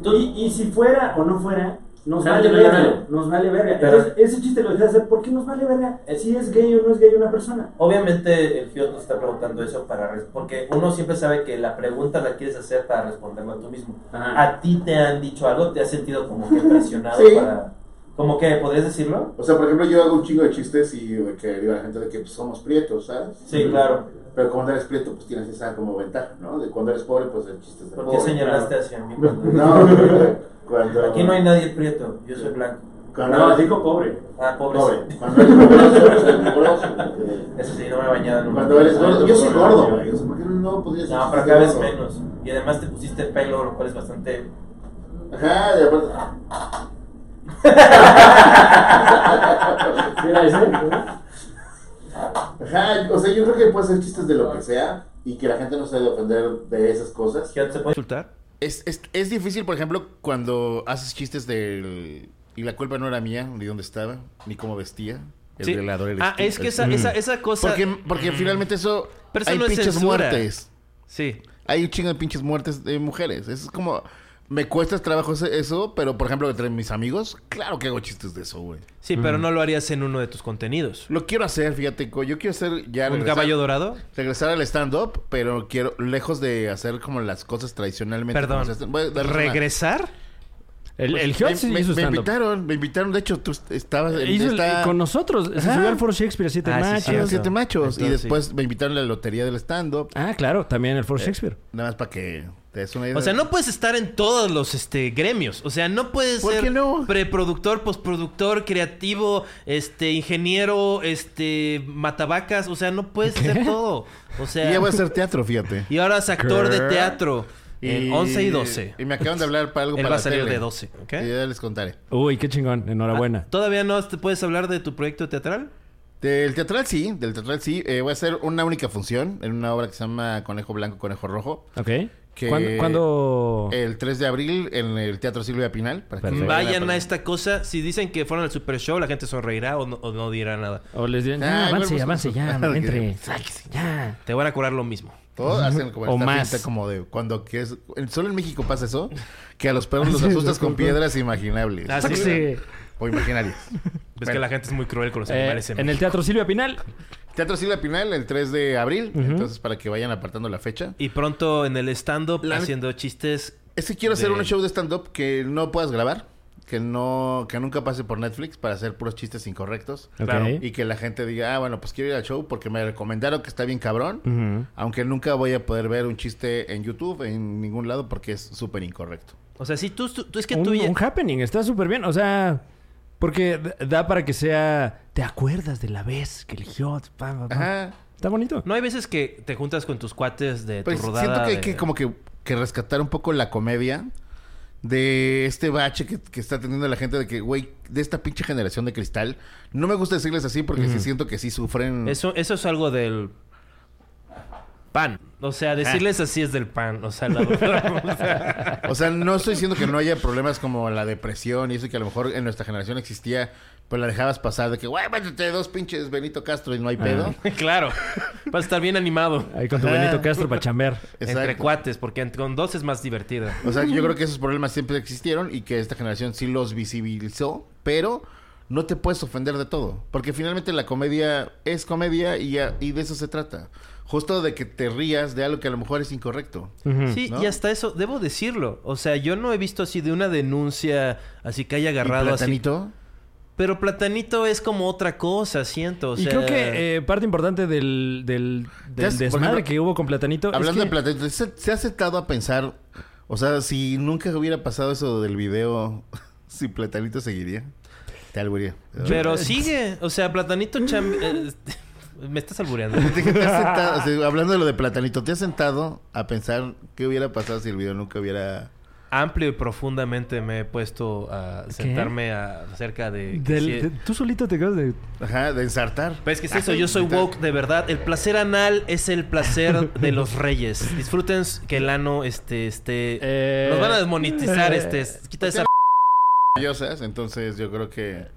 Speaker 9: Y, y si fuera o no fuera, nos
Speaker 7: Ah,
Speaker 8: Claro,
Speaker 9: vale
Speaker 8: no le
Speaker 9: verga.
Speaker 8: vale.
Speaker 9: Nos vale verga.
Speaker 7: Claro.
Speaker 9: Entonces, ese chiste lo dejé de hacer. ¿Por qué nos vale verga? Si es gay o no es gay una persona.
Speaker 7: Obviamente el Fios nos está preguntando eso para res- porque uno siempre sabe que la pregunta la quieres hacer para responderla tú mismo.
Speaker 9: Ajá.
Speaker 7: ¿A ti te han dicho algo? ¿Te has sentido como que presionado
Speaker 8: Sí.
Speaker 7: para como que podrías decirlo?
Speaker 8: O sea, por ejemplo, yo hago un chingo de chistes y que digo a la gente de que pues, somos prietos, ¿sabes?
Speaker 7: Sí, claro.
Speaker 8: Pero cuando eres prieto, pues tienes esa como ventaja, ¿no? De cuando eres pobre, pues el chiste es de
Speaker 7: ¿Por
Speaker 8: pobre.
Speaker 7: qué señalaste hacia mí? cuando-
Speaker 8: No, pero cuando...
Speaker 7: Aquí no hay nadie prieto, yo soy blanco.
Speaker 8: Cuando
Speaker 9: No,
Speaker 8: eres
Speaker 9: dijo pobre.
Speaker 7: Ah, pobre.
Speaker 8: pobre. Cuando eres pobre, pues eres pobre.
Speaker 7: Eso sí, no me he bañado nunca.
Speaker 8: Cuando eres gordo, yo soy gordo, güey. O sea, ¿por qué no podrías ser
Speaker 7: No, pero cada vez
Speaker 8: gordo?
Speaker 7: menos. Y además te pusiste pelo, lo cual es bastante...
Speaker 8: Ajá, de acuerdo.
Speaker 9: Era ese, ¿no?
Speaker 8: Ajá, o sea, yo creo que puedes hacer chistes de lo que sea y que la gente no se debe ofender de esas cosas.
Speaker 7: ¿Qué se puede
Speaker 2: insultar?
Speaker 1: Es, es, es difícil, por ejemplo, cuando haces chistes del... Y la culpa no era mía, ni dónde estaba, ni cómo vestía. El
Speaker 2: Sí.
Speaker 1: violador eres
Speaker 2: Ah,
Speaker 1: tú. Mm.
Speaker 2: es que esa, esa, esa cosa... Mm.
Speaker 1: Porque, porque finalmente eso...
Speaker 2: Pero eso
Speaker 1: hay
Speaker 2: no es
Speaker 1: pinches
Speaker 2: censura.
Speaker 1: muertes.
Speaker 2: Sí.
Speaker 1: Hay un chingo de pinches muertes de mujeres. Es como... Me cuesta trabajo ese- eso, pero por ejemplo, entre mis amigos, claro que hago chistes de eso, güey.
Speaker 2: Sí, pero no lo harías en uno de tus contenidos.
Speaker 1: Lo quiero hacer, fíjate, co- yo quiero hacer ya...
Speaker 2: ¿Un
Speaker 1: regresar-
Speaker 2: caballo dorado?
Speaker 1: Regresar al stand-up, pero quiero, lejos de hacer como las cosas tradicionalmente. como se hacen-
Speaker 2: Perdón.
Speaker 1: voy a darles una-
Speaker 2: ¿Regresar?
Speaker 3: El, el
Speaker 1: me,
Speaker 3: Hyot sí
Speaker 1: Pues, eh, me-
Speaker 3: hizo
Speaker 1: me
Speaker 3: stand-up.
Speaker 1: invitaron, me invitaron. De hecho, tú est- estabas en
Speaker 3: Hizo el- eh,
Speaker 1: esta-
Speaker 3: con nosotros. Se
Speaker 1: Ajá.
Speaker 3: subió al Foro Shakespeare a Siete
Speaker 2: Ah, sí,
Speaker 1: a los
Speaker 3: Machos.
Speaker 1: siete machos. y
Speaker 2: Entonces,
Speaker 1: después me invitaron a la lotería del stand-up.
Speaker 3: Ah, claro, también el
Speaker 1: Eh.
Speaker 3: Foro Shakespeare.
Speaker 1: Nada más para que te des una idea.
Speaker 2: O sea, no puedes estar en todos los este, gremios. O sea, no puedes
Speaker 1: ¿Por
Speaker 2: ser
Speaker 1: qué no?
Speaker 2: preproductor, postproductor, creativo, este, ingeniero, este, matabacas. O sea, no puedes hacer todo. O sea,
Speaker 1: Y ya voy a hacer teatro, fíjate.
Speaker 2: y ahora es actor de
Speaker 1: ¿Qué?
Speaker 2: teatro. En 11 y 12.
Speaker 1: Y me acaban de hablar para algo
Speaker 2: Él
Speaker 1: para
Speaker 2: va a
Speaker 1: la
Speaker 2: salir
Speaker 1: tele.
Speaker 2: de 12, ¿ok?
Speaker 1: Y ya les contaré.
Speaker 3: Uy, qué chingón. Enhorabuena.
Speaker 2: ¿Todavía no te puedes hablar de tu proyecto teatral?
Speaker 1: Del teatral sí, del teatral sí. Eh, voy a hacer una única función en una obra que se llama Conejo Blanco, Conejo Rojo.
Speaker 3: Ok.
Speaker 1: Ah, Que- eh,
Speaker 3: ¿Cuándo?
Speaker 2: Oh.
Speaker 3: cuándo-
Speaker 1: El 3 de abril en el Teatro Silvia Pinal. para que
Speaker 3: Perfecto.
Speaker 1: no vayan
Speaker 2: Vayan a
Speaker 1: perder.
Speaker 2: esta cosa. Si dicen que fueron al Super Show, la gente sonreirá o no, o no dirá nada.
Speaker 3: O Oh, les dirán,
Speaker 1: Ah,
Speaker 3: ya, avance,
Speaker 1: igual,
Speaker 3: avance,
Speaker 1: pues,
Speaker 3: ya,
Speaker 1: claro
Speaker 3: no
Speaker 1: que-
Speaker 3: entre.
Speaker 1: Sáquese.
Speaker 3: Ya.
Speaker 2: Te van a curar lo mismo.
Speaker 1: Todos hacen como
Speaker 3: O
Speaker 1: esta
Speaker 3: más.
Speaker 1: finta como de cuando que es en- solo en México pasa eso, que a los
Speaker 3: Ah,
Speaker 1: perros los asustas con piedras imaginables
Speaker 2: Ah, sí.
Speaker 3: Sáquese.
Speaker 1: o imaginarias.
Speaker 2: Es que
Speaker 1: Bueno.
Speaker 2: la gente es muy cruel con los
Speaker 3: Eh,
Speaker 2: animales.
Speaker 3: en el
Speaker 2: México.
Speaker 3: Teatro Silvia Pinal.
Speaker 1: Teatro Silvia Pinal el 3 de abril, entonces para que vayan apartando la fecha.
Speaker 2: Y pronto en el stand-up
Speaker 1: La-
Speaker 2: haciendo chistes.
Speaker 1: Es que quiero hacer
Speaker 2: De-
Speaker 1: un show de stand-up que no puedas grabar, que no, que nunca pase por Netflix para hacer puros chistes incorrectos.
Speaker 2: Claro.
Speaker 3: Ok.
Speaker 1: Y que la gente diga, ah, bueno, pues quiero ir al show porque me recomendaron que está bien cabrón.
Speaker 3: Ujú.
Speaker 1: Aunque nunca voy a poder ver un chiste en YouTube, en ningún lado, porque es súper incorrecto.
Speaker 2: O sea, si tú, tú- tú- es que
Speaker 3: un,
Speaker 2: tú ya-
Speaker 3: un happening, está súper bien. O sea, porque d- da para que sea. ¿Te acuerdas de la vez que eligió? Pa, pa, pa.
Speaker 1: Ajá.
Speaker 3: Está bonito.
Speaker 2: No hay veces que te juntas con tus cuates de
Speaker 1: Pues
Speaker 2: tu rodada.
Speaker 1: siento que hay
Speaker 2: de-
Speaker 1: que como que, que rescatar un poco la comedia de este bache que, que está teniendo la gente de que, güey, de esta pinche generación de cristal. No me gusta decirles así porque sí siento que sí sufren.
Speaker 2: Eso, eso es algo del pan. O
Speaker 1: Ah.
Speaker 2: sea, decirles así es del pan. O sea, la
Speaker 1: O sea, no estoy diciendo que no haya problemas como la depresión y eso que a lo mejor en nuestra generación existía, pero la dejabas pasar de que, güey, métete dos pinches Benito Castro y no hay pedo.
Speaker 2: claro. Vas a estar bien animado.
Speaker 3: Ahí con tu Benito Castro para chambear.
Speaker 2: Entre
Speaker 1: Exacto.
Speaker 2: cuates, porque ent- con dos es más divertida.
Speaker 1: O sea, yo creo que esos problemas siempre existieron y que esta generación sí los visibilizó, pero no te puedes ofender de todo. Porque finalmente la comedia es comedia y, a- y de eso se trata. Justo de que te rías de algo que a lo mejor es incorrecto.
Speaker 3: Mm,
Speaker 2: Sí,
Speaker 1: ¿no?
Speaker 2: y hasta eso, debo decirlo. O sea, yo no he visto así de una denuncia así que haya
Speaker 1: ¿Y
Speaker 2: agarrado así.
Speaker 1: platanito?
Speaker 2: Pero platanito es como otra cosa, siento. O
Speaker 3: y
Speaker 2: sea,
Speaker 3: creo que eh, parte importante del, del, del
Speaker 1: Ya es- por
Speaker 3: desmadre
Speaker 1: ejemplo,
Speaker 3: que hubo con Platanito. es
Speaker 1: Hablando
Speaker 3: que-
Speaker 1: de platanito, ¿se, se ha sentado a pensar, o sea, si nunca hubiera pasado eso del video, si platanito seguiría? Te alburía.
Speaker 2: Pero
Speaker 3: eh,
Speaker 2: sigue. O sea, platanito cham- eh, Me estás albureando.
Speaker 1: Te- te has sentado- o sea, hablando de lo de platanito, ¿te has sentado a pensar qué hubiera pasado si el video nunca hubiera...
Speaker 2: Amplio y profundamente me he puesto a sentarme a- acerca de... que
Speaker 3: del-
Speaker 2: sí-
Speaker 3: de- tú solito te acabas de. pues,
Speaker 1: Ajá, de ensartar.
Speaker 2: Pues que es eso, yo soy woke de verdad. El placer anal es el placer de los reyes. Disfruten que el ano este este
Speaker 3: Eh,
Speaker 2: nos van a desmonetizar
Speaker 3: eh,
Speaker 2: este quita esa
Speaker 1: maravillosas, entonces yo creo que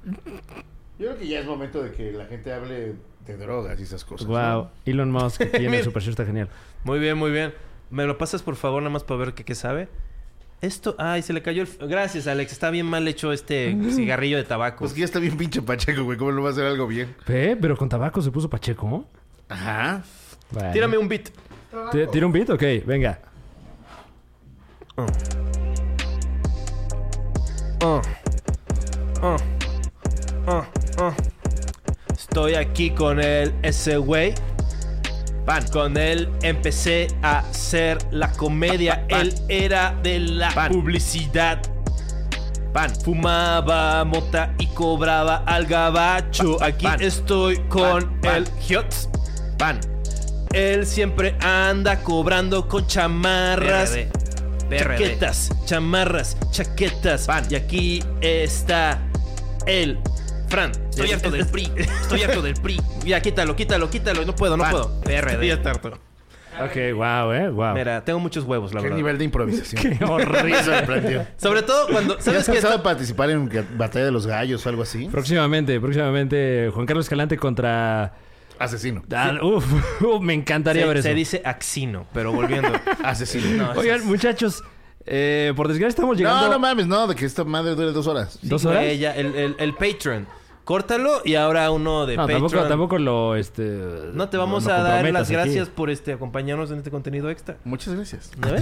Speaker 1: yo creo que ya es momento de que la gente hable de drogas y esas cosas.
Speaker 3: Wow,
Speaker 1: ¿no?
Speaker 3: Elon Musk que tiene
Speaker 2: Pues, Mira.
Speaker 3: Super Show, está genial.
Speaker 2: Muy bien, muy bien. ¿Me lo pasas por favor nada más para ver qué, qué sabe? Esto, ay, se le cayó el f- gracias Alex, está bien mal hecho este cigarrillo de tabaco.
Speaker 1: Pues que ya está bien pinche Pacheco, güey, ¿cómo no va a hacer algo bien?
Speaker 3: Ve, pero con tabaco se puso Pacheco.
Speaker 1: Ajá.
Speaker 3: Bueno.
Speaker 2: Tírame un beat.
Speaker 3: Ti- ¿Tira un beat? Ok, venga.
Speaker 2: Ah, ah, ah, ah. Estoy aquí con el ese güey. Pan. Con él empecé a hacer la comedia. Él era de la publicidad. Pan. Fumaba mota y cobraba al gabacho. Aquí estoy con el Hiots. Pan. Él siempre anda cobrando con chamarras. Chaquetas, chamarras, chaquetas. Y aquí está el Fran. Estoy harto del PRI. Estoy harto del PRI. Ya, quítalo, quítalo, quítalo. No puedo, no puedo. PRD. Ya está harto.
Speaker 3: Ok, wow, eh, wow.
Speaker 2: Mira, tengo muchos huevos, la
Speaker 1: Qué
Speaker 2: verdad.
Speaker 1: nivel de improvisación.
Speaker 3: Qué horrible.
Speaker 1: Eso me planteo.
Speaker 2: Sobre todo cuando.
Speaker 1: ¿Ya has
Speaker 2: ¿Sabes qué?
Speaker 1: pensado en participar en que- Batalla de los Gallos o algo así?
Speaker 3: Próximamente, próximamente Juan Carlos Escalante contra...
Speaker 1: Asesino.
Speaker 3: Ah, uf, uf, me encantaría ver
Speaker 2: Se,
Speaker 3: eso. Ah,
Speaker 2: se dice axino, pero volviendo.
Speaker 1: Asesino.
Speaker 2: No,
Speaker 3: Oigan, muchachos, eh, por desgracia estamos llegando...
Speaker 1: No, no mames, no, de que esta madre dure dos horas.
Speaker 3: ¿Dos horas?
Speaker 2: güey, ya, el, el, el Patreon. Córtalo y ahora uno de
Speaker 3: no,
Speaker 2: Patreon.
Speaker 3: tampoco, tampoco lo... Este,
Speaker 2: No te vamos
Speaker 3: no
Speaker 2: a dar
Speaker 3: comprometas
Speaker 2: las
Speaker 3: aquí.
Speaker 2: gracias por este acompañarnos en este contenido extra.
Speaker 1: Muchas gracias.
Speaker 2: ¿No ves?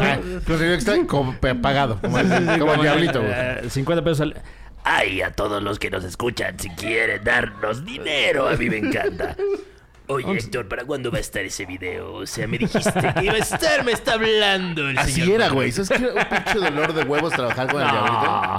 Speaker 1: Ah, contenido extra como pe- pagado, como, el- como el diablito. güey.
Speaker 3: Eh, 50 pesos al...
Speaker 5: Ay, a todos los que nos escuchan, si quieren darnos dinero, a mí me encanta. Oye, Héctor, ¿para cuándo va a estar ese video? O sea, me dijiste que iba a estar, me está hablando el
Speaker 1: Así
Speaker 5: señor.
Speaker 1: era, güey. ¿Sabes qué? Un pinche dolor de huevos trabajar con el diablito.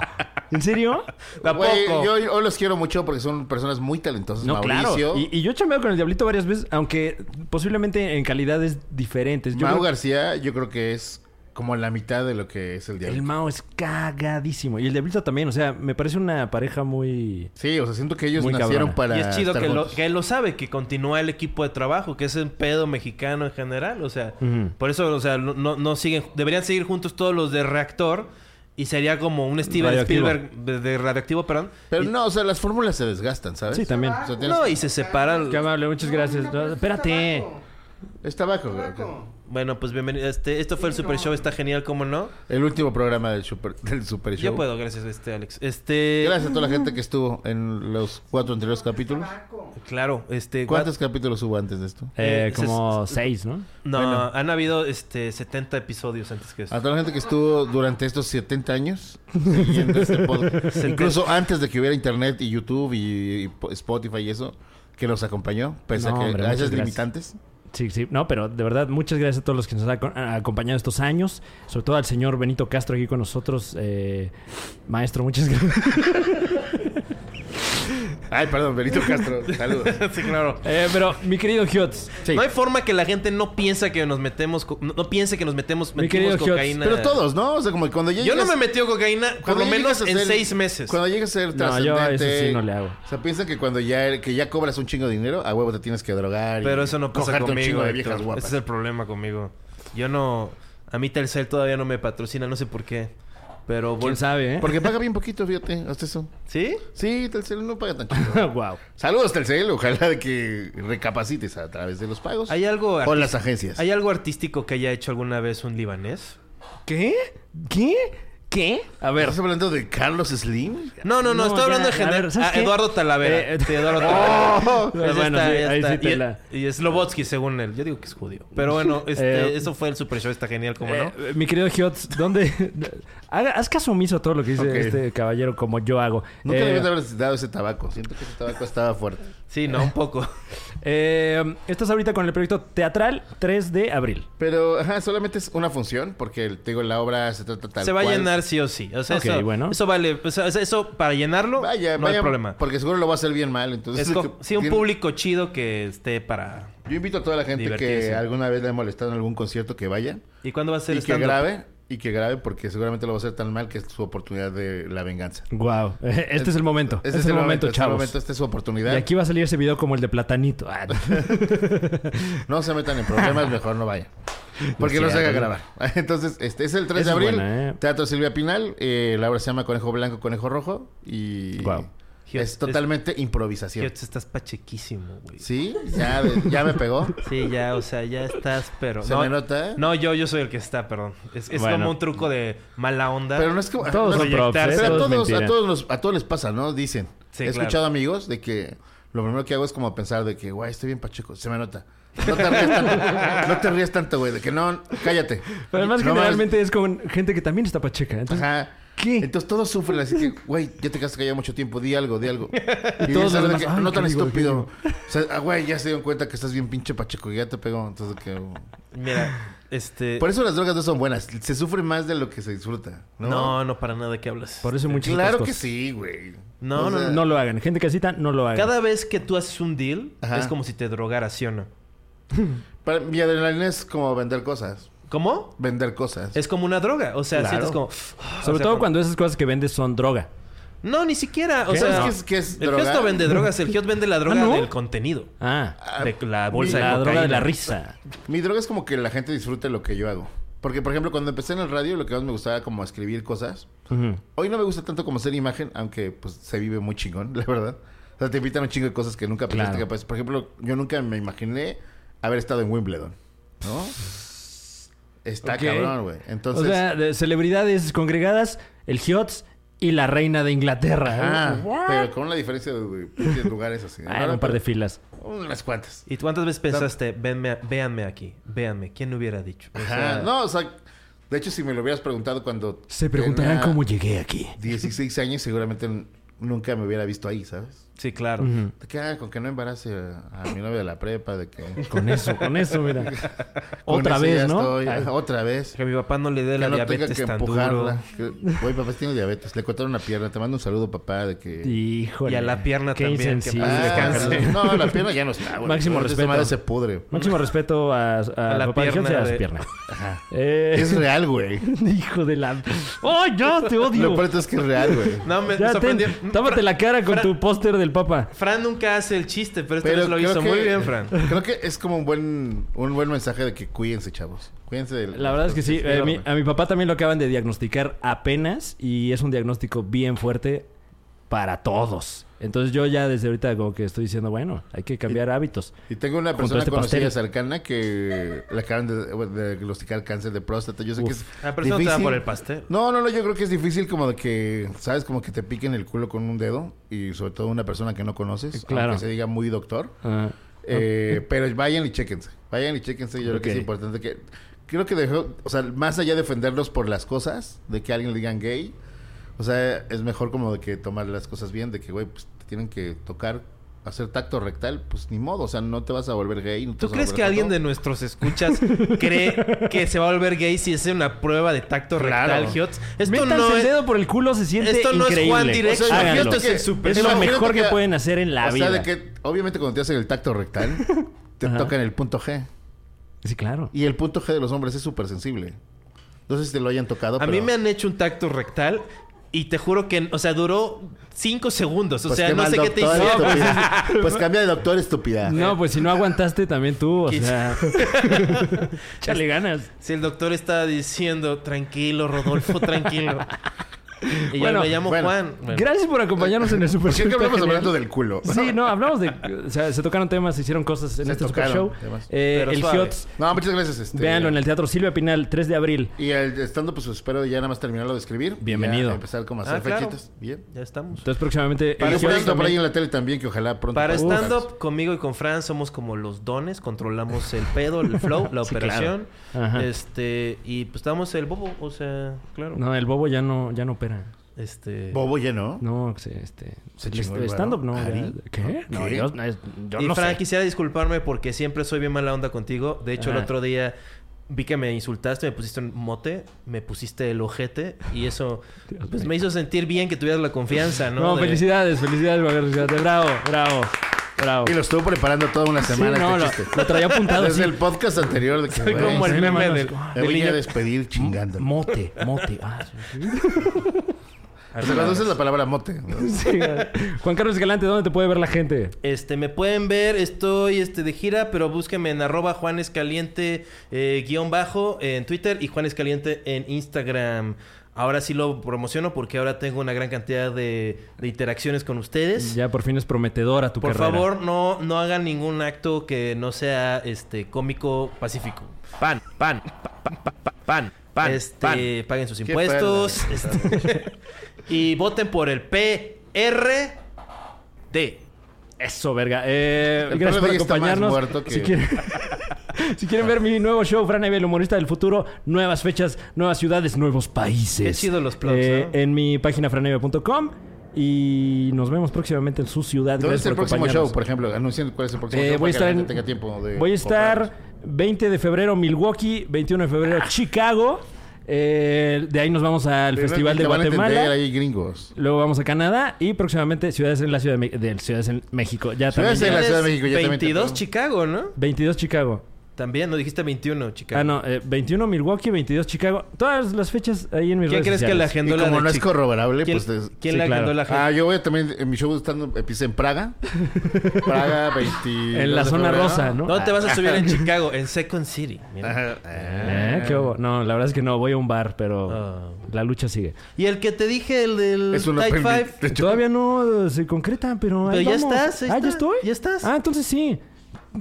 Speaker 3: ¿En serio?
Speaker 1: Güey, yo, yo los quiero mucho porque son personas muy talentosas.
Speaker 3: No,
Speaker 1: Mauricio,
Speaker 3: claro. Y, y yo he chambeado con el Diablito varias veces, aunque posiblemente en calidades diferentes. Yo
Speaker 1: Mau
Speaker 3: creo-
Speaker 1: García, yo creo que es Como la mitad de lo que es el
Speaker 3: El
Speaker 1: diablo.
Speaker 3: Mao es cagadísimo. Y el Diablito también. O sea, me parece una pareja muy...
Speaker 1: Sí, o sea, siento que ellos
Speaker 3: Muy
Speaker 1: nacieron
Speaker 3: cabrona.
Speaker 1: para.
Speaker 2: Y es chido
Speaker 1: estar
Speaker 2: que, lo,
Speaker 1: juntos.
Speaker 2: que él lo sabe, que continúa el equipo de trabajo, que es el pedo mexicano en general. O sea,
Speaker 3: Ujú.
Speaker 2: por eso, o sea, no, no- no siguen. Deberían seguir juntos todos los de reactor. Y sería como un Steven
Speaker 3: Radioactivo.
Speaker 2: Spielberg de, de radioactivo, perdón.
Speaker 1: Pero
Speaker 2: Y-
Speaker 1: no, o sea, las fórmulas se desgastan, ¿sabes?
Speaker 3: Sí, también.
Speaker 1: O sea, tienes-
Speaker 2: no, y se separan.
Speaker 3: Qué amable, muchas gracias.
Speaker 4: No, no,
Speaker 3: Espérate.
Speaker 4: es tabaco.
Speaker 1: Es tabaco.
Speaker 4: Tabaco.
Speaker 2: Bueno, pues bienvenido. Este, esto fue el Super Show, está genial, ¿cómo no?
Speaker 1: El último programa del Super, del super Show.
Speaker 2: Yo puedo, gracias, este, Alex. Este.
Speaker 1: Gracias a toda la gente que estuvo en los cuatro anteriores capítulos.
Speaker 4: Tabaco.
Speaker 2: Claro, este.
Speaker 1: ¿Cuántos capítulos hubo antes de esto?
Speaker 3: Eh,
Speaker 2: Eh,
Speaker 3: como seis, ¿no?
Speaker 2: No, han habido este 70 episodios antes que
Speaker 1: A
Speaker 2: eso.
Speaker 1: toda la gente que estuvo durante estos 70 años siguiendo este podcast. Incluso antes de que hubiera internet y YouTube y, y po- Spotify y eso, que los acompañó, pese
Speaker 3: No,
Speaker 1: a que
Speaker 3: hombre,
Speaker 1: a
Speaker 3: muchas
Speaker 1: esas
Speaker 3: gracias.
Speaker 1: limitantes.
Speaker 3: Sí, sí. No, pero de verdad, muchas gracias a todos los que nos han aco- han acompañado estos años. Sobre todo al señor Benito Castro aquí con nosotros. Eh, maestro, muchas gracias.
Speaker 1: Ay, perdón, Benito Castro, saludos.
Speaker 2: sí, claro.
Speaker 3: Eh, pero, mi querido Hiots.
Speaker 1: Sí.
Speaker 2: No hay forma que la gente no piensa que nos metemos co- no, no piense que nos metemos
Speaker 3: Mi
Speaker 2: metimos
Speaker 3: querido George,
Speaker 2: cocaína.
Speaker 1: Pero todos, ¿no? O sea, como cuando ya
Speaker 2: Yo no
Speaker 1: llegas-
Speaker 2: me metí cocaína por
Speaker 1: cuando
Speaker 2: lo
Speaker 1: ya
Speaker 2: menos
Speaker 1: llegas a
Speaker 2: en
Speaker 1: ser-
Speaker 2: seis meses.
Speaker 1: Cuando llegas a ser
Speaker 3: No, yo
Speaker 1: trascendente...
Speaker 3: eso sí no le hago.
Speaker 1: O sea, piensan que cuando ya, er, que ya cobras un chingo de dinero, a huevo te tienes que drogar. y
Speaker 2: Pero eso no pasa
Speaker 1: cogerte
Speaker 2: conmigo.
Speaker 1: un chingo de
Speaker 2: Héctor.
Speaker 1: viejas guapas.
Speaker 2: Ese es el problema conmigo. Yo no a mí Telcel todavía no me patrocina, no sé por qué. Pero
Speaker 3: ¿Quién
Speaker 2: bol-
Speaker 3: sabe, eh?
Speaker 1: Porque paga bien poquito, fíjate, hasta eso.
Speaker 2: ¿Sí?
Speaker 1: Sí, Telcel no paga tan chido.
Speaker 3: wow.
Speaker 1: Saludos, Telcel. Ojalá de que recapacites a través de los pagos.
Speaker 2: ¿Hay algo
Speaker 1: o
Speaker 2: arti-
Speaker 1: las agencias.
Speaker 2: hay algo artístico que haya hecho alguna vez un libanés?
Speaker 3: ¿Qué? ¿Qué? ¿Qué?
Speaker 1: A ver, ¿estás hablando de Carlos Slim?
Speaker 2: No, no, no,
Speaker 3: No,
Speaker 2: estoy
Speaker 3: ya,
Speaker 2: hablando en
Speaker 3: a
Speaker 2: general.
Speaker 3: ver, ¿sabes
Speaker 2: Ah,
Speaker 3: qué?
Speaker 2: Eduardo Talavera.
Speaker 3: Eh,
Speaker 2: Sí, Eduardo Talavera.
Speaker 3: Pero
Speaker 2: Ese
Speaker 3: bueno,
Speaker 2: Pues está,
Speaker 3: sí,
Speaker 2: ese
Speaker 3: ahí
Speaker 2: está.
Speaker 3: sí te
Speaker 2: Y-
Speaker 3: la-
Speaker 2: Y, es Slobotsky, según él. Yo digo que es judío. Pero bueno, este,
Speaker 3: Eh,
Speaker 2: eso fue el Super Show. Está genial, como no?
Speaker 3: Eh, mi querido Hiots, ¿dónde? Haga- Haz caso omiso a todo lo que dice
Speaker 1: Ok.
Speaker 3: este caballero como yo hago.
Speaker 1: Nunca
Speaker 3: Eh,
Speaker 1: le debías de haber dado ese tabaco. Siento que ese tabaco estaba fuerte.
Speaker 2: Sí, no, un poco.
Speaker 3: eh, estás ahorita con el proyecto teatral 3 de abril.
Speaker 1: Pero, ajá, solamente es una función, porque el- te digo, la obra se trata tal
Speaker 2: Se va a
Speaker 1: cual.
Speaker 2: llenar sí o sí. O sea,
Speaker 3: Ok,
Speaker 2: eso,
Speaker 3: bueno.
Speaker 2: eso vale. o sea, eso para llenarlo,
Speaker 1: Vaya,
Speaker 2: no
Speaker 1: vaya,
Speaker 2: hay problema.
Speaker 1: Porque seguro lo va a hacer bien mal. Entonces,
Speaker 2: Esco- sí, un
Speaker 1: tiene-
Speaker 2: público chido que esté para.
Speaker 1: Yo invito a toda la gente que
Speaker 2: Divertirse.
Speaker 1: alguna vez le ha molestado en algún concierto que vaya
Speaker 2: ¿Y cuándo va a ser
Speaker 1: y que
Speaker 2: stand-up?
Speaker 1: grabe. Y que grabe porque seguramente lo va a hacer tan mal que es su oportunidad de la venganza.
Speaker 3: Wow. Este es el momento. Este, es el
Speaker 1: este
Speaker 3: momento,
Speaker 1: es el
Speaker 3: chavos.
Speaker 1: momento, esta es su
Speaker 3: y
Speaker 1: oportunidad.
Speaker 3: aquí va a salir ese video como el de platanito. Ah,
Speaker 1: No se metan en problemas, mejor no vayan. Porque
Speaker 3: No
Speaker 1: no
Speaker 3: es
Speaker 1: se haga
Speaker 3: cierto.
Speaker 1: grabar. Entonces, este es el 3
Speaker 3: Esa
Speaker 1: de
Speaker 3: es
Speaker 1: abril.
Speaker 3: buena, ¿eh?
Speaker 1: Teatro Silvia Pinal. Eh, la obra se llama Conejo Blanco, Conejo Rojo. Y
Speaker 3: Guau.
Speaker 1: es totalmente improvisación.
Speaker 2: Kiotz, estás pachequísimo, güey. Sí.
Speaker 1: ¿Sí? Ya, ya me pegó.
Speaker 2: ya, o sea, ya estás, pero.
Speaker 1: Se me nota, ¿eh?
Speaker 2: No, yo, yo soy el que está, perdón. Es, es
Speaker 3: Bueno.
Speaker 2: como un truco de mala onda.
Speaker 1: Pero no es que...
Speaker 3: Todos
Speaker 1: no
Speaker 3: son
Speaker 1: es-
Speaker 3: props, ¿eh?
Speaker 1: Pero a
Speaker 3: Todo es
Speaker 1: todos,
Speaker 3: mentira.
Speaker 1: a, todos nos- a todos les pasa, ¿no? Dicen.
Speaker 2: Sí,
Speaker 1: He
Speaker 2: claro.
Speaker 1: escuchado amigos de que lo primero que hago es como pensar de que, güey, estoy bien pacheco. Se me nota. No te rías tanto, no te rías tanto, güey. De que no, cállate.
Speaker 3: Pero además,
Speaker 1: No mames,
Speaker 3: generalmente es con gente que también está pacheca. Entonces,
Speaker 1: Ajá.
Speaker 3: ¿Qué?
Speaker 1: Entonces todos sufren, así que, güey, ya te quedaste callado mucho tiempo, di algo, di algo. Y
Speaker 3: todos
Speaker 1: todos
Speaker 3: los demás, "Ay,
Speaker 1: no
Speaker 3: ¿qué
Speaker 1: tan
Speaker 3: digo? ¿qué
Speaker 1: estúpido.
Speaker 3: digo?"
Speaker 1: O sea, ah, güey, ya se dieron cuenta que estás bien pinche pacheco, ya te pegó. Entonces, que.
Speaker 2: Mira, este.
Speaker 1: Por eso las drogas no son buenas. Se sufre más de lo que se disfruta, ¿no?
Speaker 2: No, no, para nada que hablas.
Speaker 3: por eso muchas otras
Speaker 1: claro que
Speaker 3: cosas.
Speaker 1: sí, güey.
Speaker 2: No, no,
Speaker 3: No lo hagan. Gente casita, no lo hagan.
Speaker 2: Cada vez que tú haces un deal,
Speaker 1: Ajá.
Speaker 2: es como si te drogaras, ¿sí o no?
Speaker 1: Para, mi adrenalina es como vender cosas.
Speaker 2: ¿Cómo?
Speaker 1: Vender cosas.
Speaker 2: Es como una droga. O sea,
Speaker 1: Claro.
Speaker 2: sientes como.
Speaker 3: Sobre
Speaker 2: o sea,
Speaker 3: todo
Speaker 2: como-
Speaker 3: cuando esas cosas que vendes son droga.
Speaker 2: No, ni siquiera. O
Speaker 3: ¿Qué?
Speaker 2: sea,
Speaker 1: ¿Sabes qué es- qué es
Speaker 2: el
Speaker 1: droga?
Speaker 2: Giot no vende drogas. El Giot vende la droga
Speaker 3: ¿Ah, no?
Speaker 2: del contenido.
Speaker 3: Ah,
Speaker 2: De la bolsa de
Speaker 3: la
Speaker 2: cocaína.
Speaker 3: droga de la risa.
Speaker 1: Mi droga es como que la gente disfrute lo que yo hago. Porque, por ejemplo, cuando empecé en el radio, lo que más me gustaba era como escribir cosas.
Speaker 3: Ujú.
Speaker 1: Hoy no me gusta tanto como ser imagen, aunque pues se vive muy chingón, la verdad. O sea, te invitan a un chingo de cosas que nunca pensaste
Speaker 3: Claro.
Speaker 1: que pues, Por ejemplo, yo nunca me imaginé haber estado en Wimbledon, ¿no? Está
Speaker 3: Ok.
Speaker 1: cabrón, güey. Entonces,
Speaker 3: o sea, de celebridades congregadas, el Hiots y la reina de Inglaterra.
Speaker 1: ajá, ah, pero con la diferencia de, de pinches lugares así.
Speaker 3: Ah, un par de filas.
Speaker 1: Unas cuantas.
Speaker 2: ¿Y cuántas veces pensaste, "Venme a- véanme aquí, véanme? ¿Quién lo hubiera dicho? O
Speaker 1: Ajá.
Speaker 2: sea,
Speaker 1: No, o sea, de hecho, si me lo hubieras preguntado cuando.
Speaker 3: Se preguntarán
Speaker 1: tenía
Speaker 3: cómo llegué aquí.
Speaker 1: 16 años, seguramente n- nunca me hubiera visto ahí, ¿sabes?
Speaker 2: Sí, claro.
Speaker 1: ¿Te queda con que no embarace a mi novia de la prepa? De que...
Speaker 3: Con eso, con eso, mira.
Speaker 1: Con
Speaker 3: Otra
Speaker 1: eso
Speaker 3: vez,
Speaker 1: ya
Speaker 3: ¿no?
Speaker 1: estoy, ah,
Speaker 3: Ay,
Speaker 1: otra vez.
Speaker 2: Que mi papá no le dé la
Speaker 1: que no tenga
Speaker 2: diabetes
Speaker 1: que
Speaker 2: tan duro.
Speaker 1: empujarla. Que, Güey, papá tiene diabetes. Le cortaron una pierna. Te mando un saludo, papá, de que...
Speaker 3: Híjole.
Speaker 2: Y a la pierna
Speaker 3: Qué
Speaker 2: también, que
Speaker 3: insensible.
Speaker 2: parece
Speaker 1: Ah,
Speaker 2: cáncer.
Speaker 1: no, la pierna ya no está, güey.
Speaker 3: Máximo
Speaker 1: Esa
Speaker 3: respeto.
Speaker 1: madre se pudre.
Speaker 3: Máximo respeto a, a,
Speaker 2: la
Speaker 3: papá de
Speaker 2: pierna
Speaker 3: Jones y a las
Speaker 2: de-
Speaker 3: piernas.
Speaker 1: Ajá.
Speaker 3: Eh,
Speaker 1: Es real, güey.
Speaker 3: Hijo de la... ¡Oh, yo te
Speaker 1: Lo
Speaker 3: odio!
Speaker 1: peor es que es real, güey.
Speaker 2: No, me,
Speaker 3: Ya,
Speaker 2: me sorprendió.
Speaker 3: ten, tápate la cara con
Speaker 2: Fra-
Speaker 3: tu póster del papa.
Speaker 2: Fran nunca hace el chiste, pero esta
Speaker 1: Pero
Speaker 2: vez lo
Speaker 1: creo
Speaker 2: hizo
Speaker 1: que-
Speaker 2: muy bien, Fran.
Speaker 1: Creo que es como un buen, un buen mensaje de que cuídense, chavos. Cuídense. de-
Speaker 3: La verdad es que sí.
Speaker 1: de-
Speaker 3: eh,
Speaker 1: de-
Speaker 3: mi- a mi papá también lo acaban de diagnosticar apenas y es un diagnóstico bien fuerte para todos. Entonces yo ya desde ahorita como que estoy diciendo, bueno, hay que cambiar hábitos.
Speaker 1: Y tengo una
Speaker 3: Junto a
Speaker 1: persona
Speaker 3: este
Speaker 1: conocida
Speaker 3: pastel.
Speaker 1: cercana que le acaban de, bueno, de diagnosticar cáncer de próstata. Yo sé que es
Speaker 2: Ah, pero eso no te da por el pastel.
Speaker 1: No, no, no. Yo creo que es difícil como de que, ¿sabes? Como que te piquen el culo con un dedo. Y sobre todo una persona que no conoces.
Speaker 3: Claro.
Speaker 1: Aunque se diga muy doctor.
Speaker 3: Ah,
Speaker 1: Eh, pero vayan y chéquense. Vayan y chéquense. Yo creo que es
Speaker 3: Ok.
Speaker 1: importante que... Creo que dejó... O sea, más allá de ofenderlos por las cosas, de que a alguien le digan gay, o sea, es mejor como de que tomar las cosas bien, de que, güey, pues te tienen que tocar, hacer tacto rectal, pues ni modo. O sea, no te vas a volver gay. no te
Speaker 2: ¿Tú
Speaker 1: vas a
Speaker 2: crees
Speaker 1: volver
Speaker 2: que alguien
Speaker 1: joto.
Speaker 2: de nuestros escuchas cree que se va a volver gay si hace una prueba de tacto
Speaker 1: Claro.
Speaker 2: rectal, Giots? Esto
Speaker 3: Métanse
Speaker 2: no
Speaker 3: el
Speaker 2: es...
Speaker 3: dedo por el culo, se siente
Speaker 2: Esto no es
Speaker 3: increíble.
Speaker 2: Juan Direction.
Speaker 1: O sea,
Speaker 3: Háganlo.
Speaker 1: imagínate que-
Speaker 3: es lo
Speaker 1: imagínate
Speaker 3: mejor que,
Speaker 1: que-
Speaker 3: pueden hacer en la
Speaker 1: o
Speaker 3: vida.
Speaker 1: sea, de que... Obviamente cuando te hacen el tacto rectal, te
Speaker 3: Ajá.
Speaker 1: tocan el punto G.
Speaker 3: Sí, claro.
Speaker 1: Y el punto G de los hombres es súper sensible. No sé si te lo hayan tocado,
Speaker 2: A
Speaker 1: pero...
Speaker 2: mí me han hecho un tacto rectal y te juro que, o sea, duró cinco segundos. O
Speaker 1: Pues
Speaker 2: sea, no
Speaker 1: mal
Speaker 2: sé qué te
Speaker 1: doctor,
Speaker 2: hicieron.
Speaker 1: estúpida. Pues cambia de doctor, estúpida.
Speaker 3: No, pues si no aguantaste también tú, o
Speaker 2: Quizá.
Speaker 3: sea... Échale ganas.
Speaker 2: Si el doctor está diciendo, tranquilo, Rodolfo, tranquilo. y
Speaker 3: Bueno,
Speaker 2: yo me llamo
Speaker 1: bueno.
Speaker 2: Juan. Bueno.
Speaker 3: Gracias por acompañarnos en el
Speaker 1: ¿Por
Speaker 3: Super
Speaker 1: qué
Speaker 3: Show.
Speaker 1: Pues que hablamos
Speaker 3: Está
Speaker 1: hablando
Speaker 3: genial.
Speaker 1: del culo?
Speaker 3: Sí, no, hablamos de... O sea, se tocaron temas, se hicieron cosas en
Speaker 1: Se
Speaker 3: este Super
Speaker 1: tocaron
Speaker 3: Show.
Speaker 1: temas.
Speaker 3: Eh,
Speaker 2: Pero
Speaker 3: el
Speaker 2: suave.
Speaker 3: Giots,
Speaker 1: No, muchas gracias. Este,
Speaker 3: véanlo en el Teatro Silvia Pinal, 3 de abril.
Speaker 1: Y el estando, pues espero ya nada más terminarlo de escribir.
Speaker 3: Bienvenido.
Speaker 1: Ya empezar como a hacer
Speaker 2: Ah, claro.
Speaker 1: fechitas. Bien.
Speaker 2: Ya estamos.
Speaker 3: Entonces próximamente...
Speaker 1: Para
Speaker 3: el
Speaker 1: un
Speaker 3: Giots
Speaker 1: proyecto por ahí
Speaker 3: también.
Speaker 1: en la tele también, que ojalá pronto.
Speaker 2: Para
Speaker 1: podamos
Speaker 2: stand-up, conmigo y con Fran somos como los dones. Controlamos el pedo, el flow, la
Speaker 3: Sí,
Speaker 2: operación.
Speaker 3: claro. Ajá.
Speaker 2: Este... Y pues estamos el bobo. O sea, claro.
Speaker 3: No, el bobo ya no, ya no opera.
Speaker 2: Este...
Speaker 1: hablar. Bobo ya no.
Speaker 3: No, se- este...
Speaker 1: Se
Speaker 3: el
Speaker 1: chingó
Speaker 3: est-
Speaker 1: el
Speaker 3: stand-up no.
Speaker 1: varón.
Speaker 3: ya-
Speaker 1: ¿Ari?
Speaker 3: ¿Qué? No,
Speaker 1: ¿Qué?
Speaker 3: yo, no, es- yo
Speaker 2: y
Speaker 3: no
Speaker 2: Fran,
Speaker 3: sé.
Speaker 2: quisiera disculparme porque siempre soy bien mala onda contigo. De hecho, el
Speaker 3: Ajá.
Speaker 2: otro día vi que me insultaste, me pusiste un mote, me pusiste el ojete y eso pues, me hizo sentir bien que tuvieras la confianza, ¿no?
Speaker 3: No,
Speaker 2: De-
Speaker 3: felicidades, felicidades, Javier, felicidades. Bravo, bravo, bravo.
Speaker 1: Y lo estuvo preparando toda una
Speaker 3: Sí,
Speaker 1: semana.
Speaker 3: no,
Speaker 1: este
Speaker 3: lo,
Speaker 1: chiste.
Speaker 3: lo traía apuntado.
Speaker 1: Desde
Speaker 3: sí.
Speaker 1: el podcast anterior de que.
Speaker 2: Soy
Speaker 1: güey,
Speaker 2: como el
Speaker 3: sí,
Speaker 2: meme
Speaker 3: hermano,
Speaker 2: del,
Speaker 3: es como-
Speaker 1: Me
Speaker 2: del
Speaker 1: voy a
Speaker 2: niño.
Speaker 1: despedir chingando. O
Speaker 3: Mote, mote. Ah, sí.
Speaker 1: sea, cuando usas la palabra mote. ¿no?
Speaker 3: Sí, ah. Juan Carlos Escalante, ¿dónde te puede ver la gente?
Speaker 2: Este, me pueden ver, estoy este, de gira, pero búsquenme en arroba juanescaliente eh, guión bajo en Twitter y juanescaliente en Instagram. Ahora sí lo promociono porque ahora tengo una gran cantidad de, de interacciones con
Speaker 1: Pues,
Speaker 2: ustedes.
Speaker 3: Ya por fin es prometedora tu
Speaker 2: Por
Speaker 3: carrera.
Speaker 2: favor, no, no hagan ningún acto que no sea este cómico pacífico. Pan, pan, pan, pan, pan. Este, paguen sus
Speaker 1: Qué
Speaker 2: impuestos.
Speaker 1: perra,
Speaker 2: este, y voten por el PRD.
Speaker 3: Eso, verga. Eh,
Speaker 1: El
Speaker 3: gracias por
Speaker 1: PRD está más
Speaker 3: acompañarnos.
Speaker 1: muerto que-
Speaker 3: Si quieren... si quieren ver mi nuevo show, Fran Evia, el humorista del futuro, nuevas fechas, nuevas ciudades, nuevos países. Eh,
Speaker 2: Qué chido los plugs, ¿no?
Speaker 3: En mi página franevia.com y nos vemos próximamente en su ciudad.
Speaker 1: ¿Dónde es
Speaker 3: Gracias
Speaker 1: el
Speaker 3: por
Speaker 1: próximo
Speaker 3: acompañarnos.
Speaker 1: show? Por ejemplo, anuncien cuál es el próximo
Speaker 3: Eh,
Speaker 1: show.
Speaker 3: voy a
Speaker 1: para que la
Speaker 3: estar en-
Speaker 1: gente tenga tiempo de
Speaker 3: Voy a estar
Speaker 1: comprarlos.
Speaker 3: 20 de febrero Milwaukee, 21 de
Speaker 1: Ah.
Speaker 3: febrero Chicago. Eh, de ahí nos vamos al
Speaker 1: Primero
Speaker 3: Festival
Speaker 1: que
Speaker 3: de
Speaker 1: van a entender
Speaker 3: Guatemala.
Speaker 1: ahí gringos.
Speaker 3: Luego vamos a Canadá y próximamente ciudades en la Ciudad de, Me- del- Ciudades en México. Ya
Speaker 1: Ciudades en
Speaker 3: también.
Speaker 1: la
Speaker 3: ya-
Speaker 1: Ciudad de México, ya también
Speaker 2: 22
Speaker 1: te-
Speaker 2: Chicago, ¿no?
Speaker 3: 22 Chicago.
Speaker 2: También, no dijiste 21 Chicago.
Speaker 3: Ah, no, eh, 21 Milwaukee, 22 Chicago. Todas las fechas ahí en mis
Speaker 2: ¿Quién
Speaker 3: redes
Speaker 2: crees que la
Speaker 3: sociales.
Speaker 1: Y
Speaker 2: agendó la
Speaker 1: como
Speaker 2: de
Speaker 1: no es
Speaker 2: Chicago?
Speaker 1: corroborable,
Speaker 2: ¿Quién,
Speaker 1: pues... es-
Speaker 2: quién
Speaker 3: sí,
Speaker 2: la
Speaker 3: claro.
Speaker 2: agendó la
Speaker 1: Ah,
Speaker 2: agenda?
Speaker 1: yo voy a también, en mi show estando empecé en Praga. Praga 20.
Speaker 3: En la zona rosa, ¿no?
Speaker 2: ¿Dónde te vas a subir en Chicago? En Second City. mira. Mm,
Speaker 3: Eh, ¿qué hubo? No, la verdad es que no, voy a un bar, pero
Speaker 2: Ah.
Speaker 3: la lucha sigue.
Speaker 2: Y el que te dije, el del
Speaker 1: Es un
Speaker 2: Type
Speaker 1: aprendiz.
Speaker 2: 5.
Speaker 1: De hecho,
Speaker 3: Todavía no eh, se concreta, pero. ahí
Speaker 2: Pues Pero ya
Speaker 3: vamos.
Speaker 2: estás, ahí
Speaker 3: Ah,
Speaker 2: está.
Speaker 3: ya estoy.
Speaker 2: Ya estás.
Speaker 3: Ah, entonces sí.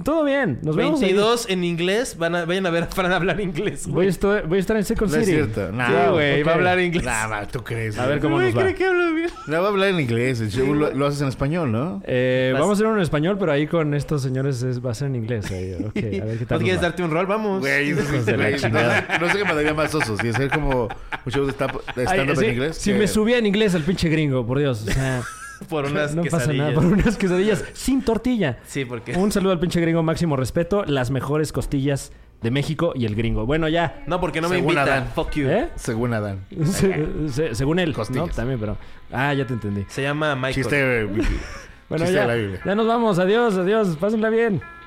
Speaker 3: Todo bien. Nos vemos. ahí.
Speaker 2: 22 en inglés. Van a, vayan a ver a Fran hablar inglés.
Speaker 3: Voy a, estar, voy a estar en Second
Speaker 1: No es
Speaker 3: City.
Speaker 1: cierto. No,
Speaker 3: sí, güey.
Speaker 1: ok.
Speaker 3: Va a hablar inglés.
Speaker 1: Nah, ma, Ah, ¿tú crees?
Speaker 3: A ver cómo
Speaker 2: Güey,
Speaker 3: nos va.
Speaker 2: cree que hablo bien.
Speaker 1: No, va a hablar en inglés. El show lo, lo haces en español, ¿no?
Speaker 3: Eh,
Speaker 2: Vas-
Speaker 3: Vamos a hacer uno en español, pero ahí con estos señores es- va a ser en inglés. ahí. Ok, a ver qué
Speaker 2: ¿No
Speaker 3: tal.
Speaker 2: quieres
Speaker 3: nos va.
Speaker 2: darte un rol? Vamos.
Speaker 1: Güey, eso sí,
Speaker 3: Hijos de la
Speaker 1: güey, no,
Speaker 3: chingada.
Speaker 1: no sé qué me daría más osos. Y hacer como un show de stand- de
Speaker 3: Ay,
Speaker 1: stand-up
Speaker 3: sí,
Speaker 1: en inglés.
Speaker 3: Si
Speaker 1: que-
Speaker 3: me subía en inglés al pinche gringo, por Dios. O sea,
Speaker 2: por unas
Speaker 3: no pasa nada
Speaker 2: quesadillas.
Speaker 3: por unas quesadillas sin tortilla.
Speaker 2: Sí, porque...
Speaker 3: Un saludo al pinche gringo, máximo respeto. Las mejores costillas de México y el gringo. Bueno, ya.
Speaker 2: No, porque no me
Speaker 1: Según
Speaker 2: invitan.
Speaker 1: Adán.
Speaker 2: Fuck you.
Speaker 3: ¿Eh?
Speaker 1: Según Adán.
Speaker 3: Se- se- según él,
Speaker 1: Costillas.
Speaker 3: ¿no? También, pero... Ah, ya te entendí.
Speaker 2: Se llama Michael.
Speaker 1: Chiste,
Speaker 3: Bueno,
Speaker 1: chiste de
Speaker 3: ya,
Speaker 1: la Biblia.
Speaker 3: ya nos vamos. Adiós, adiós. Pásenla bien.